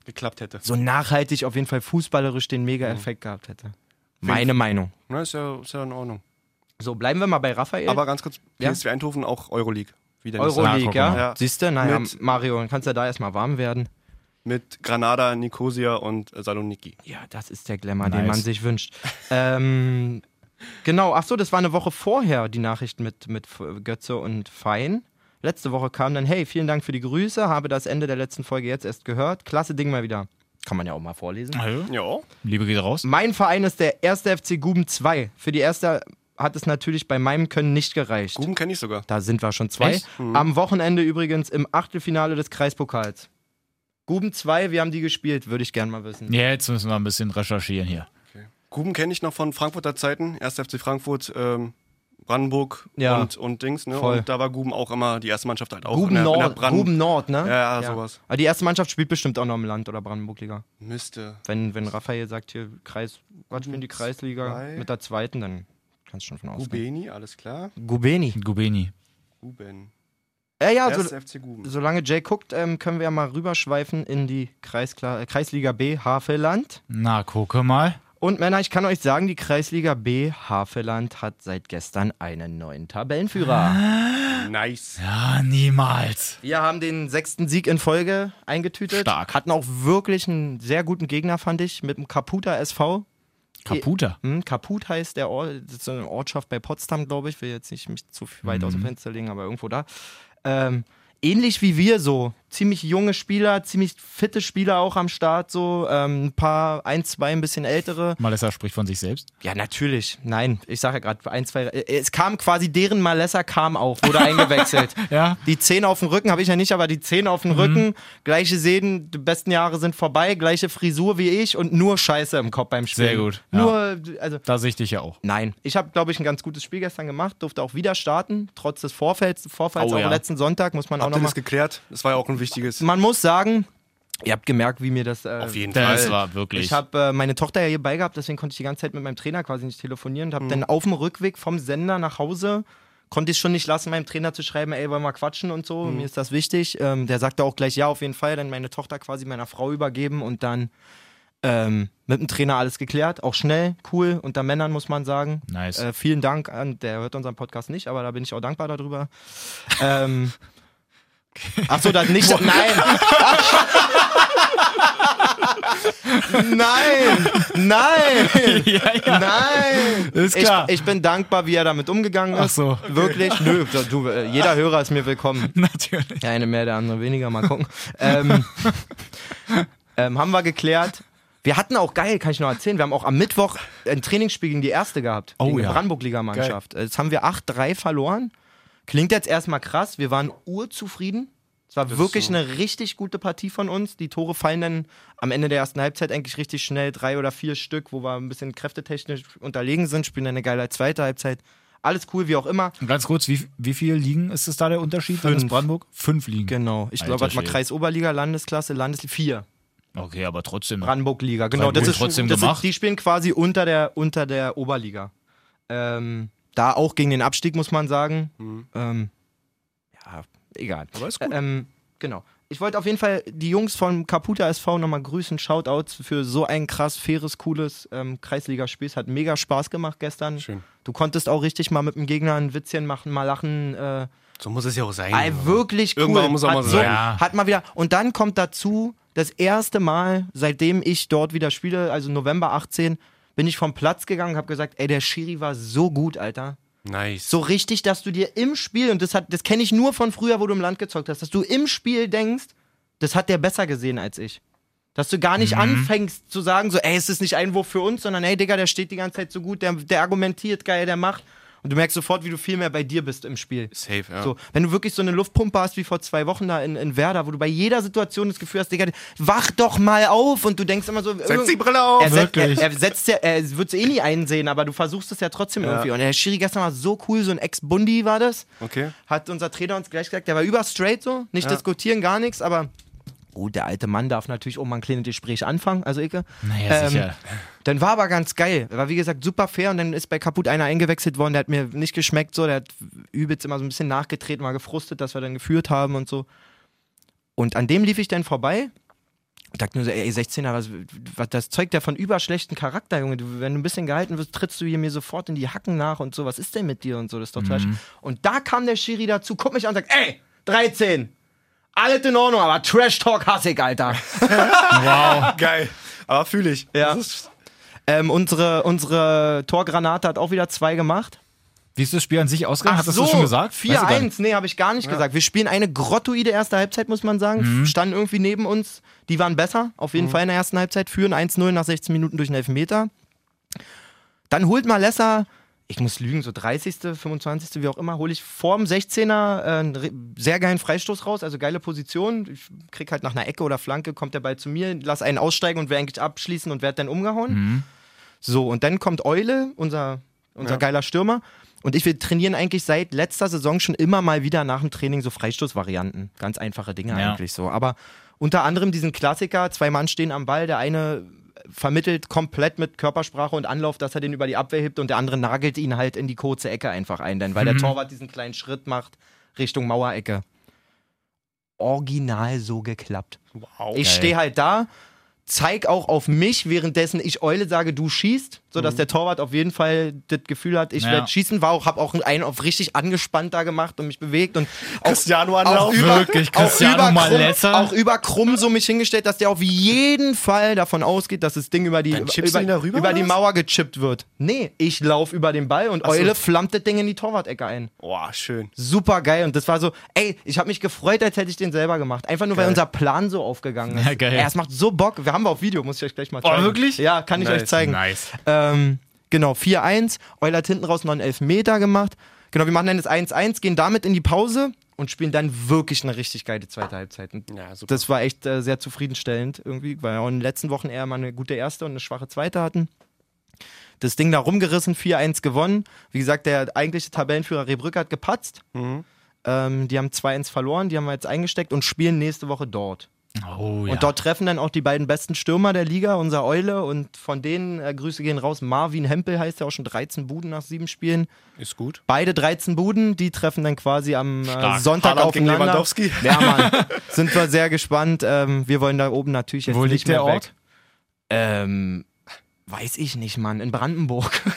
[SPEAKER 1] Geklappt hätte.
[SPEAKER 2] so nachhaltig auf jeden Fall fußballerisch den Mega-Effekt gehabt hätte. Meine Meinung.
[SPEAKER 1] Na, ist ja, ist ja in Ordnung.
[SPEAKER 2] So, bleiben wir mal bei
[SPEAKER 3] Äh,
[SPEAKER 2] Raphael.
[SPEAKER 1] Aber ganz kurz,
[SPEAKER 2] Ja?
[SPEAKER 1] PSV Eindhoven auch Euroleague. Wie Dennis sagt.
[SPEAKER 2] Euroleague,
[SPEAKER 3] Ja,
[SPEAKER 2] ja.
[SPEAKER 1] guck mal.
[SPEAKER 2] Siehst du? Naja,
[SPEAKER 1] Mit-
[SPEAKER 2] Mario, dann kannst du ja da erstmal warm werden.
[SPEAKER 1] Mit Granada, Nicosia und äh, Saloniki.
[SPEAKER 2] Ja, das ist der Glamour, den
[SPEAKER 3] Nice.
[SPEAKER 2] man sich wünscht. ähm, genau, ach so, das war eine Woche vorher die Nachricht mit, mit F- Götze und Fein. Letzte Woche kam dann, hey, vielen Dank für die Grüße, habe das Ende der letzten Folge jetzt erst gehört. Klasse Ding mal wieder. Kann man ja auch mal vorlesen.
[SPEAKER 3] Also,
[SPEAKER 1] Ja.
[SPEAKER 3] Liebe geht raus.
[SPEAKER 2] Mein Verein ist der erste FC Guben 2. Für die erste hat es natürlich bei meinem Können nicht gereicht.
[SPEAKER 1] Guben kenne ich sogar.
[SPEAKER 2] Da sind wir schon zwei.
[SPEAKER 3] Echt?
[SPEAKER 2] Am Wochenende übrigens im Achtelfinale des Kreispokals. Guben 2, wir haben die gespielt, würde ich gern mal wissen.
[SPEAKER 3] Ja, jetzt müssen wir ein bisschen recherchieren hier.
[SPEAKER 1] Guben kenne ich noch von Frankfurter Zeiten. Erst FC Frankfurt, ähm, Brandenburg
[SPEAKER 2] Ja.
[SPEAKER 1] und, und Dings. Ne?
[SPEAKER 2] Voll.
[SPEAKER 1] Und da war Guben auch immer die erste Mannschaft halt auch. in
[SPEAKER 2] Guben
[SPEAKER 1] der, in der
[SPEAKER 2] Nord,
[SPEAKER 1] Brand
[SPEAKER 2] Guben Nord, ne?
[SPEAKER 1] Ja, ja, sowas.
[SPEAKER 2] Aber die erste Mannschaft spielt bestimmt auch noch im Land oder Brandenburg-Liga.
[SPEAKER 1] Müsste.
[SPEAKER 2] Wenn, wenn Raphael sagt, hier Kreis, was spielen die Kreisliga
[SPEAKER 1] Zwei.
[SPEAKER 2] mit der zweiten, dann kannst du schon von ausgehen.
[SPEAKER 1] Gubeni, alles klar.
[SPEAKER 2] Gubeni.
[SPEAKER 3] Gubeni.
[SPEAKER 1] Guben.
[SPEAKER 2] Äh, ja, so,
[SPEAKER 1] Erster FC Guben.
[SPEAKER 2] solange Jay guckt, ähm, können wir ja mal rüberschweifen in die Kreiskla äh, Kreisliga B Havelland.
[SPEAKER 3] Na, gucke mal.
[SPEAKER 2] Und Männer, ich kann euch sagen, die Kreisliga B Havelland hat seit gestern einen neuen
[SPEAKER 1] Ah.
[SPEAKER 2] Tabellenführer.
[SPEAKER 1] Nice.
[SPEAKER 3] Ja, niemals.
[SPEAKER 2] Wir haben den sechsten Sieg in Folge eingetütet.
[SPEAKER 3] Stark.
[SPEAKER 2] Hatten auch wirklich einen sehr guten Gegner, fand ich, mit dem Kaputa SV.
[SPEAKER 3] Kaputa.
[SPEAKER 2] Hm, Kaput heißt der Ort, das ist so eine Ortschaft bei Potsdam, glaube ich. Will jetzt nicht mich zu weit
[SPEAKER 3] Mhm.
[SPEAKER 2] aus dem Fenster legen, aber irgendwo da. Ähm, ähnlich wie wir so. Ziemlich junge Spieler, ziemlich fitte Spieler auch am Start, so. Ähm, ein paar, ein, zwei, ein bisschen ältere.
[SPEAKER 3] Malessa spricht von sich selbst.
[SPEAKER 2] Ja, natürlich. Nein, ich sage ja gerade ein, zwei. äh, Es kam quasi, deren Malessa kam auch,
[SPEAKER 3] [LAUGHS]
[SPEAKER 2] wurde eingewechselt.
[SPEAKER 3] Ja. Mhm.
[SPEAKER 2] Die Zehen auf dem Rücken habe ich ja nicht, aber die Zehen auf dem Rücken, gleiche Sehnen, die besten Jahre sind vorbei, gleiche Frisur wie ich und nur Scheiße im Kopf beim Spielen.
[SPEAKER 3] Sehr gut, ja.
[SPEAKER 2] Nur, also
[SPEAKER 3] Da sehe ich dich ja auch.
[SPEAKER 2] Nein, ich habe, glaube ich, ein ganz gutes Spiel gestern gemacht, durfte auch wieder starten, trotz des Vorfalls, Vorfalls
[SPEAKER 3] Oh,
[SPEAKER 2] auch
[SPEAKER 3] ja.
[SPEAKER 2] letzten Sonntag, muss man auch
[SPEAKER 1] Habt ihr
[SPEAKER 2] nochmal.
[SPEAKER 1] das geklärt? Das war ja auch ein wichtiges.
[SPEAKER 2] Man muss sagen, ihr habt gemerkt, wie mir das. Äh,
[SPEAKER 1] Auf jeden Fall.
[SPEAKER 3] Das war wirklich.
[SPEAKER 2] ich habe äh, meine Tochter ja hier beigehabt, deswegen konnte ich die ganze Zeit mit meinem Trainer quasi nicht telefonieren und
[SPEAKER 3] Mhm.
[SPEAKER 2] habe dann auf dem Rückweg vom Sender nach Hause konnte ich schon nicht lassen, meinem Trainer zu schreiben, ey, wollen wir quatschen und so,
[SPEAKER 3] Mhm.
[SPEAKER 2] mir ist das wichtig. Ähm, der sagte auch gleich ja, auf jeden Fall, dann meine Tochter quasi meiner Frau übergeben und dann ähm, mit dem Trainer alles geklärt, auch schnell, cool, unter Männern muss man sagen.
[SPEAKER 3] Nice.
[SPEAKER 2] Äh, vielen Dank an, der hört unseren Podcast nicht, aber da bin ich auch dankbar darüber. ähm, Achso, das
[SPEAKER 3] [LAUGHS]
[SPEAKER 2] nicht. Nein! nein! Nein!
[SPEAKER 3] [LAUGHS] ja, [LAUGHS] ja.
[SPEAKER 2] Nein!
[SPEAKER 3] Ist klar.
[SPEAKER 2] Ich, ich bin dankbar, wie er damit umgegangen ist.
[SPEAKER 3] Ach so. Okay.
[SPEAKER 2] Wirklich? Nö, du, äh, jeder Hörer ist mir willkommen.
[SPEAKER 3] Natürlich.
[SPEAKER 2] Der eine mehr, der andere weniger, mal [LAUGHS] gucken. ähm, ähm, haben wir geklärt. Wir hatten auch geil, kann ich noch erzählen. Wir haben auch am Mittwoch ein Trainingsspiel gegen die erste gehabt.
[SPEAKER 3] Oh
[SPEAKER 2] gegen die
[SPEAKER 3] ja.
[SPEAKER 2] Brandenburg-Liga-Mannschaft. Jetzt haben wir 8-3 verloren. Klingt jetzt erstmal krass. Wir waren urzufrieden. Es war wirklich eine richtig gute Partie von uns. Die Tore fallen dann am Ende der ersten Halbzeit eigentlich richtig schnell. Drei oder vier Stück, wo wir ein bisschen kräftetechnisch unterlegen sind, spielen dann eine geile zweite Halbzeit. Alles cool, wie auch immer.
[SPEAKER 3] Und ganz kurz, wie, wie viel Ligen ist es da der Unterschied? Wenn es
[SPEAKER 2] Fünf.
[SPEAKER 3] Brandenburg? Fünf Ligen.
[SPEAKER 2] Genau. Ich glaube,
[SPEAKER 3] Alter
[SPEAKER 2] hat mal
[SPEAKER 3] Schwede.
[SPEAKER 2] Kreis Oberliga, Landesklasse, Landesliga 4.
[SPEAKER 3] Genau. Okay, aber trotzdem.
[SPEAKER 2] Brandenburg-Liga, genau.
[SPEAKER 3] Brandenburg
[SPEAKER 2] Das ist,
[SPEAKER 3] trotzdem
[SPEAKER 2] das
[SPEAKER 3] gemacht.
[SPEAKER 2] Ist, die spielen quasi unter der, unter der Oberliga. Ähm, da auch gegen den Abstieg, muss man sagen. Ähm, ja, egal.
[SPEAKER 1] Mhm. Aber ist gut.
[SPEAKER 2] Ähm, genau. Ich wollte auf jeden Fall die Jungs von Kaputa SV nochmal grüßen. Shoutouts für so ein krass, faires, cooles ähm, Kreisligaspiel. Es hat mega Spaß gemacht gestern.
[SPEAKER 1] Schön.
[SPEAKER 2] Du konntest auch richtig mal mit dem Gegner ein Witzchen machen, mal lachen. Äh,
[SPEAKER 1] So muss es ja auch sein.
[SPEAKER 2] Ey, wirklich cool.
[SPEAKER 1] Irgendwann muss er
[SPEAKER 2] hat,
[SPEAKER 1] mal
[SPEAKER 2] so,
[SPEAKER 1] sein.
[SPEAKER 3] Ja.
[SPEAKER 2] hat mal wieder. Und dann kommt dazu, das erste Mal, seitdem ich dort wieder spiele, also November 18, bin ich vom Platz gegangen und habe gesagt, ey, der Schiri war so gut, Alter.
[SPEAKER 1] nice.
[SPEAKER 2] So richtig, dass du dir im Spiel, und das hat, das kenne ich nur von früher, wo du im Land gezockt hast, dass du im Spiel denkst, das hat der besser gesehen als ich. Dass du gar nicht anfängst zu sagen, so, ey, es ist nicht Einwurf für uns, sondern ey, Digga, der steht die ganze Zeit so gut, der, der argumentiert geil, der macht. Und du merkst sofort, wie du viel mehr bei dir bist im Spiel.
[SPEAKER 1] Safe, ja.
[SPEAKER 2] So, wenn du wirklich so eine Luftpumpe hast wie vor zwei Wochen da in, in Werder, wo du bei jeder Situation das Gefühl hast, Digga, wach doch mal auf und du denkst immer so,
[SPEAKER 1] Setz
[SPEAKER 2] irgend-
[SPEAKER 1] die Brille auf.
[SPEAKER 2] er, setzt, er,
[SPEAKER 3] Wirklich.
[SPEAKER 2] er setzt ja, er wird es eh nie einsehen, aber du versuchst es ja trotzdem irgendwie. Und der Schiri gestern war so cool, so ein Ex-Bundi war das.
[SPEAKER 1] Okay. [LAUGHS]
[SPEAKER 2] Hat unser Trainer uns gleich gesagt, der war über straight so, nicht diskutieren, gar nichts, aber. Gut, der alte Mann darf natürlich auch mal ein kleines Gespräch anfangen, also Icke.
[SPEAKER 3] Naja,
[SPEAKER 2] Ähm,
[SPEAKER 3] sicher.
[SPEAKER 2] Dann war aber ganz geil. War wie gesagt super fair und dann ist bei Kaput einer eingewechselt worden, der hat mir nicht geschmeckt, so, der hat übelst immer so ein bisschen nachgetreten, war gefrustet, dass wir dann geführt haben und so. Und an dem lief ich dann vorbei und dachte nur so, ey, 16er, was, was das zeugt ja von überschlechten Charakter, Junge. Du, wenn du ein bisschen gehalten wirst, trittst du hier mir sofort in die Hacken nach und so, was ist denn mit dir und so, das ist doch Trash. Und da kam der Schiri dazu, guckt mich an und sagt, ey, 13! Alles in Ordnung, aber Trash Talk hasse ich, Alter.
[SPEAKER 1] Geil. Aber fühle ich.
[SPEAKER 2] Ja.
[SPEAKER 1] Das ist,
[SPEAKER 2] ähm, unsere, unsere Torgranate hat auch wieder zwei gemacht.
[SPEAKER 3] Wie ist das Spiel an sich ausgegangen? Hattest du schon gesagt? Weißt du gar nicht.
[SPEAKER 2] 4-1, nee, habe ich gar nicht gesagt. Wir spielen eine grottoide erste Halbzeit, muss man
[SPEAKER 3] Mhm.
[SPEAKER 2] sagen. Standen irgendwie neben uns, die waren besser, auf jeden Fall in der ersten Halbzeit. Führen 1-0 nach 16 Minuten durch einen Elfmeter. Dann holt Malessa, ich muss lügen, so 30., 25., wie auch immer, hole ich vorm 16er äh, einen re- sehr geilen Freistoß raus, also geile Position. Ich krieg halt nach einer Ecke oder Flanke, kommt der Ball zu mir, lass einen aussteigen und werde eigentlich abschließen und werde dann umgehauen. So, und dann kommt Eule, unser, unser geiler Stürmer, Und ich will trainieren eigentlich seit letzter Saison schon immer mal wieder nach dem Training so Freistoßvarianten. Ganz einfache Dinge
[SPEAKER 3] Ja.
[SPEAKER 2] eigentlich so. Aber unter anderem diesen Klassiker, zwei Mann stehen am Ball, der eine vermittelt komplett mit Körpersprache und Anlauf, dass er den über die Abwehr hebt und der andere nagelt ihn halt in die kurze Ecke einfach ein, denn weil der Torwart diesen kleinen Schritt macht Richtung Mauerecke. Original so geklappt.
[SPEAKER 3] Wow.
[SPEAKER 2] Ich stehe halt da, zeig auch auf mich, währenddessen ich Eule sage, du schießt, sodass
[SPEAKER 1] Mhm.
[SPEAKER 2] der Torwart auf jeden Fall das Gefühl hat, ich
[SPEAKER 3] Ja.
[SPEAKER 2] werde schießen. War auch, hab auch einen auf richtig angespannt da gemacht und mich bewegt und auch,
[SPEAKER 1] Cristiano
[SPEAKER 2] auch
[SPEAKER 1] anlaufen.
[SPEAKER 2] über,
[SPEAKER 3] Wirklich,
[SPEAKER 2] auch,
[SPEAKER 3] Cristiano
[SPEAKER 2] über krumm,
[SPEAKER 3] Malessa?
[SPEAKER 2] auch über krumm so mich hingestellt, dass der auf jeden Fall davon ausgeht, dass das Ding über die,
[SPEAKER 1] Dann chippst du
[SPEAKER 2] über,
[SPEAKER 1] ihn da rüber,
[SPEAKER 2] über die
[SPEAKER 1] oder was?
[SPEAKER 2] Mauer gechippt wird. Nee, ich lauf über den Ball und Eule flammt das Ding in die Torwart-Ecke ein
[SPEAKER 1] Boah, ah, schön.
[SPEAKER 2] super geil und das war so, ey, ich habe mich gefreut, als hätte ich den selber gemacht. Einfach nur, weil
[SPEAKER 1] Geil.
[SPEAKER 2] unser Plan so aufgegangen ist.
[SPEAKER 3] [LAUGHS] Ja, geil.
[SPEAKER 2] Ey, es macht so Bock. Wir haben wir auf Video, muss ich euch gleich mal
[SPEAKER 3] Oh,
[SPEAKER 2] zeigen.
[SPEAKER 3] wirklich?
[SPEAKER 2] Ja, kann ich
[SPEAKER 1] Nice.
[SPEAKER 2] euch zeigen.
[SPEAKER 3] Nice.
[SPEAKER 2] Ähm, genau, 4-1, Euler hat hinten raus noch einen Elfmeter gemacht. Genau, wir machen dann das 1-1, gehen damit in die Pause und spielen dann wirklich eine richtig geile zweite Halbzeit. Und
[SPEAKER 1] Ja, super.
[SPEAKER 2] das war echt äh, sehr zufriedenstellend irgendwie, weil wir auch in den letzten Wochen eher mal eine gute erste und eine schwache zweite hatten. Das Ding da rumgerissen, 4-1 gewonnen. Wie gesagt, der eigentliche Tabellenführer Rebrück hat gepatzt.
[SPEAKER 1] Mhm.
[SPEAKER 2] Ähm, die haben 2-1 verloren, die haben wir jetzt eingesteckt und spielen nächste Woche dort.
[SPEAKER 3] Oh, ja.
[SPEAKER 2] Und dort treffen dann auch die beiden besten Stürmer der Liga, unser Eule. Und von denen, äh, Grüße gehen raus, Marvin Hempel heißt ja auch schon 13 Buden nach sieben Spielen.
[SPEAKER 1] Ist gut.
[SPEAKER 2] Beide 13 Buden, die treffen dann quasi am äh,
[SPEAKER 3] Stark.
[SPEAKER 2] Sonntag
[SPEAKER 1] Haaland gegen
[SPEAKER 2] aufeinander.
[SPEAKER 1] Lewandowski.
[SPEAKER 2] Ja,
[SPEAKER 1] [LAUGHS]
[SPEAKER 2] Mann. Sind wir sehr gespannt. Ähm, wir wollen da oben natürlich jetzt
[SPEAKER 3] Wo
[SPEAKER 2] nicht
[SPEAKER 3] liegt
[SPEAKER 2] mehr
[SPEAKER 3] der Ort?
[SPEAKER 2] Weg. Ähm, weiß ich nicht, Mann. In Brandenburg. [LAUGHS]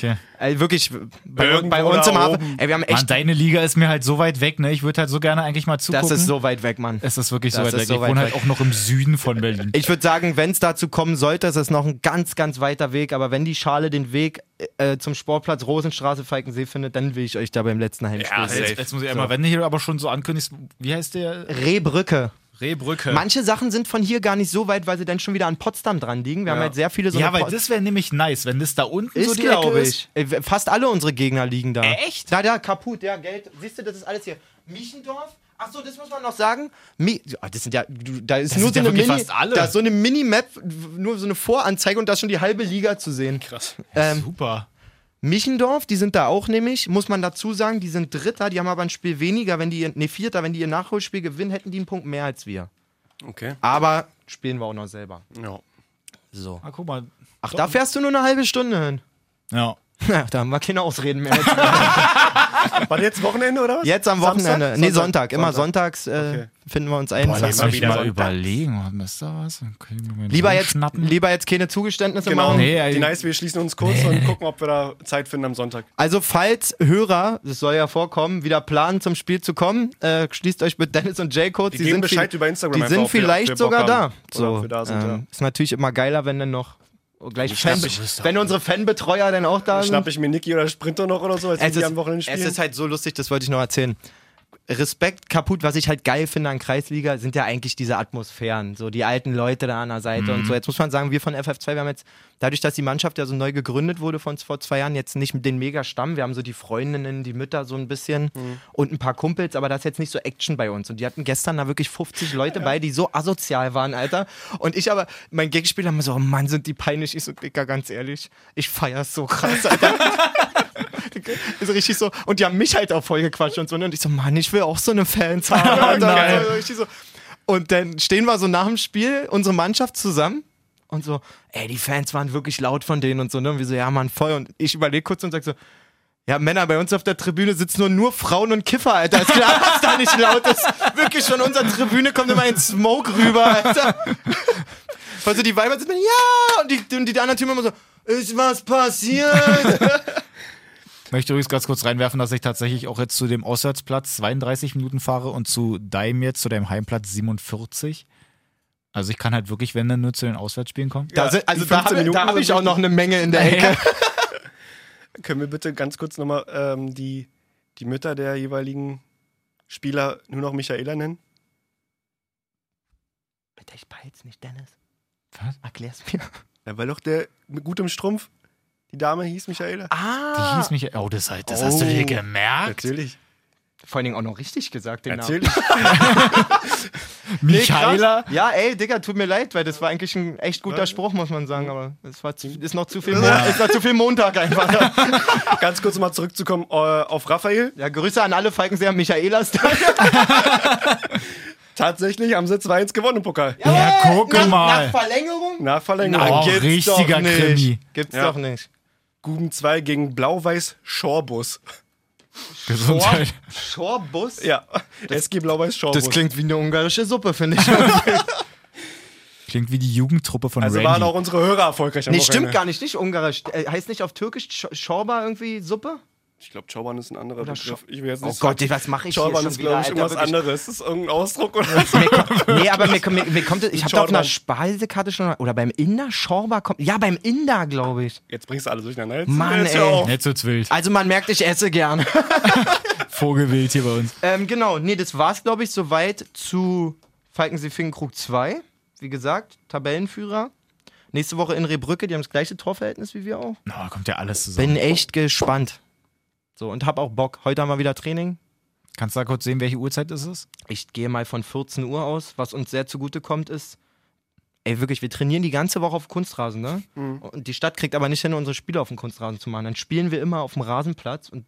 [SPEAKER 3] Okay.
[SPEAKER 2] Ey, wirklich, bei,
[SPEAKER 1] Irgendwo
[SPEAKER 2] bei uns
[SPEAKER 1] da
[SPEAKER 2] im Hafen.
[SPEAKER 1] oben.
[SPEAKER 2] Ey, wir haben
[SPEAKER 3] Mann,
[SPEAKER 2] echt.
[SPEAKER 3] deine Liga ist mir halt so weit weg, ne? Ich würde halt so gerne eigentlich mal zugucken.
[SPEAKER 2] das ist so weit weg, Mann.
[SPEAKER 3] Es ist wirklich so
[SPEAKER 2] Das
[SPEAKER 3] weit
[SPEAKER 2] ist
[SPEAKER 3] weg.
[SPEAKER 2] so
[SPEAKER 3] ich
[SPEAKER 2] weit
[SPEAKER 3] wohne halt
[SPEAKER 2] weg.
[SPEAKER 3] auch noch im
[SPEAKER 2] [LAUGHS]
[SPEAKER 3] Süden von Berlin.
[SPEAKER 2] Ich würde sagen, wenn es dazu kommen sollte, ist es noch ein ganz, ganz weiter Weg. Aber wenn die Schale den Weg äh, zum Sportplatz Rosenstraße Falkensee findet, dann will ich euch da beim letzten Heimspiel
[SPEAKER 1] Ja,
[SPEAKER 2] sehen.
[SPEAKER 1] safe.
[SPEAKER 3] jetzt, jetzt muss ich einmal, wenn du hier aber schon so ankündigst, wie heißt
[SPEAKER 2] Äh,
[SPEAKER 3] der?
[SPEAKER 2] Rehbrücke.
[SPEAKER 3] Rehbrücke.
[SPEAKER 2] Manche Sachen sind von hier gar nicht so weit, weil sie dann schon wieder an Potsdam dran liegen. Wir haben halt sehr viele so
[SPEAKER 3] ja,
[SPEAKER 2] eine
[SPEAKER 3] weil
[SPEAKER 2] Po-
[SPEAKER 3] das wäre nämlich nice, wenn das da unten so
[SPEAKER 2] ist,
[SPEAKER 3] die
[SPEAKER 2] glaube
[SPEAKER 3] Ecke
[SPEAKER 2] ich. Äh, Fast alle unsere Gegner liegen da.
[SPEAKER 3] Echt?
[SPEAKER 2] Da, da, kaputt, ja, Geld. Siehst du, das ist alles hier. Miechendorf? Ach so, das muss man noch sagen. Mi Ah, das sind ja, du- da ist nur
[SPEAKER 3] sind ja
[SPEAKER 2] so eine
[SPEAKER 3] wirklich
[SPEAKER 2] Mini,
[SPEAKER 3] fast alle.
[SPEAKER 2] da ist so eine Minimap, w- nur so eine Voranzeige und da ist schon die halbe Liga zu sehen.
[SPEAKER 1] Krass.
[SPEAKER 2] Ähm,
[SPEAKER 3] Super.
[SPEAKER 2] Michendorf, die sind da auch nämlich, muss man dazu sagen, die sind Dritter, die haben aber ein Spiel weniger, wenn die, ihr- nee, Vierter, wenn die ihr Nachholspiel gewinnen, hätten die einen Punkt mehr als wir.
[SPEAKER 1] Okay.
[SPEAKER 2] Aber spielen wir auch noch selber.
[SPEAKER 1] Ja.
[SPEAKER 2] So.
[SPEAKER 3] Ah, guck mal.
[SPEAKER 2] Ach, da fährst du nur eine halbe Stunde hin.
[SPEAKER 3] Ja.
[SPEAKER 2] Na, [LAUGHS] da haben wir keine Ausreden mehr.
[SPEAKER 1] War jetzt Wochenende oder was?
[SPEAKER 2] [LAUGHS] Jetzt am
[SPEAKER 1] Samstag?
[SPEAKER 2] Wochenende. Nee,
[SPEAKER 1] Sonntag.
[SPEAKER 2] Sonntag. Immer sonntags äh,
[SPEAKER 1] Okay.
[SPEAKER 2] finden wir uns ein.
[SPEAKER 1] Boah, lass
[SPEAKER 2] Samstag.
[SPEAKER 1] mal wieder Sonntag.
[SPEAKER 3] überlegen. Ist da was? Dann können wir mal
[SPEAKER 2] lieber, jetzt,
[SPEAKER 3] schnappen.
[SPEAKER 2] lieber jetzt keine Zugeständnisse
[SPEAKER 1] Genau.
[SPEAKER 2] machen.
[SPEAKER 3] Nee, ey.
[SPEAKER 1] die Nice, wir schließen uns kurz und gucken, ob wir da Zeit finden am Sonntag.
[SPEAKER 2] Also, falls Hörer, das soll ja vorkommen, wieder planen, zum Spiel zu kommen, äh, schließt euch mit Dennis und Jay kurz.
[SPEAKER 1] Die geben Bescheid über Instagram
[SPEAKER 2] Die
[SPEAKER 1] einfach,
[SPEAKER 2] sind
[SPEAKER 1] ob wir- ob
[SPEAKER 2] vielleicht
[SPEAKER 1] wir Bock
[SPEAKER 2] sogar da.
[SPEAKER 1] haben oder ob
[SPEAKER 2] So,
[SPEAKER 1] wir da sind,
[SPEAKER 2] ähm,
[SPEAKER 1] ja.
[SPEAKER 2] Ist natürlich immer geiler, wenn dann noch gleich Fan,
[SPEAKER 3] schnapp ich-
[SPEAKER 2] wenn unsere Fanbetreuer dann auch da sind.
[SPEAKER 1] Schnapp ich mir Niki oder Sprinter noch oder so, als
[SPEAKER 2] es
[SPEAKER 1] wir
[SPEAKER 2] ist,
[SPEAKER 1] am Wochenende spielen?
[SPEAKER 2] es ist halt so lustig, das wollte ich noch erzählen. Respekt kaputt, was ich halt geil finde an Kreisliga, sind ja eigentlich diese Atmosphären, so die alten Leute da an der Seite und so. Jetzt muss man sagen, wir von FF2, wir haben jetzt, dadurch, dass die Mannschaft ja so neu gegründet wurde von vor zwei Jahren, jetzt nicht den Mega-Stamm, wir haben so die Freundinnen, die Mütter so ein bisschen
[SPEAKER 1] Mhm.
[SPEAKER 2] und ein paar Kumpels, aber das ist jetzt nicht so Action bei uns. Und die hatten gestern da wirklich 50 Leute bei, die so asozial waren, Alter. Und ich aber, mein Gegenspieler immer so, oh Mann, sind die peinlich. Ich so, Dicker, ganz ehrlich, ich feier's so krass, Alter. ist Also richtig so. Und die haben mich halt auch voll gequatscht und so. ne? Und ich so, Mann, ich will auch so eine Fans haben. Und dann, so, richtig so. und dann stehen wir so nach dem Spiel, unsere Mannschaft zusammen. Und so, ey, die Fans waren wirklich laut von denen und so. Ne? Und wir so, ja, Mann, voll. Und ich überlege kurz und sag so, ja, Männer, bei uns auf der Tribüne sitzen nur, nur Frauen und Kiffer, Alter. Ist klar, dass da nicht laut ist. Wirklich, von unserer Tribüne kommt immer ein Smoke rüber, Alter. Also die Weiber sind dann, ja! Und die, und die anderen Typen immer so, ist was passiert?
[SPEAKER 3] Ich möchte übrigens ganz kurz reinwerfen, dass ich tatsächlich auch jetzt zu dem Auswärtsplatz 32 Minuten fahre und zu deinem jetzt, zu deinem Heimplatz 47. Also ich kann halt wirklich, wenn dann nur zu den Auswärtsspielen kommen.
[SPEAKER 2] Da
[SPEAKER 1] Ja,
[SPEAKER 2] sind, also
[SPEAKER 1] die
[SPEAKER 2] da
[SPEAKER 1] 15
[SPEAKER 2] habe
[SPEAKER 1] Minuten
[SPEAKER 2] da hab
[SPEAKER 1] sind
[SPEAKER 2] ich auch noch eine Menge in der Ecke.
[SPEAKER 1] Können wir bitte ganz kurz nochmal ähm, die, die Mütter der jeweiligen Spieler nur noch Michaela nennen?
[SPEAKER 2] Bitte, ich peil's nicht, Dennis.
[SPEAKER 3] Was?
[SPEAKER 2] Erklär's mir.
[SPEAKER 1] Ja, weil doch der mit gutem Strumpf, die Dame hieß Michaela.
[SPEAKER 3] Die
[SPEAKER 2] Ah!
[SPEAKER 3] hieß mich. Oh, das, halt- das
[SPEAKER 1] Oh.
[SPEAKER 3] hast du dir gemerkt.
[SPEAKER 1] Natürlich. Genau.
[SPEAKER 2] Vor allen Dingen auch noch richtig gesagt, den
[SPEAKER 1] Natürlich.
[SPEAKER 3] Michaela.
[SPEAKER 2] krass. Ja, ey, Digga, tut mir leid, weil das war eigentlich ein echt guter Spruch, muss man sagen, aber es war zu, ist noch zu viel, Mon ist noch zu viel Montag einfach.
[SPEAKER 1] [LAUGHS]
[SPEAKER 2] [LAUGHS]
[SPEAKER 1] Ganz kurz mal zurückzukommen äh, auf Raphael.
[SPEAKER 2] Ja, Grüße an alle Falkenseer Michaelas.
[SPEAKER 1] Tatsächlich haben sie 2-1 gewonnen im Pokal.
[SPEAKER 3] Ja, guck
[SPEAKER 2] nach,
[SPEAKER 3] mal.
[SPEAKER 2] Nach Verlängerung?
[SPEAKER 1] Nach Verlängerung.
[SPEAKER 3] Na, Oh,
[SPEAKER 1] Gibt's
[SPEAKER 3] richtiger
[SPEAKER 1] doch nicht.
[SPEAKER 3] Krimi.
[SPEAKER 2] Gibt's
[SPEAKER 1] Ja.
[SPEAKER 2] doch nicht.
[SPEAKER 1] Guben 2 gegen Blau-Weiß Schorbus.
[SPEAKER 3] Gesundheit.
[SPEAKER 2] Schorbus?
[SPEAKER 1] Ja, [LAUGHS] SG Blau-Weiß Schorbus.
[SPEAKER 2] Das klingt wie eine ungarische Suppe, finde ich.
[SPEAKER 3] Klingt wie die Jugendtruppe von
[SPEAKER 1] also waren
[SPEAKER 3] Randy.
[SPEAKER 1] auch unsere Hörer erfolgreich am
[SPEAKER 2] nee, stimmt gar nicht, nicht ungarisch. Äh, heißt nicht auf Türkisch Sch Schorba irgendwie Suppe?
[SPEAKER 1] Ich glaube, Chauban ist ein anderer
[SPEAKER 2] Oder
[SPEAKER 1] Begriff.
[SPEAKER 2] Schau-
[SPEAKER 1] Ich will jetzt
[SPEAKER 2] Oh
[SPEAKER 1] nicht
[SPEAKER 2] Gott, was mache ich hier
[SPEAKER 1] Chauban
[SPEAKER 2] schon
[SPEAKER 1] ist,
[SPEAKER 2] wieder,
[SPEAKER 1] glaube ich,
[SPEAKER 2] Alter,
[SPEAKER 1] irgendwas
[SPEAKER 2] wirklich?
[SPEAKER 1] anderes. Ist das irgendein Ausdruck oder so?
[SPEAKER 2] Mir kommt- nee, aber mir, kommt- mir, mir kommt das, ich habe da auf einer
[SPEAKER 1] Schorban.
[SPEAKER 2] Speisekarte schon oder beim Inder Schorba kommt ja beim Inder glaube ich.
[SPEAKER 1] Jetzt bringst du alle durcheinander. Jetzt
[SPEAKER 2] Mann,
[SPEAKER 1] jetzt hör
[SPEAKER 2] ey.
[SPEAKER 1] auf.
[SPEAKER 3] Nicht so
[SPEAKER 1] Ah.
[SPEAKER 3] wild.
[SPEAKER 2] Also man merkt, ich esse gern.
[SPEAKER 3] Vogelwild hier bei uns.
[SPEAKER 2] [LAUGHS] ähm, genau, nee, das war's glaube ich soweit zu Falkensee Finkenkrug 2. Wie gesagt, Tabellenführer. Nächste Woche in Rebrücke, die haben das gleiche Torverhältnis wie wir auch.
[SPEAKER 3] Na, da kommt ja alles zusammen.
[SPEAKER 2] Bin echt gespannt. So und hab auch Bock. Heute haben wir wieder Training.
[SPEAKER 3] Kannst du da kurz sehen, welche Uhrzeit ist es?
[SPEAKER 2] ich gehe mal von 14 Uhr aus, was uns sehr zugute kommt, ist, ey, wirklich, wir trainieren die ganze Woche auf Kunstrasen, ne? Und die Stadt kriegt aber nicht hin, unsere Spiele auf dem Kunstrasen zu machen. Dann spielen wir immer auf dem Rasenplatz und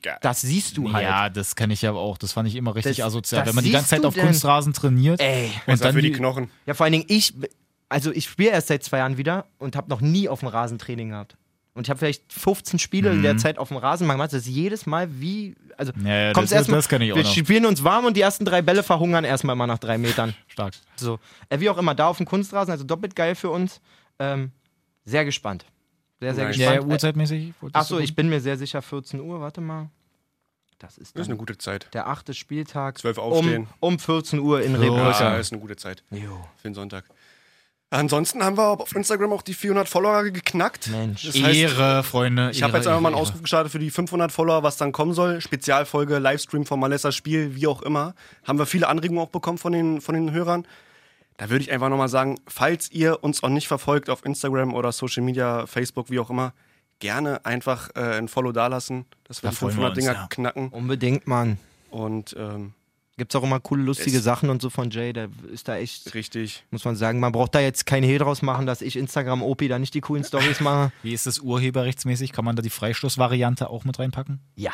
[SPEAKER 1] Geil.
[SPEAKER 2] das siehst du halt.
[SPEAKER 3] Ja, das kann ich ja auch. Das fand ich immer richtig
[SPEAKER 2] Das-
[SPEAKER 3] asozial.
[SPEAKER 2] das
[SPEAKER 3] Wenn man die ganze
[SPEAKER 2] siehst
[SPEAKER 3] Zeit
[SPEAKER 2] du
[SPEAKER 3] auf
[SPEAKER 2] denn?
[SPEAKER 3] Kunstrasen trainiert
[SPEAKER 2] Ey.
[SPEAKER 3] und
[SPEAKER 1] Besser
[SPEAKER 3] dann
[SPEAKER 1] für die
[SPEAKER 3] die-
[SPEAKER 1] Knochen.
[SPEAKER 2] Ja, vor allen Dingen ich, also ich spiele erst seit zwei Jahren wieder und habe noch nie auf dem Rasen Training gehabt. Und ich habe vielleicht 15 Spiele in der Zeit auf dem Rasen gemacht. Das ist jedes Mal wie, also
[SPEAKER 3] Mhm. Ja, ja,
[SPEAKER 2] kommst
[SPEAKER 3] das ist-
[SPEAKER 2] erstmal,
[SPEAKER 3] das kann ich auch
[SPEAKER 2] wir
[SPEAKER 3] noch.
[SPEAKER 2] spielen uns warm und die ersten drei Bälle verhungern erstmal mal nach drei Metern.
[SPEAKER 3] stark.
[SPEAKER 2] So, äh, wie auch immer, da auf dem Kunstrasen, also doppelt geil für uns. Ähm, sehr gespannt. Sehr, sehr
[SPEAKER 1] Nice.
[SPEAKER 3] Ja,
[SPEAKER 2] gespannt.
[SPEAKER 3] ja, uhrzeitmäßig. wolltest
[SPEAKER 2] Achso,
[SPEAKER 3] du-
[SPEAKER 2] ich bin mir sehr sicher, 14 Uhr, warte mal. Das ist,
[SPEAKER 1] Das ist eine
[SPEAKER 2] dann
[SPEAKER 1] gute Zeit.
[SPEAKER 2] der achte Spieltag.
[SPEAKER 1] 12
[SPEAKER 2] um,
[SPEAKER 1] aufstehen.
[SPEAKER 2] um 14 Uhr in
[SPEAKER 1] Ja,
[SPEAKER 2] Rebrücke.
[SPEAKER 1] ist eine gute Zeit
[SPEAKER 2] Jo.
[SPEAKER 1] für den Sonntag. Ansonsten haben wir auf Instagram auch die 400 Follower geknackt.
[SPEAKER 2] Mensch.
[SPEAKER 1] Das heißt,
[SPEAKER 3] Ehre, Freunde.
[SPEAKER 1] Ich habe jetzt einfach mal einen Ausruf gestartet für die 500 Follower, was dann kommen soll. Spezialfolge, Livestream von Malessa Spiel, wie auch immer. Haben wir viele Anregungen auch bekommen von den, von den Hörern. Da würde ich einfach nochmal sagen, falls ihr uns auch nicht verfolgt auf Instagram oder Social Media, Facebook, wie auch immer, gerne einfach äh, ein Follow dalassen, dass wir
[SPEAKER 3] Da
[SPEAKER 1] die
[SPEAKER 3] freuen
[SPEAKER 1] 500
[SPEAKER 3] wir uns,
[SPEAKER 1] Dinger
[SPEAKER 3] ja.
[SPEAKER 1] knacken.
[SPEAKER 2] Unbedingt, Mann.
[SPEAKER 1] Und ähm,
[SPEAKER 2] Gibt's auch immer coole, lustige
[SPEAKER 1] Es-
[SPEAKER 2] Sachen und so von Jay. Der ist da echt,
[SPEAKER 1] richtig.
[SPEAKER 2] muss man sagen, man braucht da jetzt kein Hehl draus machen, dass ich Instagram-Opi da nicht die coolen Stories mache.
[SPEAKER 3] Wie ist das urheberrechtsmäßig? Kann man da die Freischlussvariante auch mit reinpacken?
[SPEAKER 2] Ja,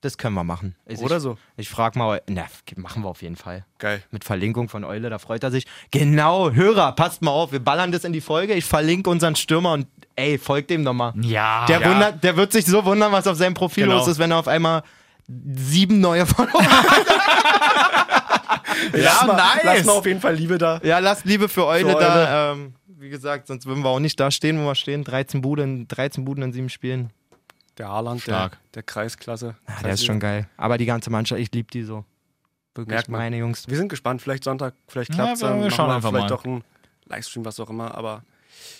[SPEAKER 2] das können wir machen. Also
[SPEAKER 1] Oder
[SPEAKER 2] ich,
[SPEAKER 1] so.
[SPEAKER 2] Ich frag mal, na, machen wir auf jeden Fall.
[SPEAKER 1] Geil.
[SPEAKER 2] mit Verlinkung von Eule, da freut er sich. Genau, Hörer, passt mal auf, wir ballern das in die Folge. Ich verlinke unseren Stürmer und ey, folgt dem doch mal.
[SPEAKER 3] Ja.
[SPEAKER 2] Der,
[SPEAKER 3] ja.
[SPEAKER 2] wundert, der wird sich so wundern, was auf seinem Profil
[SPEAKER 1] Genau.
[SPEAKER 2] los ist, wenn er auf einmal sieben neue [LAUGHS] Follower hat.
[SPEAKER 1] Ja, lass mal,
[SPEAKER 2] nice.
[SPEAKER 1] Lass mal auf jeden Fall Liebe da.
[SPEAKER 2] Ja, lasst Liebe für Eule
[SPEAKER 1] Eule.
[SPEAKER 2] da. Ähm, wie gesagt, sonst würden wir auch nicht da stehen, wo wir stehen. 13 Buden, 13 Buden in sieben Spielen.
[SPEAKER 1] Der Haaland,
[SPEAKER 3] Stark.
[SPEAKER 1] der, der Kreisklasse.
[SPEAKER 2] Ja, der ist schon geil. Aber die ganze Mannschaft, ich liebe die so. Wirklich,
[SPEAKER 1] Merkt man.
[SPEAKER 2] meine Jungs.
[SPEAKER 1] Wir sind gespannt, vielleicht Sonntag, vielleicht
[SPEAKER 3] Ja,
[SPEAKER 1] klappt es.
[SPEAKER 3] wir- wir schauen einfach
[SPEAKER 1] vielleicht
[SPEAKER 3] mal.
[SPEAKER 1] auch ein Livestream, was auch immer, aber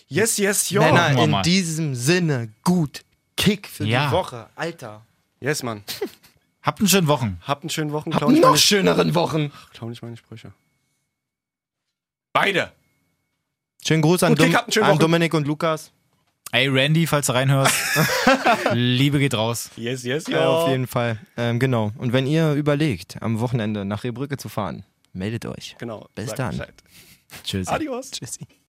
[SPEAKER 1] yes, yes, yo.
[SPEAKER 3] gucken
[SPEAKER 2] Männer,
[SPEAKER 3] wir
[SPEAKER 2] in
[SPEAKER 3] mal.
[SPEAKER 2] diesem Sinne, gut. Kick für
[SPEAKER 3] Ja.
[SPEAKER 2] die Woche. Alter.
[SPEAKER 1] Yes, Mann.
[SPEAKER 3] Habt einen schönen Wochen.
[SPEAKER 1] Habt einen schönen Wochen.
[SPEAKER 2] Hab
[SPEAKER 1] Klau nicht,
[SPEAKER 2] noch
[SPEAKER 1] meine,
[SPEAKER 2] schöneren Wochen.
[SPEAKER 1] klau nicht meine Sprüche.
[SPEAKER 3] Beide.
[SPEAKER 2] Schönen Gruß an,
[SPEAKER 1] Gut, Kick,
[SPEAKER 2] Dom
[SPEAKER 1] habt einen schönen
[SPEAKER 2] an
[SPEAKER 1] Wochen.
[SPEAKER 2] Dominik und Lukas.
[SPEAKER 3] Ey, Randy, falls
[SPEAKER 2] [LAUGHS]
[SPEAKER 3] du reinhörst, Liebe geht raus.
[SPEAKER 1] Yes, yes, yo.
[SPEAKER 2] Ja, auf jeden Fall. Ähm, genau. Und wenn ihr überlegt, am Wochenende nach Rehbrücke zu fahren, meldet euch.
[SPEAKER 1] Genau.
[SPEAKER 2] Bis
[SPEAKER 1] Sag
[SPEAKER 2] dann.
[SPEAKER 1] Bescheid.
[SPEAKER 3] Tschüss.
[SPEAKER 1] Adios.
[SPEAKER 2] Tschüssi.